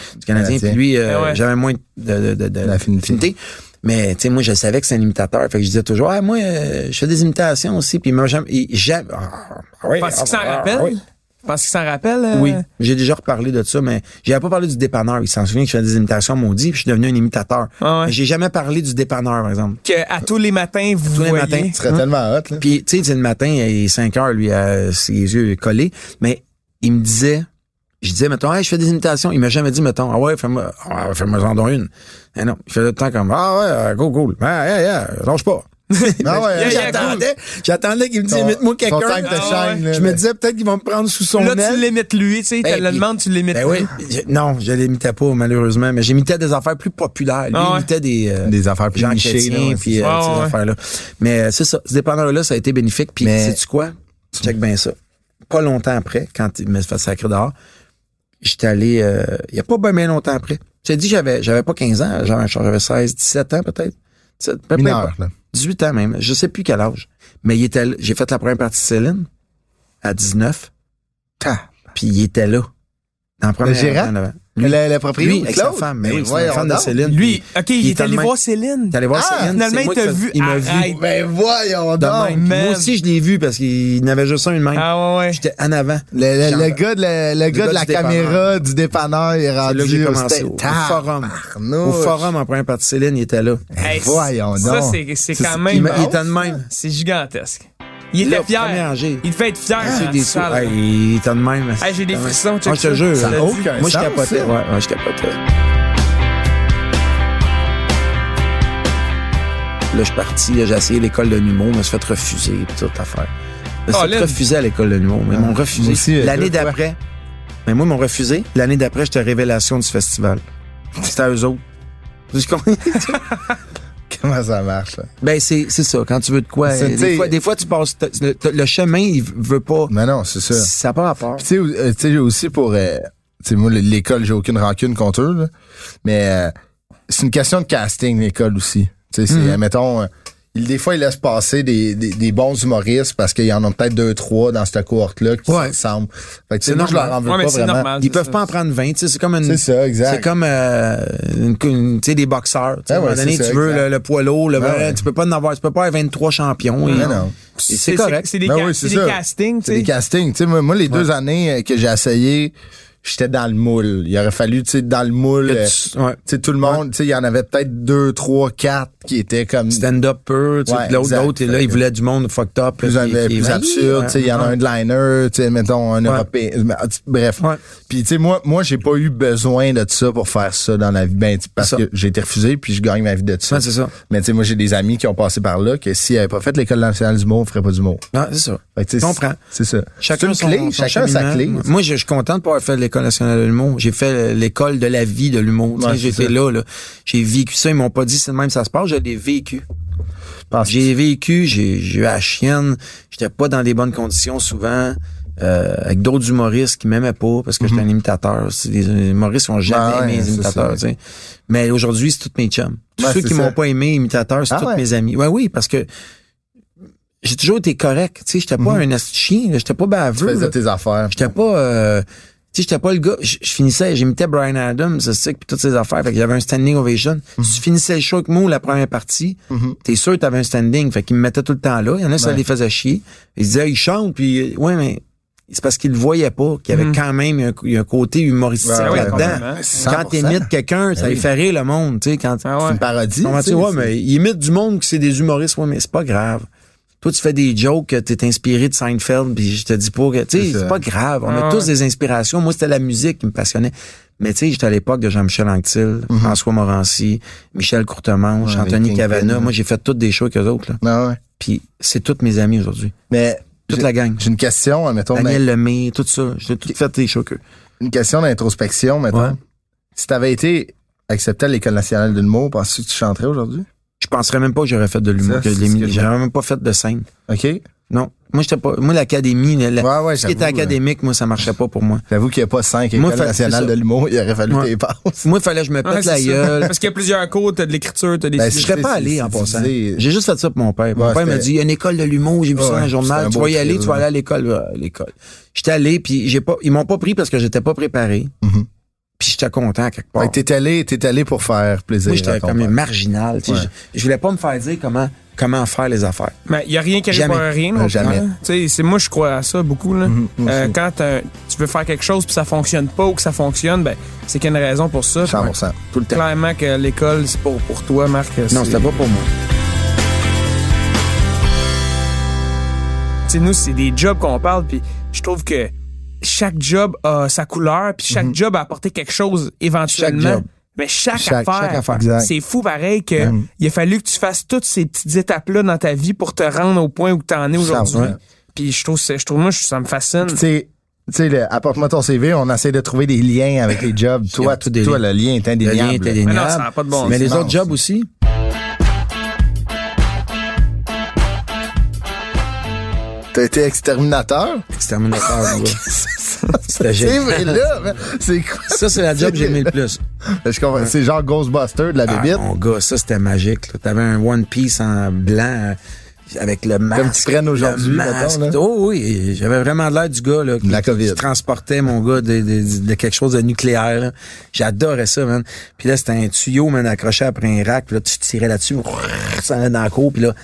Speaker 3: Canadien.
Speaker 4: Canadien, puis lui, euh,
Speaker 2: Ah ouais.
Speaker 4: j'avais moins de, de, de- de-
Speaker 3: L'affinité.
Speaker 4: d'affinité. Mais, tu sais, moi, je savais que c'est un imitateur, fait que je disais toujours, ah, moi, euh, je fais des imitations aussi, puis il m'a jamais. il- jamais- ah, ah ouais,
Speaker 2: penses-tu
Speaker 4: ah,
Speaker 2: qu'il s'en
Speaker 4: ah,
Speaker 2: rappelle?
Speaker 4: ah, oui.
Speaker 2: Penses qu'il s'en rappelle? euh?
Speaker 4: Oui, j'ai déjà reparlé de ça, mais j'avais pas parlé du dépanneur. Il s'en souvient que je fais des imitations maudites, puis je suis devenu un imitateur.
Speaker 2: Ah ouais.
Speaker 4: Mais J'ai jamais parlé du dépanneur, par exemple.
Speaker 2: Que à tous les matins, vous
Speaker 4: Tous les
Speaker 2: voyez.
Speaker 4: matins.
Speaker 3: Tu serais tellement hot, là.
Speaker 4: Puis, tu sais, le matin, il est 5 heures, lui, à ses yeux collés. Mais il me disait, je disais, mettons, Hey, je fais des imitations. Il m'a jamais dit, mettons, ah ouais, fais-moi, ah, fais-moi en donner une. Mais non, il faisait tout le temps comme, ah ouais, euh, go, cool. Ah, yeah, yeah, lâche pas.
Speaker 3: Ah ouais,
Speaker 2: Yeah, yeah,
Speaker 4: j'attendais, j'attendais qu'il me dise,
Speaker 3: Son-
Speaker 4: mets-moi
Speaker 3: Son time
Speaker 4: quelqu'un.
Speaker 3: to
Speaker 2: Ah ouais.
Speaker 3: shine, là.
Speaker 4: Je me disais, peut-être qu'il va me prendre sous son
Speaker 2: Là, tu
Speaker 4: aile.
Speaker 2: limites lui, tu sais.
Speaker 4: Ben,
Speaker 2: tu le
Speaker 4: puis-
Speaker 2: demandes, tu l'imites.
Speaker 4: Ben oui, je- non, je l'imitais pas, malheureusement, mais j'imitais des affaires plus populaires. Lui,
Speaker 2: Ah ouais.
Speaker 4: il imitait des, euh,
Speaker 3: Des affaires plus
Speaker 4: Jean
Speaker 3: nichées, là,
Speaker 4: Chrétien,
Speaker 3: ouais,
Speaker 4: puis
Speaker 2: ça.
Speaker 4: euh,
Speaker 2: Ah
Speaker 4: ces
Speaker 2: ouais.
Speaker 4: affaires-là. Mais euh, c'est ça, ce dépanneur-là, ça a été bénéfique. Puis,
Speaker 3: Mais-
Speaker 4: sais-tu quoi? Check bien ça. Pas longtemps après, quand il me fait sacré dehors, j'étais allé, euh, il n'y a pas bien longtemps après. J'ai dit, j'avais, j'avais pas 15 ans, genre, j'avais 16, 17 ans peut-être. 17, peu- peu
Speaker 3: Mineur,
Speaker 4: importe.
Speaker 3: là.
Speaker 4: 18 ans même, je sais plus quel âge. Mais il était, là- j'ai fait la première partie de Céline à 19.
Speaker 3: Ah.
Speaker 4: Puis il était là. Dans la première
Speaker 3: gérant?
Speaker 4: en avant.
Speaker 3: Le,
Speaker 4: Lui,
Speaker 3: le propriétaire.
Speaker 4: lui, avec sa femme. Mais oui, c'est la femme de Céline.
Speaker 2: Lui, OK, il,
Speaker 4: il
Speaker 2: est
Speaker 4: était
Speaker 2: allé
Speaker 4: le même.
Speaker 2: voir Céline.
Speaker 4: T'allais voir
Speaker 3: Ah,
Speaker 4: Céline.
Speaker 2: finalement,
Speaker 4: c'est moi
Speaker 2: il t'a
Speaker 4: qui
Speaker 2: vu.
Speaker 4: fais- Il m'a vu.
Speaker 2: Arrête.
Speaker 3: Ben voyons
Speaker 4: de
Speaker 3: donc.
Speaker 4: même. Puis
Speaker 2: man.
Speaker 4: Moi aussi, je l'ai vu parce qu'il n'avait juste un de même.
Speaker 2: Ah ouais, ouais.
Speaker 4: J'étais en avant.
Speaker 3: Le, le-
Speaker 4: Genre,
Speaker 3: le gars de la, le gars
Speaker 4: gars
Speaker 3: de la
Speaker 4: du
Speaker 3: caméra du dépanneur il est
Speaker 4: C'est
Speaker 3: rendu
Speaker 4: là que j'ai
Speaker 3: au
Speaker 4: commencé.
Speaker 3: sta-
Speaker 4: Au, au
Speaker 3: Tabarnouche.
Speaker 4: forum. Au forum, en première partie, Céline, il était là.
Speaker 2: Hey,
Speaker 3: voyons
Speaker 2: Ça,
Speaker 3: donc.
Speaker 2: c'est c'est
Speaker 3: Ça,
Speaker 2: quand
Speaker 3: c'est-
Speaker 4: Il,
Speaker 2: même.
Speaker 4: m'a- il était de même.
Speaker 2: C'est gigantesque. Il
Speaker 4: Là,
Speaker 2: était
Speaker 4: au premier
Speaker 2: fier.
Speaker 4: rangé.
Speaker 2: Il devait être fier. hein,
Speaker 4: Ah,
Speaker 2: dans
Speaker 4: des
Speaker 2: la
Speaker 4: sous.
Speaker 2: salle.
Speaker 4: Hey, il était de même.
Speaker 2: Hey, j'ai des frissons, check
Speaker 4: Ah, je te
Speaker 2: ça.
Speaker 4: jure.
Speaker 2: Ça a
Speaker 4: là.
Speaker 3: aucun
Speaker 4: Moi, je
Speaker 3: sens,
Speaker 4: capotais.
Speaker 3: ça.
Speaker 4: Ouais, ouais, je capotais. Là, je suis parti. J'ai essayé l'école de l'humour. Je me suis fait refuser. puis Toute affaire. Je me
Speaker 2: Oh,
Speaker 4: suis fait
Speaker 2: Lynn.
Speaker 4: refuser à l'école de l'humour. Mais ils m'ont refusé.
Speaker 3: moi aussi, euh,
Speaker 4: L'année
Speaker 3: deux fois.
Speaker 4: d'après. Mais moi, ils m'ont refusé. L'année d'après, j'étais révélation du festival. C'était à eux autres. Tu comprends?
Speaker 3: Comment ça marche, là?
Speaker 4: Ben, c'est c'est ça. Quand tu veux de quoi. euh,
Speaker 3: C'est-
Speaker 4: Des
Speaker 3: t'sais-
Speaker 4: fois, des fois, tu passes. t'as- Le, t'as- le chemin, il veut pas.
Speaker 3: Mais non, c'est ça.
Speaker 4: Ça n'a pas rapport.
Speaker 3: Puis, Tu sais, euh, tu sais, aussi pour. euh, tu Tu sais, moi, l'école, j'ai aucune rancune contre eux. là. Mais euh, c'est une question de casting, l'école aussi. Tu sais, c'est, mettons, euh, il- des fois, ils laissent passer des, des, des bons humoristes parce qu'il y en a peut-être deux, trois dans cette cohorte-là qui
Speaker 4: Ouais.
Speaker 3: ressemblent. Fait que, tu sais,
Speaker 4: C'est
Speaker 3: moi, je
Speaker 4: normal.
Speaker 3: leur en veux
Speaker 2: Ouais, mais
Speaker 3: pas
Speaker 2: c'est
Speaker 3: vraiment.
Speaker 2: normal.
Speaker 4: Ils
Speaker 2: c'est
Speaker 4: peuvent
Speaker 2: ça.
Speaker 4: pas en prendre 20, tu sais, c'est comme une...
Speaker 3: C'est ça, exact.
Speaker 4: C'est comme euh, une, une- tu sais, des boxeurs. tu sais,
Speaker 3: Ah
Speaker 4: à un moment
Speaker 3: ouais,
Speaker 4: donné,
Speaker 3: c'est ça,
Speaker 4: tu veux
Speaker 3: exact.
Speaker 4: le, le poids lourd, le,
Speaker 3: Ah ouais.
Speaker 4: tu peux pas en avoir, tu peux pas avoir 23 champions. et-
Speaker 3: Non, non.
Speaker 4: et C'est correct.
Speaker 2: C'est des,
Speaker 3: Ben
Speaker 2: ca-
Speaker 3: oui,
Speaker 2: c'est
Speaker 3: c'est
Speaker 2: des
Speaker 3: ça.
Speaker 2: castings, tu
Speaker 3: C'est
Speaker 2: sais.
Speaker 3: des castings. Tu sais, moi, moi, les deux années euh, que j'ai essayé, j'étais dans le moule. Il aurait fallu, tu sais, dans le moule. euh, Tu
Speaker 4: Ouais.
Speaker 3: sais, tout le monde, tu sais, il y en avait peut-être deux, trois, quatre qui étaient comme
Speaker 4: Stand-up peu, tu sais,
Speaker 3: Ouais,
Speaker 4: puis l'autre,
Speaker 3: exact.
Speaker 4: l'autre, et là, il voulait du monde fucked up.
Speaker 3: plus,
Speaker 4: là,
Speaker 3: un-
Speaker 4: qui- hein. qui-
Speaker 3: plus
Speaker 4: Ouais.
Speaker 3: absurde. tu sais, Il y en a un de liner, tu sais, mettons un européen. euh, tu- Bref.
Speaker 4: Ouais.
Speaker 3: Puis, tu sais, moi, moi j'ai pas eu besoin de ça pour faire ça dans la vie. Ben, tu- parce
Speaker 4: Ça.
Speaker 3: que j'ai été refusé, puis je gagne ma vie de ça.
Speaker 4: Ouais, c'est ça.
Speaker 3: Mais, tu sais, moi, j'ai des amis qui ont passé par là que s'ils n'avaient pas fait l'École nationale du mot, on ferait pas du mot.
Speaker 4: Non, c'est ça.
Speaker 3: Fait que, tu sais,
Speaker 4: Je comprends.
Speaker 3: C'est ça.
Speaker 4: Chacun
Speaker 3: C'est une clé,
Speaker 4: son- son
Speaker 3: chacun sa clé.
Speaker 4: cheminement. Moi, je, je suis content de pas avoir fait l'école nationale de l'humour. J'ai fait l'école de la vie de l'humour. Tu sais,
Speaker 3: Ouais, c'est
Speaker 4: J'étais
Speaker 3: ça.
Speaker 4: là, là. J'ai vécu ça. Ils m'ont pas dit c'est de même ça se passe. Je l'ai vécu.
Speaker 3: Parce-
Speaker 4: J'ai vécu, j'ai j'ai eu la chienne, j'étais pas dans les bonnes conditions souvent, euh, avec d'autres humoristes qui m'aimaient pas parce que j'étais un imitateur. C'est Des humoristes qui ont jamais
Speaker 3: Ben Mhm. ouais,
Speaker 4: aimé les
Speaker 3: c'est
Speaker 4: imitateurs.
Speaker 3: ça.
Speaker 4: tu sais. Mais aujourd'hui, c'est tous mes chums. Tous
Speaker 3: Ouais,
Speaker 4: ceux
Speaker 3: c'est
Speaker 4: qui
Speaker 3: ça.
Speaker 4: m'ont pas aimé imitateur, c'est
Speaker 3: Ah
Speaker 4: tous
Speaker 3: ouais.
Speaker 4: mes amis. Ouais, oui, parce que j'ai toujours été correct. Tu sais, j'étais pas un asti chien, là, j'étais pas
Speaker 3: Mhm. Tu
Speaker 4: baveux. là.
Speaker 3: faisais tes affaires.
Speaker 4: J'étais pas. euh, tu sais, j'étais pas le gars. Je je finissais, j'imitais Brian Adams, c'est ça, puis toutes ses affaires. Fait que j'avais un standing ovation. Si tu finissais le show avec moi ou la première partie, t'es sûr que t'avais un standing. Fait qu'ils me mettaient tout le temps là. Il y en a, ça
Speaker 3: Ouais.
Speaker 4: les faisait chier. Ils disaient, il chante, puis euh, ouais, mais c'est parce qu'ils le voyaient pas, qu'il y avait quand même un, il y a un côté humoristique
Speaker 3: Ben
Speaker 2: oui,
Speaker 4: là-dedans.
Speaker 2: complètement.
Speaker 4: Ah Quand
Speaker 3: 100%.
Speaker 4: t'imites quelqu'un, ça
Speaker 3: Ben
Speaker 4: les fait rire le monde, tu sais, quand.
Speaker 2: Ah ouais.
Speaker 3: C'est une parodie.
Speaker 4: Comment
Speaker 3: tu
Speaker 4: tu
Speaker 3: sais,
Speaker 4: vois,
Speaker 3: c'est-
Speaker 4: mais il imite du monde que c'est des humoristes, ouais, mais c'est pas grave. Toi, tu fais des jokes, que t'es inspiré de Seinfeld, puis je te dis pas que, tu sais,
Speaker 3: C'est ça.
Speaker 4: c'est pas grave. On
Speaker 2: Ah
Speaker 4: a
Speaker 2: ouais.
Speaker 4: tous des inspirations. Moi, c'était la musique qui me passionnait. Mais tu sais, j'étais à l'époque de Jean-Michel Anctil, François Morancy, Michel Courtemanche,
Speaker 3: Mhm. Ouais,
Speaker 4: Anthony
Speaker 3: Kingpin,
Speaker 4: Cavana.
Speaker 3: ouais.
Speaker 4: Moi, j'ai fait toutes des shows avec eux autres, là.
Speaker 3: Non, ouais.
Speaker 4: Puis c'est toutes mes amis aujourd'hui.
Speaker 3: Mais
Speaker 4: Toute
Speaker 3: j'ai-
Speaker 4: la gang.
Speaker 3: J'ai une question, mettons,
Speaker 4: Daniel Lemay, tout ça. J'ai tout fait des shows avec eux.
Speaker 3: d'in- une question d'introspection, mettons.
Speaker 4: Ouais.
Speaker 3: Si t'avais été accepté à l'École nationale de l'humour, penses-tu que tu chanterais aujourd'hui?
Speaker 4: Je penserais même pas que j'aurais fait de l'humour,
Speaker 3: Ça,
Speaker 4: que
Speaker 3: c'est
Speaker 4: je l'ai
Speaker 3: ce
Speaker 4: mis-
Speaker 3: que je-
Speaker 4: J'aurais même pas fait de scène.
Speaker 3: OK? Ouais,
Speaker 4: Non. Moi, j'étais pas, moi, l'académie, la- la-
Speaker 3: ouais,
Speaker 4: ce qui était
Speaker 3: j'avoue, euh,
Speaker 4: académique, moi, ça marchait pas pour moi.
Speaker 3: J'avoue qu'il n'y a pas cinq
Speaker 4: Moi,
Speaker 3: Écoles
Speaker 4: fait-
Speaker 3: nationales
Speaker 4: c'est
Speaker 3: de
Speaker 4: ça.
Speaker 3: l'humour, il aurait fallu
Speaker 4: Ouais.
Speaker 3: que t'y passes.
Speaker 4: Moi, il fallait que je me pète
Speaker 2: Ah Ouais, c'est
Speaker 4: la
Speaker 2: ça.
Speaker 4: gueule.
Speaker 2: Parce qu'il y a plusieurs cours, t'as de l'écriture, t'as des
Speaker 3: Ben,
Speaker 4: Je
Speaker 3: c'est-
Speaker 4: serais pas allé en
Speaker 3: c'est
Speaker 4: passant.
Speaker 3: divisé.
Speaker 4: J'ai juste fait ça pour mon père. Mon
Speaker 3: Ouais,
Speaker 4: père m'a
Speaker 3: c'était-
Speaker 4: dit, il y a une école de l'humour, j'ai vu ça dans le
Speaker 3: Ouais, c'était
Speaker 4: journal,
Speaker 3: un
Speaker 4: tu
Speaker 3: beau
Speaker 4: vas y aller,
Speaker 3: trip,
Speaker 4: tu vas
Speaker 3: ouais.
Speaker 4: aller à l'école. Ouais, à l'école. J'étais allé, puis j'ai pas, ils m'ont pas pris parce que j'étais pas préparé.
Speaker 3: Mhm.
Speaker 4: Puis j'étais content quelque part.
Speaker 3: Fait que t'es allé, t'es allé pour faire plaisir.
Speaker 4: Moi,
Speaker 3: à
Speaker 4: j'étais
Speaker 3: ton
Speaker 4: comme
Speaker 3: père.
Speaker 4: marginal. tu sais.
Speaker 3: Ouais.
Speaker 4: Je, je voulais pas me faire dire comment, comment faire les affaires.
Speaker 2: Mais il n'y a rien qui arrive
Speaker 4: Jamais. Mhm,
Speaker 2: pour rien. non
Speaker 3: Euh,
Speaker 2: plus,
Speaker 3: jamais.
Speaker 2: hein. Tu sais, c'est moi, je crois à ça beaucoup. Là.
Speaker 3: moi
Speaker 2: Euh,
Speaker 3: aussi.
Speaker 2: quand t'as- tu veux faire quelque chose puis ça fonctionne pas ou que ça fonctionne, ben, c'est qu'il y a une raison pour ça.
Speaker 3: 100%.
Speaker 4: Tout le temps.
Speaker 2: Clairement que l'école, c'est pour, pour toi, Marc.
Speaker 4: Non, c'était pas pour moi.
Speaker 2: Tu sais, nous, c'est des jobs qu'on parle, puis je trouve que chaque job a sa couleur, puis chaque job a apporté quelque chose éventuellement.
Speaker 3: Mhm. Chaque job.
Speaker 2: Mais chaque,
Speaker 3: Chaque-
Speaker 2: affaire,
Speaker 3: chaque affaire. Exact. Mhm.
Speaker 2: c'est fou pareil que il a fallu que tu fasses toutes ces petites étapes-là dans ta vie pour te rendre au point où tu en es aujourd'hui.
Speaker 3: 100%.
Speaker 2: Puis je trouve, c'est- je trouve, moi, je- ça me fascine.
Speaker 3: Tu sais, tu sais, le apporte-moi ton CV, on essaie de trouver des liens avec les jobs. toi,
Speaker 4: tous des
Speaker 3: toi,
Speaker 4: liens.
Speaker 3: le lien est
Speaker 4: Le
Speaker 3: indéniable.
Speaker 4: lien était
Speaker 2: Mais non, ça n'a
Speaker 4: indéniable.
Speaker 2: pas de bon
Speaker 4: Mais
Speaker 2: sens.
Speaker 4: les
Speaker 3: immense.
Speaker 4: autres jobs aussi.
Speaker 3: T'as été exterminateur?
Speaker 4: Exterminateur, mon gars. C'était
Speaker 3: C'est
Speaker 4: génial.
Speaker 3: vrai, là, mais c'est quoi?
Speaker 4: Ça, c'est la job que j'ai aimé le plus.
Speaker 3: Je comprends. C'est genre Ghostbuster de la
Speaker 4: Ah,
Speaker 3: bébite.
Speaker 4: mon gars, ça c'était magique. là. T'avais un One Piece en blanc euh, avec le masque.
Speaker 3: Comme tu prennes aujourd'hui,
Speaker 4: le masque.
Speaker 3: mettons, là.
Speaker 4: Oh oui, j'avais vraiment l'air du gars là, qui,
Speaker 3: De la COVID.
Speaker 4: qui transportait mon gars de, de- de quelque chose de nucléaire. là. J'adorais ça, man. Puis là, c'était un tuyau, man, accroché après un rack. Puis là, tu tirais là-dessus, ça allait dans la cour. Puis là,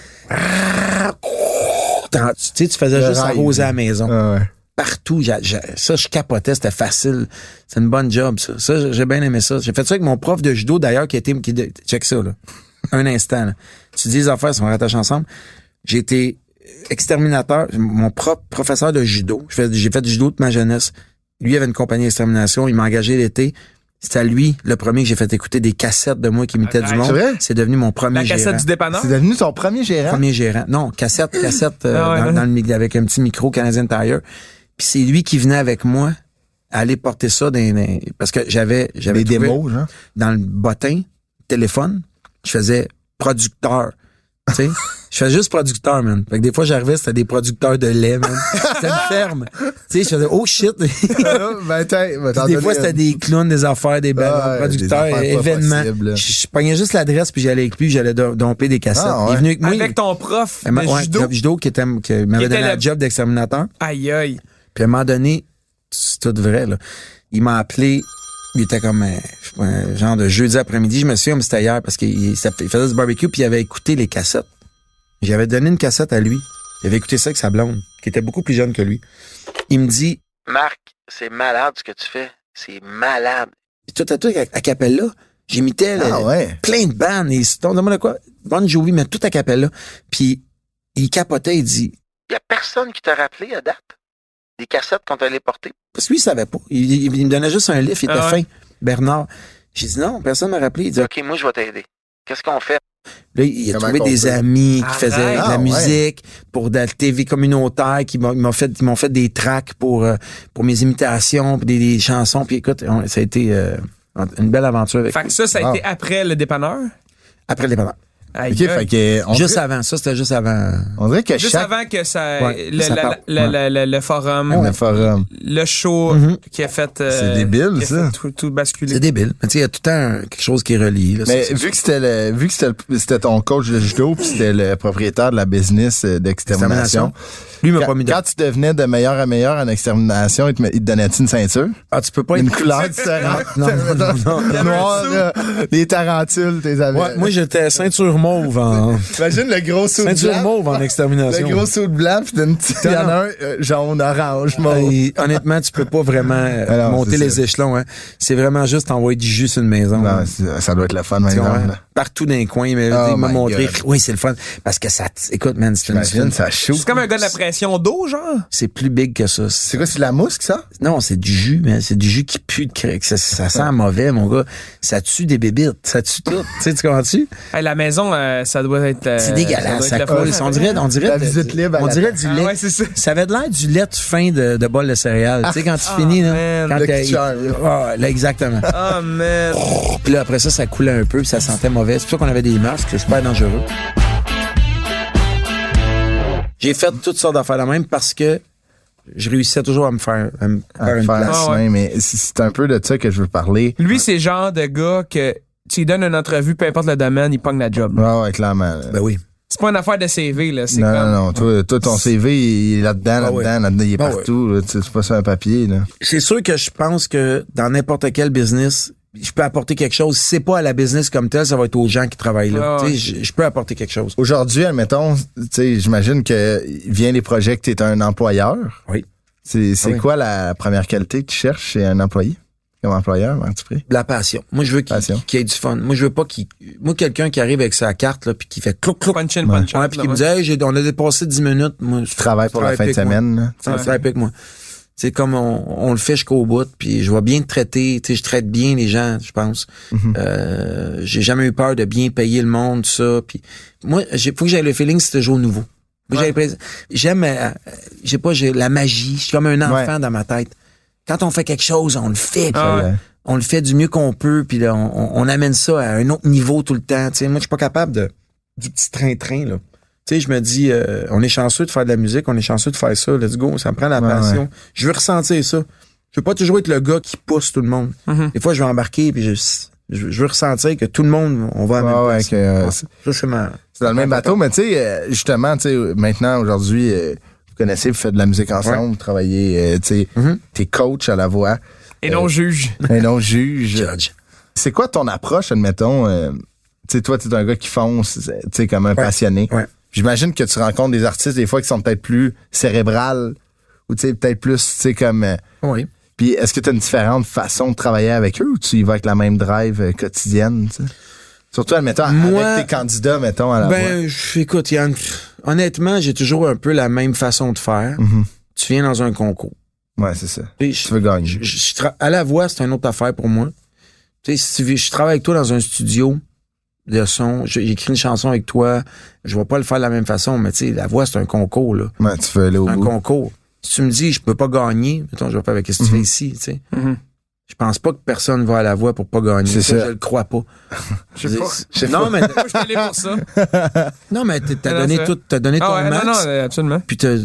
Speaker 4: t'en- tu sais, tu faisais
Speaker 3: Le
Speaker 4: juste
Speaker 3: rêve.
Speaker 4: arroser à la maison
Speaker 3: Ah ouais.
Speaker 4: partout. J'a- j'a- ça, je capotais, c'était facile. C'est une bonne job, ça. Ça, j'ai bien aimé ça. J'ai fait ça avec mon prof de judo, d'ailleurs, qui était... Qui, de- check ça, là. Un instant, là. Tu dis les affaires, on rattache ensemble. J'ai été exterminateur, mon propre professeur de judo. Je fais- J'ai fait du judo toute ma jeunesse. Lui avait une compagnie d'extermination, il m'a engagé l'été. C'était à lui, le premier que j'ai fait écouter des cassettes de moi qui imitaient
Speaker 2: Ah,
Speaker 4: du
Speaker 2: c'est
Speaker 4: monde.
Speaker 3: vrai?
Speaker 4: C'est devenu mon premier
Speaker 2: La cassette
Speaker 4: gérant.
Speaker 2: du dépanneur.
Speaker 3: hein. C'est devenu ton premier gérant.
Speaker 4: Premier gérant. Non, cassette, cassette euh,
Speaker 2: Hein? Ah ouais,
Speaker 4: dans,
Speaker 2: ouais.
Speaker 4: dans le mi- avec un petit micro Canadian Tire. Puis c'est lui qui venait avec moi aller porter ça dans, dans- parce que j'avais j'avais
Speaker 3: Des
Speaker 4: trouvé
Speaker 3: démos, genre.
Speaker 4: dans le bottin téléphone, je faisais producteur. Tu sais, Je fais juste producteur, man. Fait que des fois, j'arrivais, c'était des producteurs de lait, man. c'était une ferme. Tu sais, je faisais, oh shit.
Speaker 3: ben, t'es- ben, t'en
Speaker 4: Puis des
Speaker 3: donnes
Speaker 4: fois,
Speaker 3: une.
Speaker 4: c'était des clowns, des affaires, des bands,
Speaker 3: Ah, ouais,
Speaker 4: producteurs,
Speaker 3: des affaires pas
Speaker 4: événements.
Speaker 3: possibles.
Speaker 4: Je, je pognais juste l'adresse, puis j'allais avec lui, j'allais do- domper des cassettes.
Speaker 3: Ah,
Speaker 4: Il
Speaker 3: ouais.
Speaker 4: est venu avec moi.
Speaker 2: Avec ton prof
Speaker 3: Eh
Speaker 4: il-
Speaker 3: ben,
Speaker 4: ma-
Speaker 2: de
Speaker 4: Ben, ouais,
Speaker 2: Ben, judo.
Speaker 4: Rob Judo, qui, était, qui m'avait
Speaker 2: était
Speaker 4: donné un
Speaker 2: le-
Speaker 4: job d'examinateur.
Speaker 2: Aïe, aïe.
Speaker 4: Puis à un moment donné, c'est tout vrai, là. Il m'a appelé. Il était comme euh, je sais pas, un genre de jeudi après-midi. Je me souviens, mais c'était hier parce qu'il ça- il faisait du barbecue puis il avait écouté les cassettes. J'avais donné une cassette à lui. Il avait écouté ça avec sa blonde, qui était beaucoup plus jeune que lui. Il me dit Marc, c'est malade ce que tu fais. C'est malade. Puis tout à tout, à, à Capella, j'imitais le-
Speaker 3: Ah ouais.
Speaker 4: plein de bandes. Et c'est- on demande quoi? Bonne Jovi, mais tout à Capella. Puis il capotait, il dit Il n'y a personne qui t'a rappelé à date des cassettes qu'on t'allait porter? Parce que lui, il savait pas. Il, il- il me donnait juste un livre, il était
Speaker 2: Ah ouais.
Speaker 4: fin. Bernard. J'ai dit non, personne m'a rappelé. Il dit OK, moi, je vais t'aider. Qu'est-ce qu'on fait? Là, il a
Speaker 3: Comment
Speaker 4: trouvé
Speaker 3: qu'on
Speaker 4: des
Speaker 3: peut?
Speaker 4: amis qui
Speaker 2: Arrête.
Speaker 4: faisaient de
Speaker 3: Ah,
Speaker 4: la
Speaker 3: ouais.
Speaker 4: musique pour de la TV communautaire, qui m'ont- ils m'ont fait, ils m'ont fait des tracks pour, euh, pour mes imitations, puis des, des chansons. Puis écoute, on- ça a été euh, une belle aventure avec
Speaker 2: Fait que ça, ça a
Speaker 3: Wow.
Speaker 2: été après le dépanneur.
Speaker 4: après le dépendant.
Speaker 2: Aïe,
Speaker 3: Ah. OK,
Speaker 2: aïe.
Speaker 3: fait que on,
Speaker 4: Juste avant, ça, c'était juste avant.
Speaker 3: on dirait que
Speaker 2: Juste
Speaker 3: chaque
Speaker 2: avant que ça,
Speaker 4: Ouais,
Speaker 2: le,
Speaker 4: ça
Speaker 2: la-
Speaker 4: part.
Speaker 2: la- la- la- le forum,
Speaker 3: le forum.
Speaker 2: le show qui a fait. euh,
Speaker 3: C'est débile,
Speaker 2: qui a
Speaker 3: ça.
Speaker 2: fait Tout, tout basculer.
Speaker 4: Mhm. C'est débile. Mais tu sais, il y a tout le temps un- quelque chose qui est relié. là.
Speaker 3: Mais
Speaker 4: C'est-
Speaker 3: vu que c'était le, vu que c'était le- c'était ton coach de judo puis c'était le propriétaire de la business euh, d'extermination.
Speaker 4: Lui m'a pas
Speaker 3: Quand,
Speaker 4: mis de...
Speaker 3: quand tu devenais de meilleur à meilleur en extermination, il te, met- il te donnait une ceinture,
Speaker 4: Ah, tu peux pas
Speaker 3: une
Speaker 4: être...
Speaker 3: couleur différente,
Speaker 4: Non, non, non, non.
Speaker 3: noire, là, les tarentules, t'es avais.
Speaker 6: Ouais, moi, j'étais ceinture mauve en.
Speaker 3: Imagine le gros saut de
Speaker 6: ceinture
Speaker 3: blanc,
Speaker 6: mauve en
Speaker 3: le
Speaker 6: extermination.
Speaker 3: gros saut de blanc puis d'une petite, il y en a un euh, jaune, orange, mauve.
Speaker 4: Et Ben, honnêtement, tu peux pas vraiment euh,
Speaker 3: Ah non,
Speaker 4: monter
Speaker 3: c'est
Speaker 4: les
Speaker 3: ça.
Speaker 4: échelons. Hein. C'est vraiment juste envoyer du jus sur une maison.
Speaker 3: Non,
Speaker 4: là.
Speaker 3: Ah, c'est- ça doit être le fun
Speaker 4: Tu
Speaker 3: maintenant.
Speaker 4: comprends?
Speaker 3: là.
Speaker 4: Partout dans les coins, il m'a
Speaker 3: Oh
Speaker 4: il m'a
Speaker 3: my
Speaker 4: montré.
Speaker 3: God.
Speaker 4: Oui, c'est le fun. Parce que ça... t- Écoute, man, c'est une-
Speaker 3: Imagine, ça chauffe.
Speaker 2: C'est comme un gars de la pression d'eau, genre.
Speaker 4: C'est plus big que ça.
Speaker 3: C'est quoi, c'est de la mousque, ça?
Speaker 4: Non, c'est du jus, mais c'est du jus qui pue de crack. Ça, ça sent mauvais, mon gars. Ça tue des bébites. Ça tue tout. tu sais, tu comprends-tu?
Speaker 2: Hey, la maison, euh, ça doit être. euh,
Speaker 4: C'est
Speaker 2: doit
Speaker 4: dégueulasse.
Speaker 2: être
Speaker 4: Ça
Speaker 2: le
Speaker 4: coule.
Speaker 2: fun.
Speaker 4: On dirait, on dirait,
Speaker 3: La
Speaker 4: de-
Speaker 3: visite libre à
Speaker 4: on
Speaker 3: la-
Speaker 4: dirait du
Speaker 2: Ah
Speaker 4: lait.
Speaker 2: ouais, c'est ça.
Speaker 4: Ça avait de l'air du lait tout fin de, de bol de céréales. tu sais, quand tu finis, là.
Speaker 2: man,
Speaker 4: Quand
Speaker 3: le
Speaker 4: t'as-
Speaker 3: kitchen,
Speaker 4: Ah, là, exactement.
Speaker 2: Oh, man.
Speaker 4: Puis là, après ça, ça coulait un peu, puis ça sentait mauvais. C'est pour ça qu'on avait des masques, c'est super dangereux. J'ai fait toutes sortes d'affaires la même parce que je réussissais toujours à me faire, à me
Speaker 3: À
Speaker 4: faire une
Speaker 3: faire
Speaker 4: place.
Speaker 3: la
Speaker 2: Ah
Speaker 3: semaine,
Speaker 2: ouais.
Speaker 3: mais c'est- c'est un peu de ça que je veux parler.
Speaker 2: Lui, c'est le genre de gars que tu lui donnes une entrevue, peu importe le domaine, il pogne la job.
Speaker 3: Ouais, ouais, clairement. là.
Speaker 4: Ben oui.
Speaker 2: C'est pas une affaire de CV, là. C'est
Speaker 3: Non,
Speaker 2: comme.
Speaker 3: non, non. Toi, toi, ton CV, il est là-dedans, là-dedans,
Speaker 4: ouais.
Speaker 3: là-dedans. Il est
Speaker 4: Ah ouais.
Speaker 3: partout. là. Tu sais, C'est pas sur un papier, là.
Speaker 4: C'est sûr que je pense que dans n'importe quel business, je peux apporter quelque chose. Si c'est pas à la business comme telle, ça va être aux gens qui travaillent là.
Speaker 2: Ah ouais.
Speaker 4: Tu sais, je, je peux apporter quelque chose.
Speaker 3: Aujourd'hui, admettons, tu sais, j'imagine que vient les projets que t'es un employeur.
Speaker 4: Oui.
Speaker 3: C'est c'est
Speaker 4: Ah oui.
Speaker 3: quoi la première qualité que tu cherches chez un employé? Comme employeur, Marc Dupré?
Speaker 4: La passion. Moi, je veux qu'il
Speaker 3: Passion.
Speaker 4: qu'il y ait du fun. Moi, je veux pas qu'il... Moi, quelqu'un qui arrive avec sa carte, là, puis qui fait clouc, clouc,
Speaker 2: Punch in, punch
Speaker 4: Ouais,
Speaker 2: out,
Speaker 4: puis
Speaker 2: là,
Speaker 4: qui me
Speaker 2: ouais.
Speaker 4: dit, Hey, j'ai- on a dépassé 10 minutes. Moi, je
Speaker 3: Tu travailles pour la fin de
Speaker 4: avec moi.
Speaker 3: semaine, là.
Speaker 4: Tu sais, travaille pas avec moi. C'est comme on, on le fait jusqu'au bout, puis je vais bien te traiter, tu sais, je traite bien les gens, je pense. Euh, j'ai jamais eu peur de bien payer le monde, tout ça. Puis moi, j'ai faut que j'aie le feeling que c'est toujours nouveau. Faut que j'aille prés- J'aime, euh, euh, j'ai pas, j'ai la magie. Je suis comme un enfant dans ma tête. Quand on fait quelque chose, on le fait. puis
Speaker 2: Ah
Speaker 4: on-
Speaker 3: ouais.
Speaker 4: On le fait du mieux qu'on peut, puis là, on, on- on amène ça à un autre niveau tout le temps. Tu sais, moi, je suis pas capable de du petit train-train là. Tu sais, je me dis, euh, on est chanceux de faire de la musique, on est chanceux de faire ça. Let's go, ça me prend la
Speaker 3: Ouais,
Speaker 4: passion. Je veux ressentir ça. Je veux pas toujours être le gars qui pousse tout le monde.
Speaker 3: Mm-hmm.
Speaker 4: Des fois, je vais embarquer puis je, je, je veux ressentir que tout le monde, on va à la même
Speaker 3: Ouais, ouais,
Speaker 4: place.
Speaker 3: que, euh,
Speaker 4: Ça, c'est ma.
Speaker 3: C'est dans le même bateau, mais tu sais, euh, justement, tu sais, maintenant, aujourd'hui, euh, vous connaissez, vous faites de la musique ensemble, vous travaillez, euh, tu sais, t'es coach à la voix,
Speaker 2: Et
Speaker 4: euh,
Speaker 2: non juge.
Speaker 3: mais non juge.
Speaker 4: Judge.
Speaker 3: C'est quoi ton approche, admettons? euh, tu sais, toi, t'es un gars qui fonce, euh, tu sais, comme un passionné.
Speaker 4: ouais.
Speaker 3: J'imagine que tu rencontres des artistes, des fois, qui sont peut-être plus cérébrales, ou tu sais, peut-être plus, tu sais, comme... euh,
Speaker 4: Oui.
Speaker 3: puis est-ce que tu as une différente façon de travailler avec eux, ou tu y vas avec la même drive euh, quotidienne, tu sais? Surtout, admettons,
Speaker 4: Moi-
Speaker 3: avec tes candidats, mettons, à la voix.
Speaker 4: Ben, je- écoute, il y a une- honnêtement, j'ai toujours un peu la même façon de faire. Tu viens dans un concours.
Speaker 3: Ouais, c'est ça.
Speaker 4: Tu sais, je-
Speaker 3: Mm-hmm. Tu veux gagner.
Speaker 4: je- je- je tra- à la voix, c'est une autre affaire pour moi. Tu sais, si tu vis- je travaille avec toi dans un studio de son, je- j'écris une chanson avec toi, je vais pas le faire de la même façon, mais tu sais, la voix, c'est un concours, là.
Speaker 3: Ouais, tu veux aller au
Speaker 4: Un
Speaker 3: bout.
Speaker 2: Mhm.
Speaker 4: concours. Si tu me dis, je peux pas gagner, mettons, je vais faire avec ce que tu fais ici, tu sais. Je pense pas que personne va à la voie pour pas gagner.
Speaker 3: C'est
Speaker 4: Ça,
Speaker 3: ça.
Speaker 4: Je le crois pas. Je
Speaker 3: sais
Speaker 4: dis-
Speaker 3: pas. Je sais
Speaker 4: non,
Speaker 3: pas.
Speaker 4: mais,
Speaker 2: Moi, je suis allé pour ça.
Speaker 4: non, mais t'as- t'as
Speaker 2: Non, c'est
Speaker 4: donné
Speaker 2: vrai.
Speaker 4: tout, t'as donné ton
Speaker 2: Ah ouais,
Speaker 4: max.
Speaker 2: non, non, euh, absolument.
Speaker 4: Puis t'as-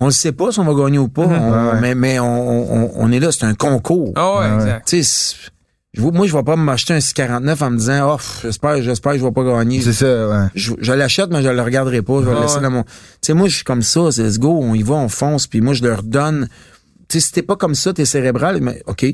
Speaker 4: on le sait pas si on va gagner ou pas. on- Mais, mais on, on- on est là, c'est un concours.
Speaker 2: Ah ouais, exact.
Speaker 4: Tu sais, c'est- je vois- moi, je vais pas m'acheter un 649 en me disant, oh, pff, j'espère, j'espère que je vais pas gagner.
Speaker 3: C'est ça, ouais.
Speaker 4: Je, je l'achète, mais je le regarderai pas. Je vais
Speaker 2: Ah
Speaker 4: le laisser
Speaker 2: ouais.
Speaker 4: dans mon. Tu sais, moi, je suis comme ça. C'est let's go, on y va, on fonce. Puis moi, je leur donne. Tu sais, si t'es pas comme ça, t'es cérébral, mais OK,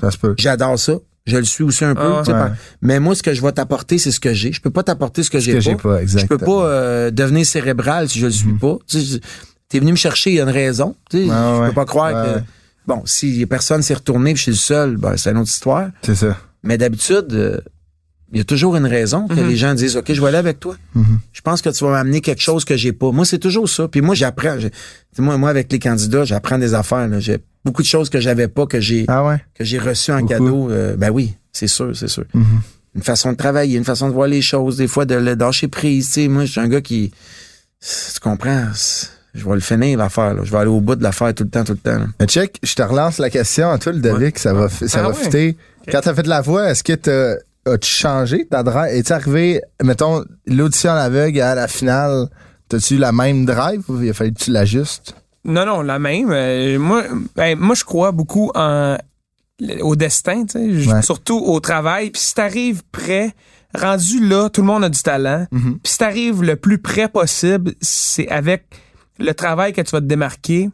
Speaker 3: Ça se peut.
Speaker 4: j'adore ça. Je le suis aussi un peu.
Speaker 2: Ah ouais.
Speaker 4: tu sais, par-
Speaker 3: Ouais.
Speaker 4: Mais moi, ce que je vais t'apporter, c'est ce que j'ai. Je peux pas t'apporter ce que j'ai
Speaker 3: que
Speaker 4: pas.
Speaker 3: j'ai pas,
Speaker 4: Je peux
Speaker 3: exactement. Mhm.
Speaker 4: pas euh, devenir cérébral si je le suis pas. Tu sais, t'es venu me chercher, il y a une raison. Tu sais,
Speaker 3: Ouais,
Speaker 4: je
Speaker 3: Ah ouais.
Speaker 4: peux pas croire
Speaker 3: Ouais,
Speaker 4: que.
Speaker 3: ouais.
Speaker 4: Bon, si personne s'est retourné puis je suis le seul, ben, c'est une autre histoire.
Speaker 3: C'est ça.
Speaker 4: Mais d'habitude, euh, il y a toujours une raison que
Speaker 2: Mhm.
Speaker 4: les gens disent OK, je vais aller avec toi. Je pense que tu vas m'amener quelque chose que j'ai pas. Moi, c'est toujours ça. Puis moi, j'apprends. J'ai- tu sais, Moi, moi, avec les candidats, j'apprends des affaires. là. J'ai beaucoup de choses que j'avais pas, que j'ai
Speaker 3: Ah ouais?
Speaker 4: que j'ai reçues en
Speaker 3: Beaucoup.
Speaker 4: cadeau. Euh, ben oui, c'est sûr, c'est sûr. Une façon de travailler, une façon de voir les choses, des fois de le lâcher prise. Tu sais, moi, je suis un gars qui. Tu comprends? c'est- Je vais le finir l'affaire. là. Je vais aller au bout de l'affaire tout le temps, tout le temps. là.
Speaker 3: Mais check, je te relance la question à toi, le David, que ça va, fi- ça
Speaker 2: Ah
Speaker 3: va
Speaker 2: ouais?
Speaker 3: fitter. Quand t'as fait de la voix, est-ce que t'as, as-tu changé ta drive? Es-tu arrivé, mettons, l'audition à l'aveugle à la finale, t'as-tu eu la même drive ou il a fallu que tu l'ajustes?
Speaker 2: Non, non, la même. Euh, moi, ben, moi, je crois beaucoup en, au destin, tu sais, j-
Speaker 3: Ouais.
Speaker 2: surtout au travail. Puis si t'arrives prêt, rendu là, tout le monde a du talent.
Speaker 3: Mm-hmm.
Speaker 2: Puis si t'arrives le plus près possible, c'est avec le travail que tu vas te démarquer.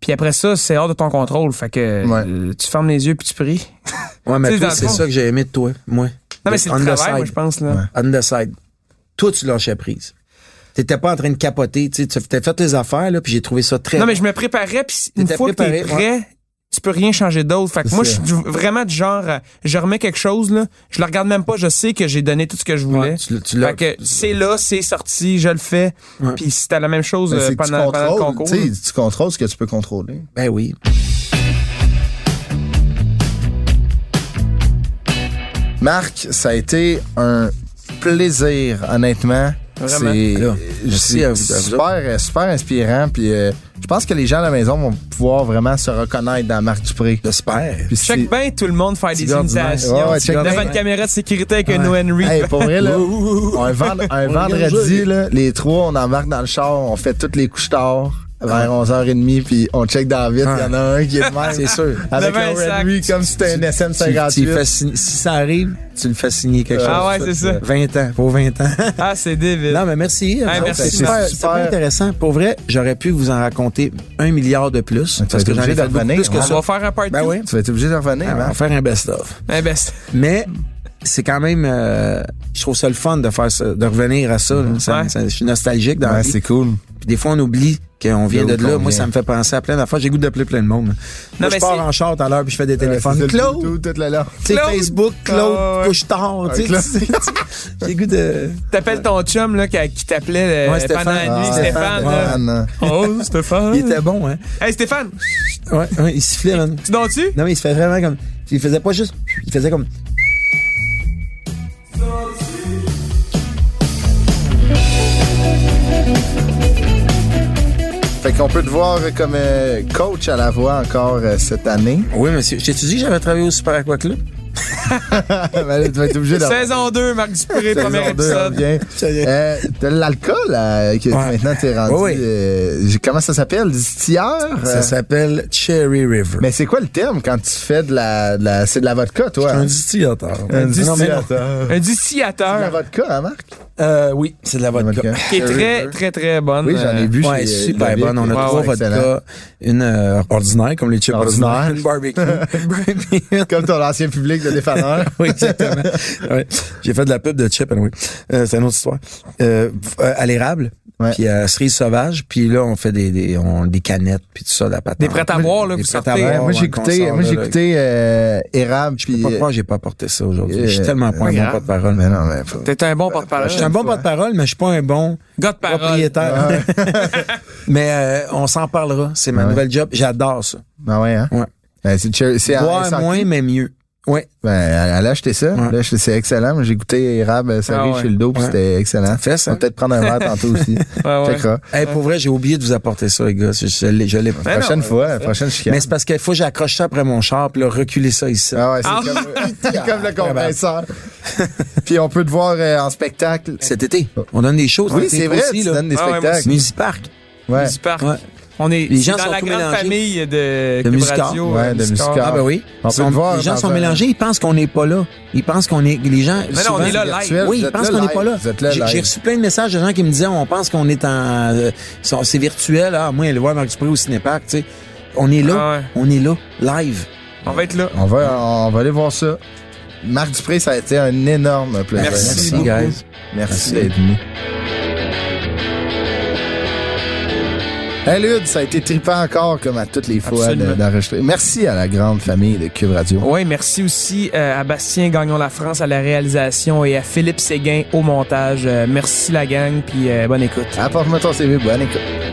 Speaker 2: Puis après ça, c'est hors de ton contrôle. Fait que
Speaker 3: Ouais.
Speaker 2: euh, tu fermes les yeux puis tu pries.
Speaker 4: Ouais,
Speaker 2: Tu
Speaker 4: mais
Speaker 2: sais,
Speaker 4: toi,
Speaker 2: dans le
Speaker 4: c'est
Speaker 2: fond-
Speaker 4: ça que j'ai aimé de toi, moi.
Speaker 2: Non, mais c'est le
Speaker 4: On the
Speaker 2: travail,
Speaker 4: side.
Speaker 2: moi, je pense. Là.
Speaker 4: on the side. Toi, tu lâchais prise. T'étais pas en train de capoter, tu sais, tu t'as fait tes affaires, là, puis j'ai trouvé ça très...
Speaker 2: Non, mais je me préparais, puis une
Speaker 4: T'étais
Speaker 2: fois que t'es
Speaker 4: préparé,
Speaker 2: prêt, tu peux rien changer d'autre. Fait que
Speaker 3: C'est
Speaker 2: moi, je
Speaker 3: ça.
Speaker 2: suis du- vraiment du genre, euh, je remets quelque chose, là, je le regarde même pas, je sais que j'ai donné tout ce que je voulais.
Speaker 4: Ouais, tu l'as- tu l'as-
Speaker 2: fait que c'est là, c'est sorti, je le fais. Puis c'était la même chose
Speaker 3: Ben,
Speaker 2: euh,
Speaker 3: c'est que tu
Speaker 2: pendant, pendant le
Speaker 3: contrôles,
Speaker 2: concours.
Speaker 3: tu sais, tu contrôles ce que tu peux contrôler.
Speaker 4: Ben oui.
Speaker 3: Marc, ça a été un plaisir, honnêtement.
Speaker 2: Vraiment.
Speaker 3: C'est-
Speaker 4: Alors, merci à vous- à
Speaker 3: C'est
Speaker 4: vous
Speaker 3: super, super inspirant. Puis euh, je pense que les gens à la maison vont pouvoir vraiment se reconnaître dans Marc Dupré.
Speaker 4: J'espère.
Speaker 3: Puis c'est-
Speaker 2: Check bien tout le monde faire des
Speaker 4: Petit gars ordinaire.
Speaker 2: imitations.
Speaker 3: Ouais, ouais, check
Speaker 2: devant
Speaker 3: bien.
Speaker 2: une caméra de sécurité avec un Henry.
Speaker 3: Hey, pour vrai, là, un, vend- un
Speaker 4: On
Speaker 3: vendredi,
Speaker 4: regarde
Speaker 3: là, les trois, on embarque dans le char, on fait toutes les couches tard vers 11h30, puis on check dans vite. Il y en a un qui est de même.
Speaker 4: Ah. C'est sûr.
Speaker 3: Avec
Speaker 2: Devant
Speaker 3: un
Speaker 2: un sac.
Speaker 3: Red comme si c'était un
Speaker 4: Tu- tu fais
Speaker 3: SM58.
Speaker 4: signer- si ça arrive, tu le fais signer quelque chose.
Speaker 2: Ah ouais, c'est ça.
Speaker 4: 20 ans, pour 20 ans.
Speaker 2: Ah, c'est débile.
Speaker 4: non, mais merci.
Speaker 2: Ah,
Speaker 4: Vous
Speaker 2: merci,
Speaker 4: autres, C'est
Speaker 3: Marc.
Speaker 4: super, c'est super
Speaker 3: Super.
Speaker 4: intéressant. Pour vrai, j'aurais pu vous en raconter un milliard de plus,
Speaker 3: vas
Speaker 4: parce
Speaker 3: être
Speaker 4: que j'en
Speaker 3: obligé
Speaker 4: ai
Speaker 3: de
Speaker 4: beaucoup
Speaker 3: revenir, hein.
Speaker 4: plus que
Speaker 2: on
Speaker 4: ça. Ah,
Speaker 2: va faire un party.
Speaker 4: Ben oui.
Speaker 3: Tu vas être obligé de revenir, hein.
Speaker 4: On va
Speaker 3: Marc.
Speaker 4: faire un best-of.
Speaker 2: Ben, ben, c'est-
Speaker 4: Mais c'est quand même, euh, je trouve ça le fun de faire ça, de revenir à ça. là. Ça-
Speaker 2: Ouais.
Speaker 4: ça- je suis nostalgique dans la
Speaker 3: Ouais,
Speaker 4: vie.
Speaker 3: c'est cool.
Speaker 4: Puis des fois, on oublie qu'on vient
Speaker 3: D'où
Speaker 4: de là.
Speaker 3: qu'on
Speaker 4: Moi,
Speaker 3: vient.
Speaker 4: ça me fait penser à plein d'affaires. J'ai le goût d'appeler plein de monde. Moi,
Speaker 2: mais
Speaker 4: je pars
Speaker 2: c'est-
Speaker 4: en char tout à l'heure puis je fais des téléphones.
Speaker 3: Ouais, c'est ça, le
Speaker 4: Claude,
Speaker 3: tout, tout, tout le long.
Speaker 4: tu sais,
Speaker 2: Claude!
Speaker 4: Facebook, Claude,
Speaker 2: Ah, ouais.
Speaker 4: couche tard. tu sais,
Speaker 3: Claude.
Speaker 4: tu sais, J'ai le goût de.
Speaker 2: T'appelles ton chum là, qui, qui t'appelait euh,
Speaker 4: Ouais, Stéphane.
Speaker 2: pendant la nuit,
Speaker 3: Ah,
Speaker 2: Stéphane. là.
Speaker 3: Stéphane.
Speaker 2: Oh, Stéphane.
Speaker 4: Il était bon, hein.
Speaker 2: Hey, Stéphane,
Speaker 4: Ouais, ouais, il sifflait, man.
Speaker 2: tu dors-tu?
Speaker 4: Non, mais il se fait vraiment comme. Il faisait pas juste. Il faisait comme.
Speaker 3: Fait qu'on peut te voir comme euh, coach à la voix encore euh, cette année.
Speaker 4: Oui, monsieur. J'ai-tu dit que j'avais travaillé au Super Aqua Club?
Speaker 3: Ben là, tu vas être obligé de
Speaker 2: Saison 2, Marc Dupré,
Speaker 3: Saison
Speaker 2: premier
Speaker 3: deux, on
Speaker 2: épisode.
Speaker 3: revient. Euh, T'as de l'alcool euh, que
Speaker 4: Ouais.
Speaker 3: maintenant t'es rendu.
Speaker 4: Ouais, ouais.
Speaker 3: euh, j'ai- comment ça s'appelle? Distilleur?
Speaker 4: Ça
Speaker 3: Euh,
Speaker 4: s'appelle Cherry River.
Speaker 3: Mais c'est quoi le terme quand tu fais de la. de la- c'est de la vodka, toi?
Speaker 4: un
Speaker 3: hein?
Speaker 4: distillateur.
Speaker 3: Un
Speaker 4: Non, mais non.
Speaker 3: distillateur.
Speaker 2: Un
Speaker 3: C'est de la
Speaker 2: distillateur
Speaker 3: vodka, hein, Marc?
Speaker 4: Euh, oui, c'est de la
Speaker 3: La
Speaker 4: vodka.
Speaker 3: vodka.
Speaker 2: qui est très, très, très bonne.
Speaker 3: Oui, j'en ai bu.
Speaker 4: Ouais,
Speaker 3: chez, euh,
Speaker 4: super
Speaker 3: David.
Speaker 4: bonne. On a
Speaker 3: Ouais,
Speaker 4: trois
Speaker 3: ouais, excellent.
Speaker 4: vodkas. Une euh, ordinaire, comme les chips
Speaker 3: Ordinaire.
Speaker 4: ordinaires. Une barbecue.
Speaker 3: Comme ton ancien public de dépanneur.
Speaker 4: oui, exactement. Ouais. J'ai fait de la pub de chips, anyway. Euh, c'est une autre histoire. Euh, euh, à l'érable,
Speaker 3: Ouais.
Speaker 4: puis à cerise sauvage, puis là, on fait des, des, on, des canettes, puis tout ça, de la patate.
Speaker 2: Des prêts-à-boire, là,
Speaker 4: Des
Speaker 2: vous sortez.
Speaker 4: prêts-à-boire,
Speaker 3: Ouais, moi, j'ai
Speaker 4: ouais, qu'on
Speaker 3: écouté,
Speaker 4: sort,
Speaker 3: moi, j'ai
Speaker 4: là, là.
Speaker 3: écouté euh, Érable. puis,
Speaker 4: Pourquoi j'ai pas apporté ça aujourd'hui? je suis
Speaker 3: euh,
Speaker 4: tellement pas un bon porte-parole.
Speaker 3: Mais non, mais. faut-
Speaker 2: T'es un bon porte-parole.
Speaker 4: Je suis un bon porte-parole, mais je suis pas un bon
Speaker 2: gars de parole.
Speaker 4: propriétaire. mais euh, on s'en parlera. C'est ma
Speaker 3: Ouais.
Speaker 4: nouvelle job. J'adore ça.
Speaker 3: Ah ouais, hein?
Speaker 4: Ouais.
Speaker 3: Ben, c'est cher- c'est en-
Speaker 4: Boire
Speaker 3: c'est en-
Speaker 4: moins, mais mieux. Ouais.
Speaker 3: Ben, allez acheter ça. Allez acheter- c'est excellent. Moi, J'ai goûté érable ça
Speaker 2: Ah ouais.
Speaker 3: chez le dos, puis
Speaker 4: Ouais.
Speaker 3: c'était excellent.
Speaker 4: Ça fait ça.
Speaker 3: On va peut-être prendre un verre tantôt aussi.
Speaker 2: Ouais, ouais.
Speaker 3: Checkera.
Speaker 4: Hey, pour vrai, j'ai oublié de vous apporter ça, les gars. Je, je l'ai je l'ai pas.
Speaker 2: Ben non,
Speaker 3: prochaine
Speaker 2: euh,
Speaker 3: fois, prochaine chicane.
Speaker 4: Mais c'est parce qu'il faut que j'accroche ça après mon char, puis là, reculer ça ici.
Speaker 3: Ah ouais, c'est
Speaker 2: Ah
Speaker 3: comme, c'est comme le compresseur. Puis on peut te voir euh, en spectacle.
Speaker 4: Cet été. On donne des choses.
Speaker 3: Oui, c'est vrai, tu donnes des
Speaker 2: Ah ouais, moi
Speaker 3: spectacles.
Speaker 4: Musipark.
Speaker 3: Ouais.
Speaker 2: Super.
Speaker 4: Ouais.
Speaker 2: On est
Speaker 4: Les gens
Speaker 2: dans
Speaker 4: sont
Speaker 2: la
Speaker 4: tout
Speaker 2: grande
Speaker 4: mélangés.
Speaker 2: famille de,
Speaker 4: De
Speaker 2: Cube
Speaker 4: Musicard.
Speaker 2: Radio,
Speaker 3: Ouais,
Speaker 2: euh,
Speaker 3: de
Speaker 2: Musicard.
Speaker 3: Musicard.
Speaker 4: Ah ben oui.
Speaker 3: On
Speaker 4: Ils
Speaker 3: peut
Speaker 4: sont-
Speaker 3: le voir
Speaker 4: les gens
Speaker 3: dans
Speaker 4: sont
Speaker 3: un-
Speaker 4: mélangés, ils pensent qu'on n'est pas là. Ils pensent qu'on est les gens
Speaker 2: Mais non, on est là live.
Speaker 3: virtuel,
Speaker 4: Oui,
Speaker 3: vous
Speaker 4: ils
Speaker 3: êtes
Speaker 4: pensent
Speaker 3: là
Speaker 4: qu'on n'est
Speaker 3: live,
Speaker 4: pas là.
Speaker 3: vous êtes là
Speaker 4: J'ai- J'ai
Speaker 3: live.
Speaker 4: reçu plein de messages de gens qui me disaient on pense qu'on est en euh, sont- c'est virtuel, ah moi aller voir Marc Dupré au Cinépark, tu sais. On est là,
Speaker 2: Ah ouais.
Speaker 4: on est là live.
Speaker 2: On va être là.
Speaker 3: On va, on va aller voir ça. Marc Dupré, ça a été un énorme plaisir.
Speaker 2: Merci beaucoup.
Speaker 4: guys.
Speaker 3: Merci d'être venu. Hey Lude, ça a été trippant encore comme à toutes les fois
Speaker 2: Absolument.
Speaker 3: de- d'enregistrer. Merci à la grande famille de Cube Radio.
Speaker 2: Oui, merci aussi euh, à Bastien Gagnon La France à la réalisation et à Philippe Séguin au montage. Euh, merci la gang, puis euh, bonne écoute.
Speaker 3: Apporte-moi ton CV, bonne écoute.